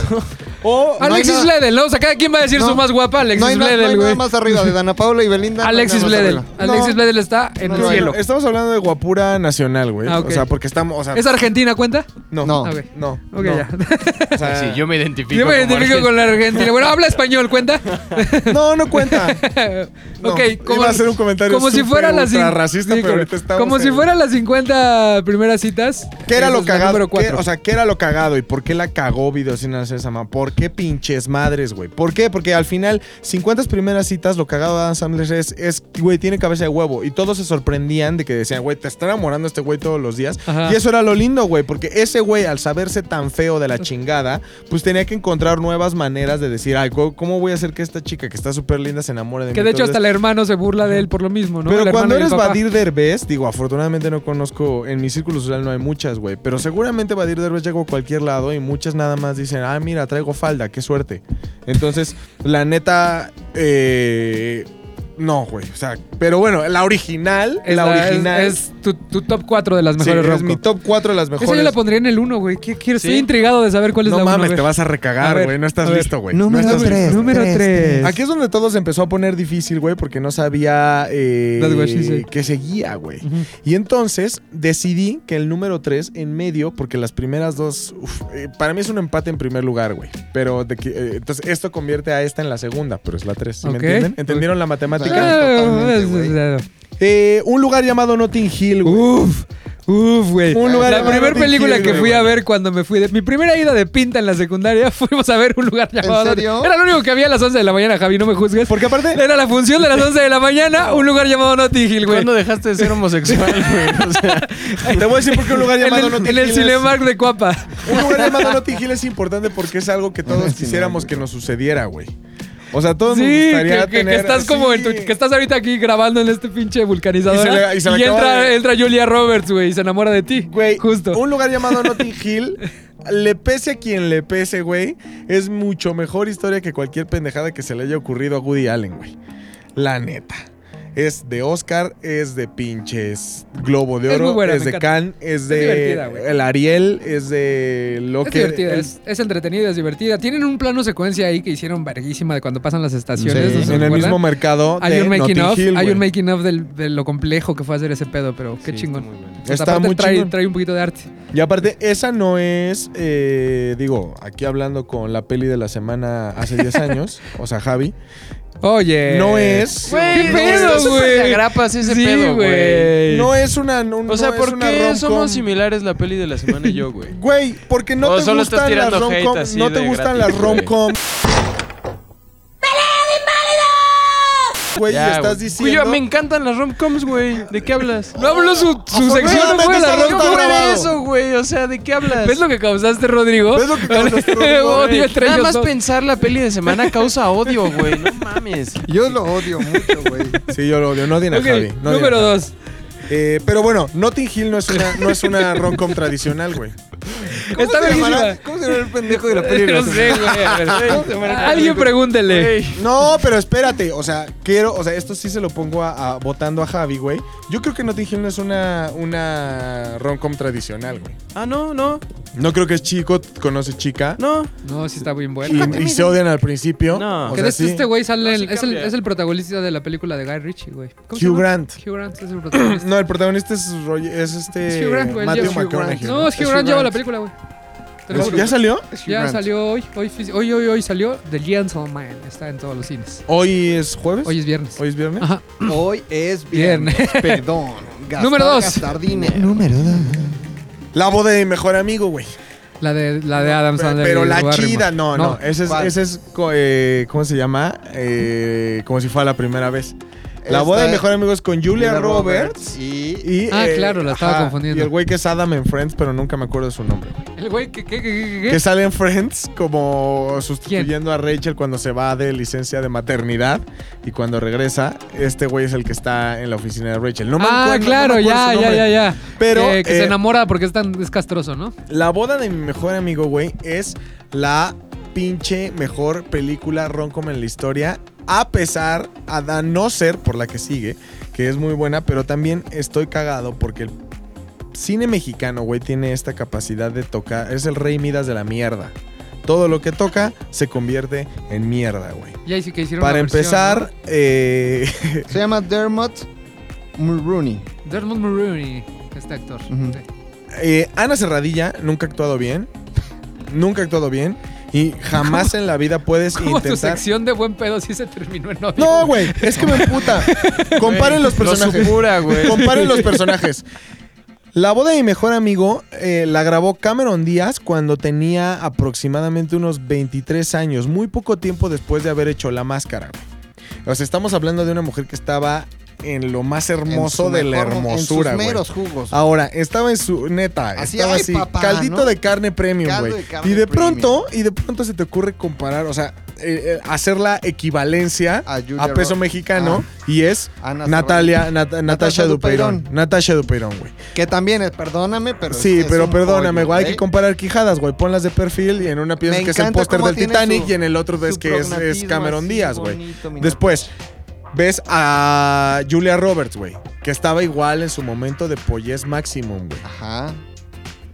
Speaker 4: O no hay
Speaker 1: Alexis
Speaker 4: nada-
Speaker 1: Bledel, ¿no? O sea, cada quien va a decir
Speaker 4: No.
Speaker 1: su más guapa, Alexis
Speaker 4: no hay, na- no hay
Speaker 1: Bledel,
Speaker 4: nada
Speaker 1: güey.
Speaker 4: más arriba
Speaker 1: [laughs]
Speaker 4: de Dana Paula y Belinda. no hay
Speaker 1: Alexis
Speaker 4: nada más
Speaker 1: Bledel.
Speaker 4: arriba.
Speaker 1: Alexis
Speaker 2: pues No.
Speaker 1: Bledel está en
Speaker 4: No,
Speaker 1: el
Speaker 4: no,
Speaker 1: cielo.
Speaker 2: Estamos hablando de guapura nacional, güey.
Speaker 1: Ah, ok.
Speaker 2: O sea, porque estamos. O sea,
Speaker 1: ¿Es Argentina cuenta?
Speaker 2: no.
Speaker 4: No.
Speaker 1: Ah, Ok,
Speaker 2: No.
Speaker 1: Ok, [laughs]
Speaker 2: no.
Speaker 1: ya.
Speaker 2: O sea,
Speaker 5: Ah, Sí, yo me identifico.
Speaker 1: Yo me
Speaker 5: como
Speaker 1: identifico
Speaker 5: argentino.
Speaker 1: con la Argentina. Bueno, habla español, cuenta.
Speaker 2: [laughs]
Speaker 1: [laughs]
Speaker 2: No, no cuenta. No,
Speaker 1: ok, como,
Speaker 2: iba a hacer un comentario
Speaker 1: como si
Speaker 2: súper
Speaker 1: fuera la
Speaker 2: ultra
Speaker 1: cin-
Speaker 2: racista,
Speaker 1: Sí,
Speaker 2: pero
Speaker 1: como-
Speaker 2: ahorita estamos
Speaker 1: Como si
Speaker 2: en-
Speaker 1: fuera las 50 primeras citas.
Speaker 2: ¿Qué era
Speaker 1: esa
Speaker 2: lo
Speaker 1: es la
Speaker 2: cagado?
Speaker 1: Número
Speaker 2: ¿Qué-
Speaker 1: 4.
Speaker 2: o sea, ¿qué era lo cagado? ¿Y por qué la cagó Videocina Sésama? ¿Por qué pinches madres, güey? ¿Por qué? Porque al final, 50 primeras citas, lo cagado de Adam Sandler es, es, güey, tiene cabeza de huevo. Y todos se sorprendían de que decían, güey, te está enamorando este güey todos los días.
Speaker 1: Ajá.
Speaker 2: Y eso era lo lindo, güey, porque ese güey, al saberse tan feo de la chingada, pues tenía que encontrar nuevas maneras de decir, ay, güey, ¿cómo voy a hacer que esta chica que está súper linda se enamore de mí?
Speaker 1: que de hecho
Speaker 2: Entonces,
Speaker 1: hasta el hermano se burla de él por lo mismo, ¿no? El
Speaker 2: pero
Speaker 1: hermano
Speaker 2: cuando
Speaker 1: y el
Speaker 2: eres
Speaker 1: papá.
Speaker 2: Badir Derbez, digo, afortunadamente no conozco, en mi círculo social no hay muchas, güey, pero seguramente Badir Derbez llegó a cualquier lado y muchas nada más dicen, ah, mira, traigo falda, qué suerte. Entonces, la neta, eh, no, güey, o sea, pero bueno, la original,
Speaker 1: Es,
Speaker 2: la,
Speaker 1: la-
Speaker 2: original,
Speaker 1: es, es tu, tu top 4 de las
Speaker 2: sí,
Speaker 1: mejores
Speaker 2: es
Speaker 1: romcom.
Speaker 2: mi top 4 de las mejores.
Speaker 1: Esa yo la pondría en el 1, güey. ¿Qué, qué- Estoy
Speaker 5: ¿Sí?
Speaker 1: intrigado de saber cuál es
Speaker 2: no
Speaker 1: la uno,
Speaker 2: mames,
Speaker 1: güey.
Speaker 2: te vas a
Speaker 1: A
Speaker 2: recagar,
Speaker 1: ver,
Speaker 2: güey, no estás
Speaker 1: a ver.
Speaker 2: listo, güey. no
Speaker 4: Número
Speaker 2: estás listo.
Speaker 4: 3.
Speaker 1: Número tres.
Speaker 2: Aquí es donde todo se empezó a poner difícil, güey, porque no sabía eh,
Speaker 1: That's what she said.
Speaker 2: que seguía, güey.
Speaker 1: Ujú.
Speaker 2: Y entonces decidí que el número 3 en medio, porque las primeras dos, uf, eh, para mí es un empate en primer lugar, güey. Pero de que, eh, entonces esto convierte a esta en la segunda, pero es la 3. ¿sí
Speaker 1: Ok.
Speaker 2: ¿Me entienden? ¿Entendieron la matemática?
Speaker 4: Ah. totalmente,
Speaker 1: es-
Speaker 4: güey.
Speaker 1: claro.
Speaker 2: Eh, un lugar llamado Notting Hill, güey.
Speaker 1: Uf, uf, güey.
Speaker 2: Un lugar
Speaker 1: La
Speaker 2: llamado
Speaker 1: primera
Speaker 2: Notting
Speaker 1: película
Speaker 2: Hill,
Speaker 1: que
Speaker 2: güey,
Speaker 1: fui a
Speaker 2: güey.
Speaker 1: ver cuando me fui de. Mi primera ida de pinta en la secundaria, [laughs] fuimos a ver un lugar llamado.
Speaker 4: serio?
Speaker 1: Era lo único que había a las 11 de la mañana, Javi, no me juzgues.
Speaker 2: Porque aparte,
Speaker 1: [laughs] Era la función de las 11 de la mañana, un lugar llamado Notting Hill, güey.
Speaker 5: ¿Cuándo dejaste de ser homosexual, güey? O sea,
Speaker 2: te voy a decir por qué un lugar
Speaker 1: En
Speaker 2: llamado
Speaker 1: el,
Speaker 2: Notting
Speaker 1: en
Speaker 2: Hill.
Speaker 1: el
Speaker 2: es-
Speaker 1: Cinemark de Cuapa.
Speaker 2: Un lugar llamado Notting Hill es importante porque es algo que todos
Speaker 4: Cinemark,
Speaker 2: quisiéramos
Speaker 4: güey.
Speaker 2: que nos sucediera, güey. O sea, todos
Speaker 1: Sí,
Speaker 2: nos gustaría
Speaker 1: que, que- que
Speaker 2: tener
Speaker 1: estás como en
Speaker 2: así-
Speaker 1: tu, que estás ahorita aquí grabando en este pinche vulcanizador. Y,
Speaker 2: Y se le- y se le acaba
Speaker 1: entra,
Speaker 2: de-
Speaker 1: entra Julia Roberts, güey, y se enamora de ti.
Speaker 2: Güey,
Speaker 1: justo.
Speaker 2: un lugar llamado Notting Hill, le pese a quien le pese, güey, es mucho mejor historia que cualquier pendejada que se le haya ocurrido a Woody Allen, güey. La neta. Es de Oscar, es de pinches Globo de
Speaker 1: Es
Speaker 2: Oro,
Speaker 1: muy
Speaker 2: es,
Speaker 1: buena, me
Speaker 2: de
Speaker 1: encanta.
Speaker 2: Cannes, es de
Speaker 1: divertida, güey.
Speaker 2: el Ariel, es de lo
Speaker 1: Es
Speaker 2: que
Speaker 1: divertida,
Speaker 2: el-
Speaker 1: es, es entretenida, es divertida. Tienen un plano secuencia ahí que hicieron verguísima de cuando pasan las estaciones.
Speaker 4: Sí.
Speaker 1: ¿no se
Speaker 2: en el
Speaker 1: acuerdan?
Speaker 2: mismo mercado
Speaker 1: Hay
Speaker 2: de
Speaker 1: un making
Speaker 2: Notting
Speaker 1: of,
Speaker 2: Hill,
Speaker 1: hay
Speaker 2: güey.
Speaker 1: un making of del- de lo complejo que fue hacer ese pedo, pero qué
Speaker 5: sí,
Speaker 1: chingón.
Speaker 5: muy bueno.
Speaker 1: O sea,
Speaker 2: Está
Speaker 1: aparte
Speaker 2: muy
Speaker 1: trae,
Speaker 2: chingón.
Speaker 1: trae un poquito de arte.
Speaker 2: Y aparte, esa no es, eh, digo, aquí hablando con la peli de la semana hace 10 años, o sea, Javi,
Speaker 1: Oye.
Speaker 2: no es...
Speaker 1: Güey,
Speaker 5: ¿Qué
Speaker 1: no, está
Speaker 5: pedo,
Speaker 1: súper
Speaker 5: güey?
Speaker 1: de
Speaker 5: agrapas ese
Speaker 1: Sí,
Speaker 5: pedo, güey.
Speaker 1: güey.
Speaker 2: No es una. no- no
Speaker 5: O sea,
Speaker 2: es
Speaker 5: ¿por
Speaker 2: una
Speaker 5: qué
Speaker 2: rom-com.
Speaker 5: somos similares la peli de la semana y yo, güey?
Speaker 2: Güey, porque no
Speaker 5: O
Speaker 2: te
Speaker 5: solo estás
Speaker 2: gustan las
Speaker 5: tirando hate
Speaker 2: rom-com.
Speaker 5: así
Speaker 2: No te
Speaker 5: de
Speaker 2: gustan
Speaker 5: gratis,
Speaker 2: las rom-com. Güey, y
Speaker 5: Ya,
Speaker 2: estás
Speaker 5: güey.
Speaker 2: diciendo.
Speaker 5: Güey, me encantan las rom-coms, güey. ¿De qué hablas?
Speaker 1: No habló su, su sección, no
Speaker 2: Afortunadamente
Speaker 1: fue la
Speaker 2: está
Speaker 1: rom-
Speaker 5: ¿Cómo
Speaker 2: grabado.
Speaker 5: era eso, güey? O sea, ¿de qué hablas?
Speaker 1: ¿Ves lo que causaste, Rodrigo?
Speaker 2: ¿Ves lo que
Speaker 1: [laughs]
Speaker 2: causaste, Rodrigo?
Speaker 1: Odio
Speaker 5: Güey,
Speaker 1: entre
Speaker 5: Nada
Speaker 1: ellos
Speaker 5: más
Speaker 1: dos.
Speaker 5: pensar la peli de semana causa odio, güey. No mames.
Speaker 4: Yo lo odio mucho, güey.
Speaker 2: Sí, yo lo odio. No odien a
Speaker 1: Ok,
Speaker 2: Javi. no odien
Speaker 1: número
Speaker 2: a Javi.
Speaker 1: dos.
Speaker 2: Eh, pero bueno, Notting Hill no es una, no es
Speaker 5: [laughs]
Speaker 2: una rom-com tradicional, güey.
Speaker 1: Está
Speaker 4: ¿Cómo se
Speaker 1: bellísima.
Speaker 4: llamará- ¿Cómo se llama el pendejo de la peli? de
Speaker 1: [laughs]
Speaker 4: la
Speaker 1: No
Speaker 4: semana?
Speaker 1: sé, güey. a
Speaker 2: [laughs]
Speaker 1: ver, Alguien pregúntele.
Speaker 5: Güey.
Speaker 2: No, pero espérate. O sea, quiero. O sea, esto sí se lo pongo a, a- votando a Javi, güey. Yo creo que Notting Hill no es una, una rom-com tradicional, güey.
Speaker 5: Ah, no, no,
Speaker 2: No creo que es chico, conoce chica.
Speaker 5: no.
Speaker 1: No, sí está bien
Speaker 2: Y,
Speaker 1: bueno.
Speaker 2: y se odian al principio.
Speaker 5: No.
Speaker 1: Que
Speaker 2: O sea,
Speaker 1: de hecho
Speaker 2: sí.
Speaker 1: este güey sale,
Speaker 5: No, sí
Speaker 1: en- es, el,
Speaker 5: cambia.
Speaker 1: es el protagonista de la película de Guy Ritchie, güey. ¿Cómo se
Speaker 2: Hugh
Speaker 1: llama?
Speaker 2: Grant.
Speaker 1: Hugh Grant es el
Speaker 2: [clears throat]
Speaker 1: protagonista.
Speaker 2: No, el protagonista es, Roy- es este.
Speaker 1: Es Hugh Grant, güey,
Speaker 2: Matthew
Speaker 1: ya es Hugh
Speaker 2: McConaughey,
Speaker 1: No, es Hugh Grant lleva la película, güey. Te lo
Speaker 2: ¿Ya-
Speaker 1: juro.
Speaker 2: ¿Ya salió?
Speaker 4: Es Hugh
Speaker 1: Ya
Speaker 4: Grant.
Speaker 1: salió hoy, hoy, fis- hoy, hoy, hoy salió The Gentleman. Está en todos los cines.
Speaker 2: ¿Hoy es jueves?
Speaker 1: Hoy es Ah. viernes.
Speaker 2: ¿Hoy es viernes?
Speaker 1: Ajá.
Speaker 4: Hoy es
Speaker 1: Bien. [laughs]
Speaker 4: viernes. Perdón. Gastar,
Speaker 1: Número dos.
Speaker 4: gastar dinero. Número dos.
Speaker 2: La voz de mejor amigo, güey.
Speaker 1: La de, la de Adam
Speaker 2: Pero,
Speaker 1: Sandler.
Speaker 2: pero
Speaker 1: y
Speaker 2: la
Speaker 1: Barrymore.
Speaker 2: chida, no, eh. no. Ese es,
Speaker 4: ¿Cuál?
Speaker 2: ese es co- eh, ¿cómo se llama? Eh, como si fuera la primera vez. La voz de
Speaker 4: Esta-
Speaker 2: mejor amigo es con Julia, Roberts.
Speaker 4: y
Speaker 2: Y, eh,
Speaker 1: Ah, claro, la estaba confundiendo.
Speaker 2: Y el güey que es Adam en Friends, pero nunca me acuerdo de su nombre.
Speaker 1: El güey que, que, que, que, que-
Speaker 2: Que sale en Friends como sustituyendo a Rachel cuando se va de licencia de maternidad y cuando regresa, este güey es el que está en la oficina de Rachel. No me
Speaker 1: ah,
Speaker 2: acuerdo- no
Speaker 1: claro,
Speaker 2: me acuerdo
Speaker 1: ya,
Speaker 2: su
Speaker 1: ya,
Speaker 2: nombre.
Speaker 1: ya, ya.
Speaker 2: Pero,
Speaker 1: Que, que se
Speaker 2: eh,
Speaker 1: enamora porque es tan es castroso, ¿no?
Speaker 2: La boda de mi mejor amigo, güey, es la pinche mejor película rom-com en la historia. A pesar, a da- no ser por la que sigue, que es muy buena, pero también estoy cagado porque el cine mexicano, güey, tiene esta capacidad de tocar. Es el rey Midas de la mierda. Todo lo que toca se convierte en mierda, güey.
Speaker 1: Y ahí sí que hicieron
Speaker 2: Para
Speaker 1: una versión,
Speaker 2: empezar, eh,
Speaker 4: Se llama Dermot Mulrooney.
Speaker 1: ¿no? Dermot Mulroney, este actor.
Speaker 4: Ujú.
Speaker 1: Sí.
Speaker 2: eh, Ana Serradilla nunca ha actuado bien. Nunca ha actuado bien. Y
Speaker 1: [laughs]
Speaker 2: jamás en la vida puedes
Speaker 1: Como tu
Speaker 2: intentar.
Speaker 1: sección de buen pedo sí se terminó en odio.
Speaker 2: No, güey, es que me emputa.
Speaker 4: [laughs]
Speaker 2: Comparen los personajes.
Speaker 5: supura, güey.
Speaker 2: Comparen los personajes. La boda de mi mejor amigo eh, la grabó Cameron Díaz cuando tenía aproximadamente unos 23 años, muy poco tiempo después de haber hecho la máscara. güey. O sea, estamos hablando de una mujer que estaba en lo más hermoso
Speaker 4: En su
Speaker 2: de la
Speaker 4: mejor mo-
Speaker 2: hermosura,
Speaker 4: En sus
Speaker 2: güey. Ah,
Speaker 4: meros jugos.
Speaker 2: Ahora, estaba en su neta,
Speaker 4: Así,
Speaker 2: estaba
Speaker 4: ay,
Speaker 2: así,
Speaker 4: papá,
Speaker 2: caldito
Speaker 4: ¿no?
Speaker 2: de carne premium,
Speaker 4: Caldo
Speaker 2: güey.
Speaker 4: de carne
Speaker 2: Y de
Speaker 4: premium.
Speaker 2: pronto, y de pronto se te ocurre comparar, o sea, eh, eh, hacer la equivalencia
Speaker 4: A Julia
Speaker 2: a peso
Speaker 4: Roberts.
Speaker 2: mexicano y es
Speaker 4: Ana
Speaker 2: Natalia, Nat- Natasha
Speaker 4: Natasha
Speaker 2: Dupeirón.
Speaker 4: Dupeirón.
Speaker 2: Natasha Dupeirón, güey.
Speaker 4: Serrano, Que también, eh, perdóname, pero.
Speaker 2: Sí,
Speaker 4: es
Speaker 2: pero
Speaker 4: un ¿eh?
Speaker 2: perdóname,
Speaker 4: pollo,
Speaker 2: güey, hay
Speaker 4: ¿ok?
Speaker 2: que comparar quijadas, güey. Ponlas de perfil y en una pieza
Speaker 4: Me
Speaker 2: que es el
Speaker 4: encanta
Speaker 2: póster
Speaker 4: cómo
Speaker 2: del
Speaker 4: tiene
Speaker 2: Titanic
Speaker 4: su-
Speaker 2: y en el otro ves
Speaker 4: su
Speaker 2: que es, es
Speaker 4: prognatismo
Speaker 2: Cameron
Speaker 4: así,
Speaker 2: Díaz, güey.
Speaker 4: bonito, mira.
Speaker 2: Después, ves a Julia Roberts, güey, que estaba igual en su momento de pollez maximum, güey.
Speaker 4: Ajá.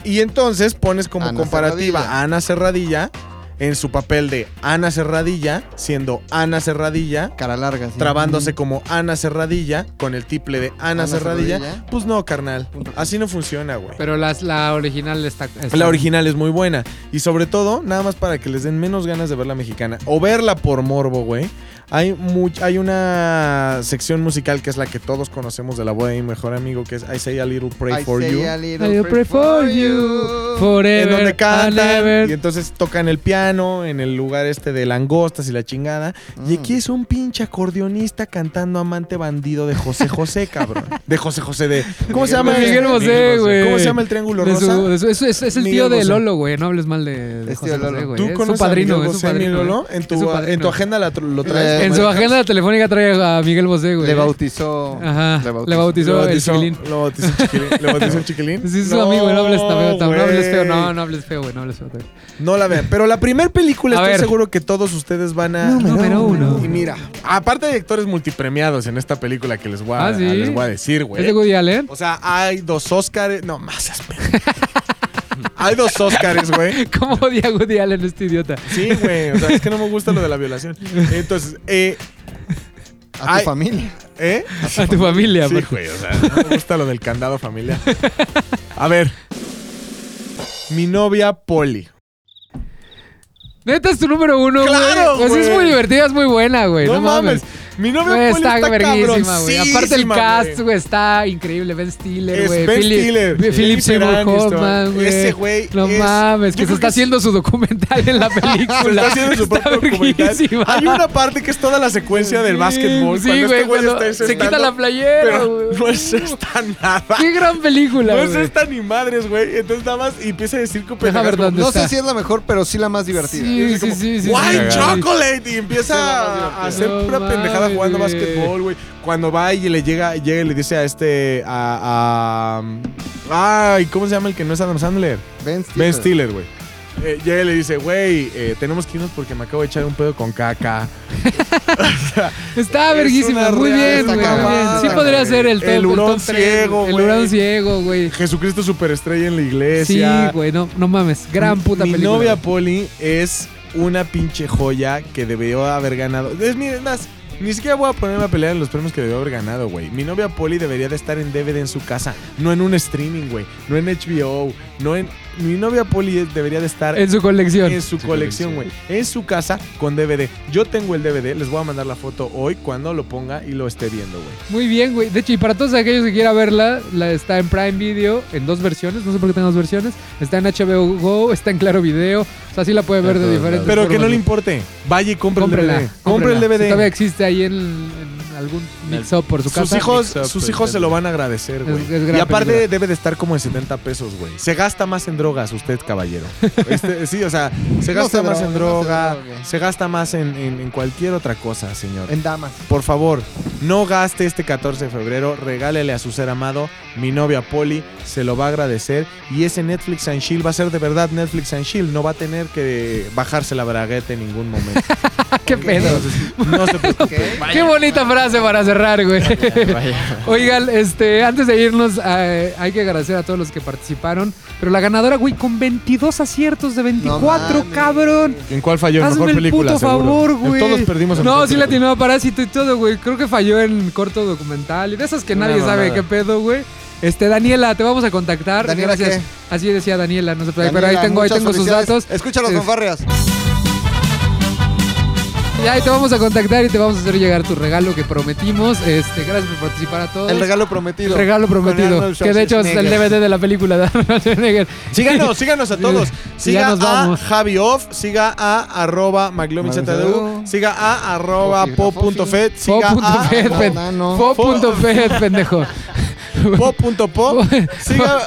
Speaker 2: Y entonces pones como
Speaker 4: Ana
Speaker 2: comparativa
Speaker 4: Serradilla.
Speaker 2: a Ana Serradilla en su papel de Ana Serradilla, siendo Ana Serradilla,
Speaker 4: Cara larga. sí.
Speaker 2: trabándose como Ana Serradilla, con el tiple de Ana,
Speaker 4: Ana
Speaker 2: Serradilla.
Speaker 4: Serradilla.
Speaker 2: Pues no, carnal.
Speaker 4: Punto.
Speaker 2: Así no funciona, güey.
Speaker 1: Pero las, la original está, está-
Speaker 2: La original es muy buena. Y sobre todo, nada más para que les den menos ganas de ver la mexicana. O verla por morbo, güey. Hay, much- hay una sección musical que es la que todos conocemos de la boda de mi mejor amigo, que es I Say a Little Pray
Speaker 4: I
Speaker 2: for
Speaker 4: say
Speaker 2: You.
Speaker 4: a little
Speaker 1: I'll pray for you forever
Speaker 2: en donde
Speaker 1: and
Speaker 2: cantan
Speaker 1: ever.
Speaker 2: y entonces tocan el piano en el lugar este de langostas y la chingada. Y
Speaker 1: Mm.
Speaker 2: aquí es un pinche acordeonista cantando amante bandido de
Speaker 1: [laughs]
Speaker 2: José José, cabrón. De José José de ¿Cómo se llama?
Speaker 1: Miguel Bosé, güey.
Speaker 2: ¿Cómo se llama el triángulo
Speaker 1: De su-
Speaker 2: rosa?
Speaker 1: de su- es, es- es el
Speaker 2: Miguel
Speaker 1: tío de
Speaker 2: Bosé. Este
Speaker 1: Lolo, güey. No hables mal de, de
Speaker 4: Es
Speaker 1: José
Speaker 4: tío
Speaker 1: José,
Speaker 4: Lolo.
Speaker 1: güey.
Speaker 2: ¿Tú
Speaker 1: Es su
Speaker 2: conoces a
Speaker 1: padrino,
Speaker 2: Miguel
Speaker 1: es su
Speaker 2: Bosé, mi
Speaker 1: padrino.
Speaker 2: Lolo?
Speaker 1: güey.
Speaker 2: En
Speaker 1: Es su
Speaker 2: tu, en
Speaker 1: padrino.
Speaker 2: tu agenda la tr- lo traes.
Speaker 4: Eh,
Speaker 1: En su agenda telefónica trae a Miguel Bosé, güey.
Speaker 4: Le bautizó.
Speaker 1: Ajá,
Speaker 4: Le bautizó.
Speaker 1: le bautizó,
Speaker 2: Lo
Speaker 1: el
Speaker 2: bautizó,
Speaker 1: chiquilín.
Speaker 2: lo bautizó un chiquilín. Lo bautizó un chiquilín.
Speaker 1: [laughs] Sí, es su amigo, no hables tan feo, tan- no hables feo, no,
Speaker 2: güey.
Speaker 1: no hables feo, güey, no hables feo. güey.
Speaker 2: No la vean. Pero la primera película
Speaker 1: A
Speaker 2: estoy
Speaker 1: ver.
Speaker 2: seguro que todos ustedes van a.
Speaker 1: Número uno.
Speaker 2: Y mira, aparte de actores multipremiados en esta película que les voy a,
Speaker 1: Ah, ¿sí?
Speaker 2: les voy a decir,
Speaker 1: ¿Es de
Speaker 2: güey.
Speaker 1: Woody Allen? [laughs]
Speaker 2: O sea, hay dos Óscares. No, más seas pendejo. [laughs] Hay dos Óscares, güey.
Speaker 1: ¿Cómo odia a Woody Allen este idiota?
Speaker 2: Sí, güey. O sea, es que no me gusta lo de la violación. Entonces, eh,
Speaker 4: A
Speaker 2: Ay.
Speaker 4: tu familia.
Speaker 2: ¿eh?
Speaker 1: A tu familia, pues.
Speaker 2: Sí,
Speaker 1: por-
Speaker 2: güey, o sea, no me gusta lo del candado familiar. A ver. Mi novia Polly.
Speaker 1: Neta es tu número uno, güey.
Speaker 2: ¡Claro,
Speaker 1: Pues sí es
Speaker 2: güey!
Speaker 1: muy divertida, es muy buena, güey.
Speaker 2: no mames. Mi novia
Speaker 1: Güey,
Speaker 2: Polly
Speaker 1: está,
Speaker 2: está,
Speaker 1: verguísima, güey. Aparte el
Speaker 2: cabroncísima,
Speaker 1: cast,
Speaker 2: güey.
Speaker 1: güey, está increíble. Ben Stiller,
Speaker 2: Es
Speaker 1: güey.
Speaker 2: Ben
Speaker 1: Philip-
Speaker 2: Stiller.
Speaker 1: Philip
Speaker 2: Jennifer
Speaker 1: Seymour
Speaker 2: Aniston.
Speaker 1: Hoffman, güey.
Speaker 2: Ese güey
Speaker 1: No
Speaker 2: es-
Speaker 1: mames, que se
Speaker 2: yo creo
Speaker 1: está
Speaker 2: que es-
Speaker 1: haciendo su documental
Speaker 2: [laughs]
Speaker 1: en la película.
Speaker 2: Está haciendo su propio documental.
Speaker 1: verguísima.
Speaker 2: Hay una parte que es toda la secuencia del
Speaker 1: Sí,
Speaker 2: básquetbol.
Speaker 1: Sí,
Speaker 2: cuando
Speaker 1: güey,
Speaker 2: este güey
Speaker 1: cuando
Speaker 2: está
Speaker 1: se
Speaker 2: sentando,
Speaker 1: quita la playera,
Speaker 2: Pero
Speaker 1: güey.
Speaker 2: [laughs] no es esta nada.
Speaker 1: Qué gran película,
Speaker 2: No
Speaker 1: güey.
Speaker 2: es esta ni madres, güey. Entonces nada más y empieza a decir que
Speaker 1: Deja ver dónde
Speaker 4: No
Speaker 1: está.
Speaker 4: sé si es la mejor, pero sí la más divertida.
Speaker 1: Sí, sí, sí, sí.
Speaker 2: White
Speaker 1: sí.
Speaker 2: chocolate y empieza a hacer
Speaker 1: No
Speaker 2: pura pendejada
Speaker 1: mames,
Speaker 2: jugando
Speaker 1: güey.
Speaker 2: básquetbol, güey. Cuando va y le llega, llega y le dice a este a, a- ay, ¿cómo se llama el que no es Adam Sandler?
Speaker 4: Ben Stiller.
Speaker 2: Ben Stiller, güey. Eh, llega y le dice, güey, eh, tenemos que irnos porque me acabo de echar un pedo con caca.
Speaker 1: Está
Speaker 2: Es
Speaker 1: verguísima,
Speaker 2: una
Speaker 1: muy bien,
Speaker 2: real
Speaker 1: güey. muy bien.
Speaker 4: cagada,
Speaker 1: Sí podría
Speaker 2: güey.
Speaker 1: ser el top.
Speaker 2: El hurón
Speaker 1: top tres,
Speaker 2: ciego,
Speaker 1: El
Speaker 2: güey.
Speaker 1: hurón ciego, güey.
Speaker 2: Jesucristo superestrella en la
Speaker 1: Sí,
Speaker 2: iglesia.
Speaker 1: güey, no, no mames. Gran puta
Speaker 2: Mi
Speaker 1: película.
Speaker 2: novia Polly es una pinche joya que debió haber ganado. Es mi- es más, ni siquiera voy a ponerme a pelear en los premios que debió haber ganado, güey. Mi novia Polly debería de estar en DVD en su casa, no en un streaming, güey, no en HBO, no en Mi novia Polly es- debería de estar
Speaker 1: En su colección.
Speaker 2: en su colección, güey. En su casa con DVD. Yo tengo el DVD, les voy a mandar la foto hoy cuando lo ponga y lo esté viendo, güey.
Speaker 1: Muy bien, güey. De hecho, y para todos aquellos que quieran verla, la está en Prime Video en dos versiones. No sé por qué tengo dos versiones. Está en HBO Go, está en Claro Video. O sea, sí la puede ver de diferentes
Speaker 2: Pero que no
Speaker 1: formas,
Speaker 2: le importe. Vaya y compre
Speaker 1: Cómprela.
Speaker 2: el DVD. Compre el
Speaker 1: cómprela. Si
Speaker 2: DVD.
Speaker 1: todavía existe ahí en, en algún mix-up por su casa. [laughs]
Speaker 2: sus hijos,
Speaker 5: Mix-up,
Speaker 2: sus hijos se lo van a agradecer,
Speaker 1: Es-
Speaker 2: güey.
Speaker 1: es gran
Speaker 2: pues, Y aparte
Speaker 1: película.
Speaker 2: debe de estar como en 70 pesos, güey. Se gasta más en drogas usted, caballero. Este, sí, o sea, se
Speaker 4: No
Speaker 2: gasta
Speaker 4: se
Speaker 2: más
Speaker 4: drogue,
Speaker 2: en
Speaker 4: no se
Speaker 2: droga,
Speaker 4: drogue.
Speaker 2: se gasta más en, en- en cualquier otra cosa, señor.
Speaker 4: En Damas.
Speaker 2: Por favor, no gaste este 14 de febrero, regálele a su ser amado, mi novia Polly, se lo va a agradecer. Y ese Netflix and Chill va a ser de verdad Netflix and Chill, no va a tener que bajarse la bragueta en ningún momento.
Speaker 1: Ah, Qué pedo.
Speaker 2: No se preocupe.
Speaker 1: Qué bonita frase para cerrar, güey. Oigan, este, antes de irnos, eh, hay que agradecer a todos los que participaron. Pero la ganadora, güey, con 22 aciertos de 24,
Speaker 4: mames.
Speaker 1: cabrón.
Speaker 2: ¿En cuál falló? En
Speaker 1: Hazme
Speaker 2: mejor
Speaker 1: el
Speaker 2: película,
Speaker 1: puto
Speaker 2: seguro.
Speaker 1: favor,
Speaker 2: En
Speaker 1: güey.
Speaker 2: Todos perdimos en
Speaker 1: No,
Speaker 2: mejor
Speaker 1: sí le
Speaker 2: película.
Speaker 1: atinó a Parásito y todo, güey. Creo que falló en corto documental y de esas que
Speaker 5: Una
Speaker 1: nadie sabe
Speaker 5: mamada.
Speaker 1: qué pedo, güey. Este, Daniela, te vamos a contactar.
Speaker 4: ¿Daniela
Speaker 1: Gracias.
Speaker 4: qué?
Speaker 1: Así decía Daniela, no se preocupe, pero
Speaker 4: Daniela,
Speaker 1: ahí tengo, ahí
Speaker 4: muchas
Speaker 1: tengo sus
Speaker 4: felicidades.
Speaker 1: datos. Este,
Speaker 4: Escúchalos,
Speaker 1: Es-
Speaker 4: fanfarrias.
Speaker 1: Y ahí te vamos a contactar y te vamos a hacer llegar tu regalo que prometimos. Este, gracias por participar a todos.
Speaker 4: El regalo prometido.
Speaker 1: El regalo prometido.
Speaker 4: Arnold
Speaker 1: Que de hecho es el
Speaker 4: Schwarzenegger.
Speaker 1: DVD de la película de Arnold Schwarzenegger.
Speaker 2: Síganos, síganos a todos.
Speaker 1: Ya
Speaker 2: Siga
Speaker 1: nos
Speaker 2: a
Speaker 1: vamos.
Speaker 2: Javi Off, siga a arroba McLovinZDU, siga a arroba
Speaker 4: Fofi,
Speaker 2: pop.fed, siga a
Speaker 1: Pop.fed,
Speaker 4: ah, No,
Speaker 1: pen-
Speaker 4: no, no.
Speaker 1: Fo.fed, pendejo. [laughs]
Speaker 2: pop.pop, siga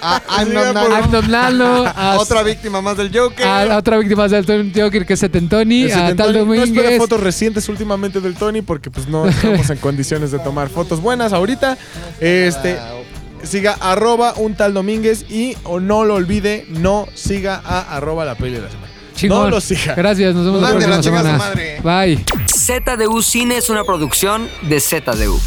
Speaker 4: Ah, I'm
Speaker 2: Siga
Speaker 4: not
Speaker 2: por-
Speaker 4: Nano.
Speaker 1: Abdom
Speaker 4: [laughs]
Speaker 1: Nano, a,
Speaker 4: Otra víctima más del
Speaker 1: a-
Speaker 4: Joker.
Speaker 1: a otra víctima del Tony Joker que es Setentoni,
Speaker 2: El
Speaker 1: a Tal
Speaker 2: Setentoni. No espero
Speaker 1: Domínguez.
Speaker 2: fotos recientes últimamente del Tony porque pues no estamos en condiciones de tomar fotos buenas ahorita. Este siga arroba un tal Domínguez y o no lo olvide, no siga a arroba la peli de la semana.
Speaker 1: Chingón.
Speaker 2: No lo siga.
Speaker 1: Gracias, nos vemos la
Speaker 4: Mándenla a
Speaker 1: próxima
Speaker 4: chingar a su
Speaker 1: semana. Bye.
Speaker 10: ZDU Cine es una producción de ZDU.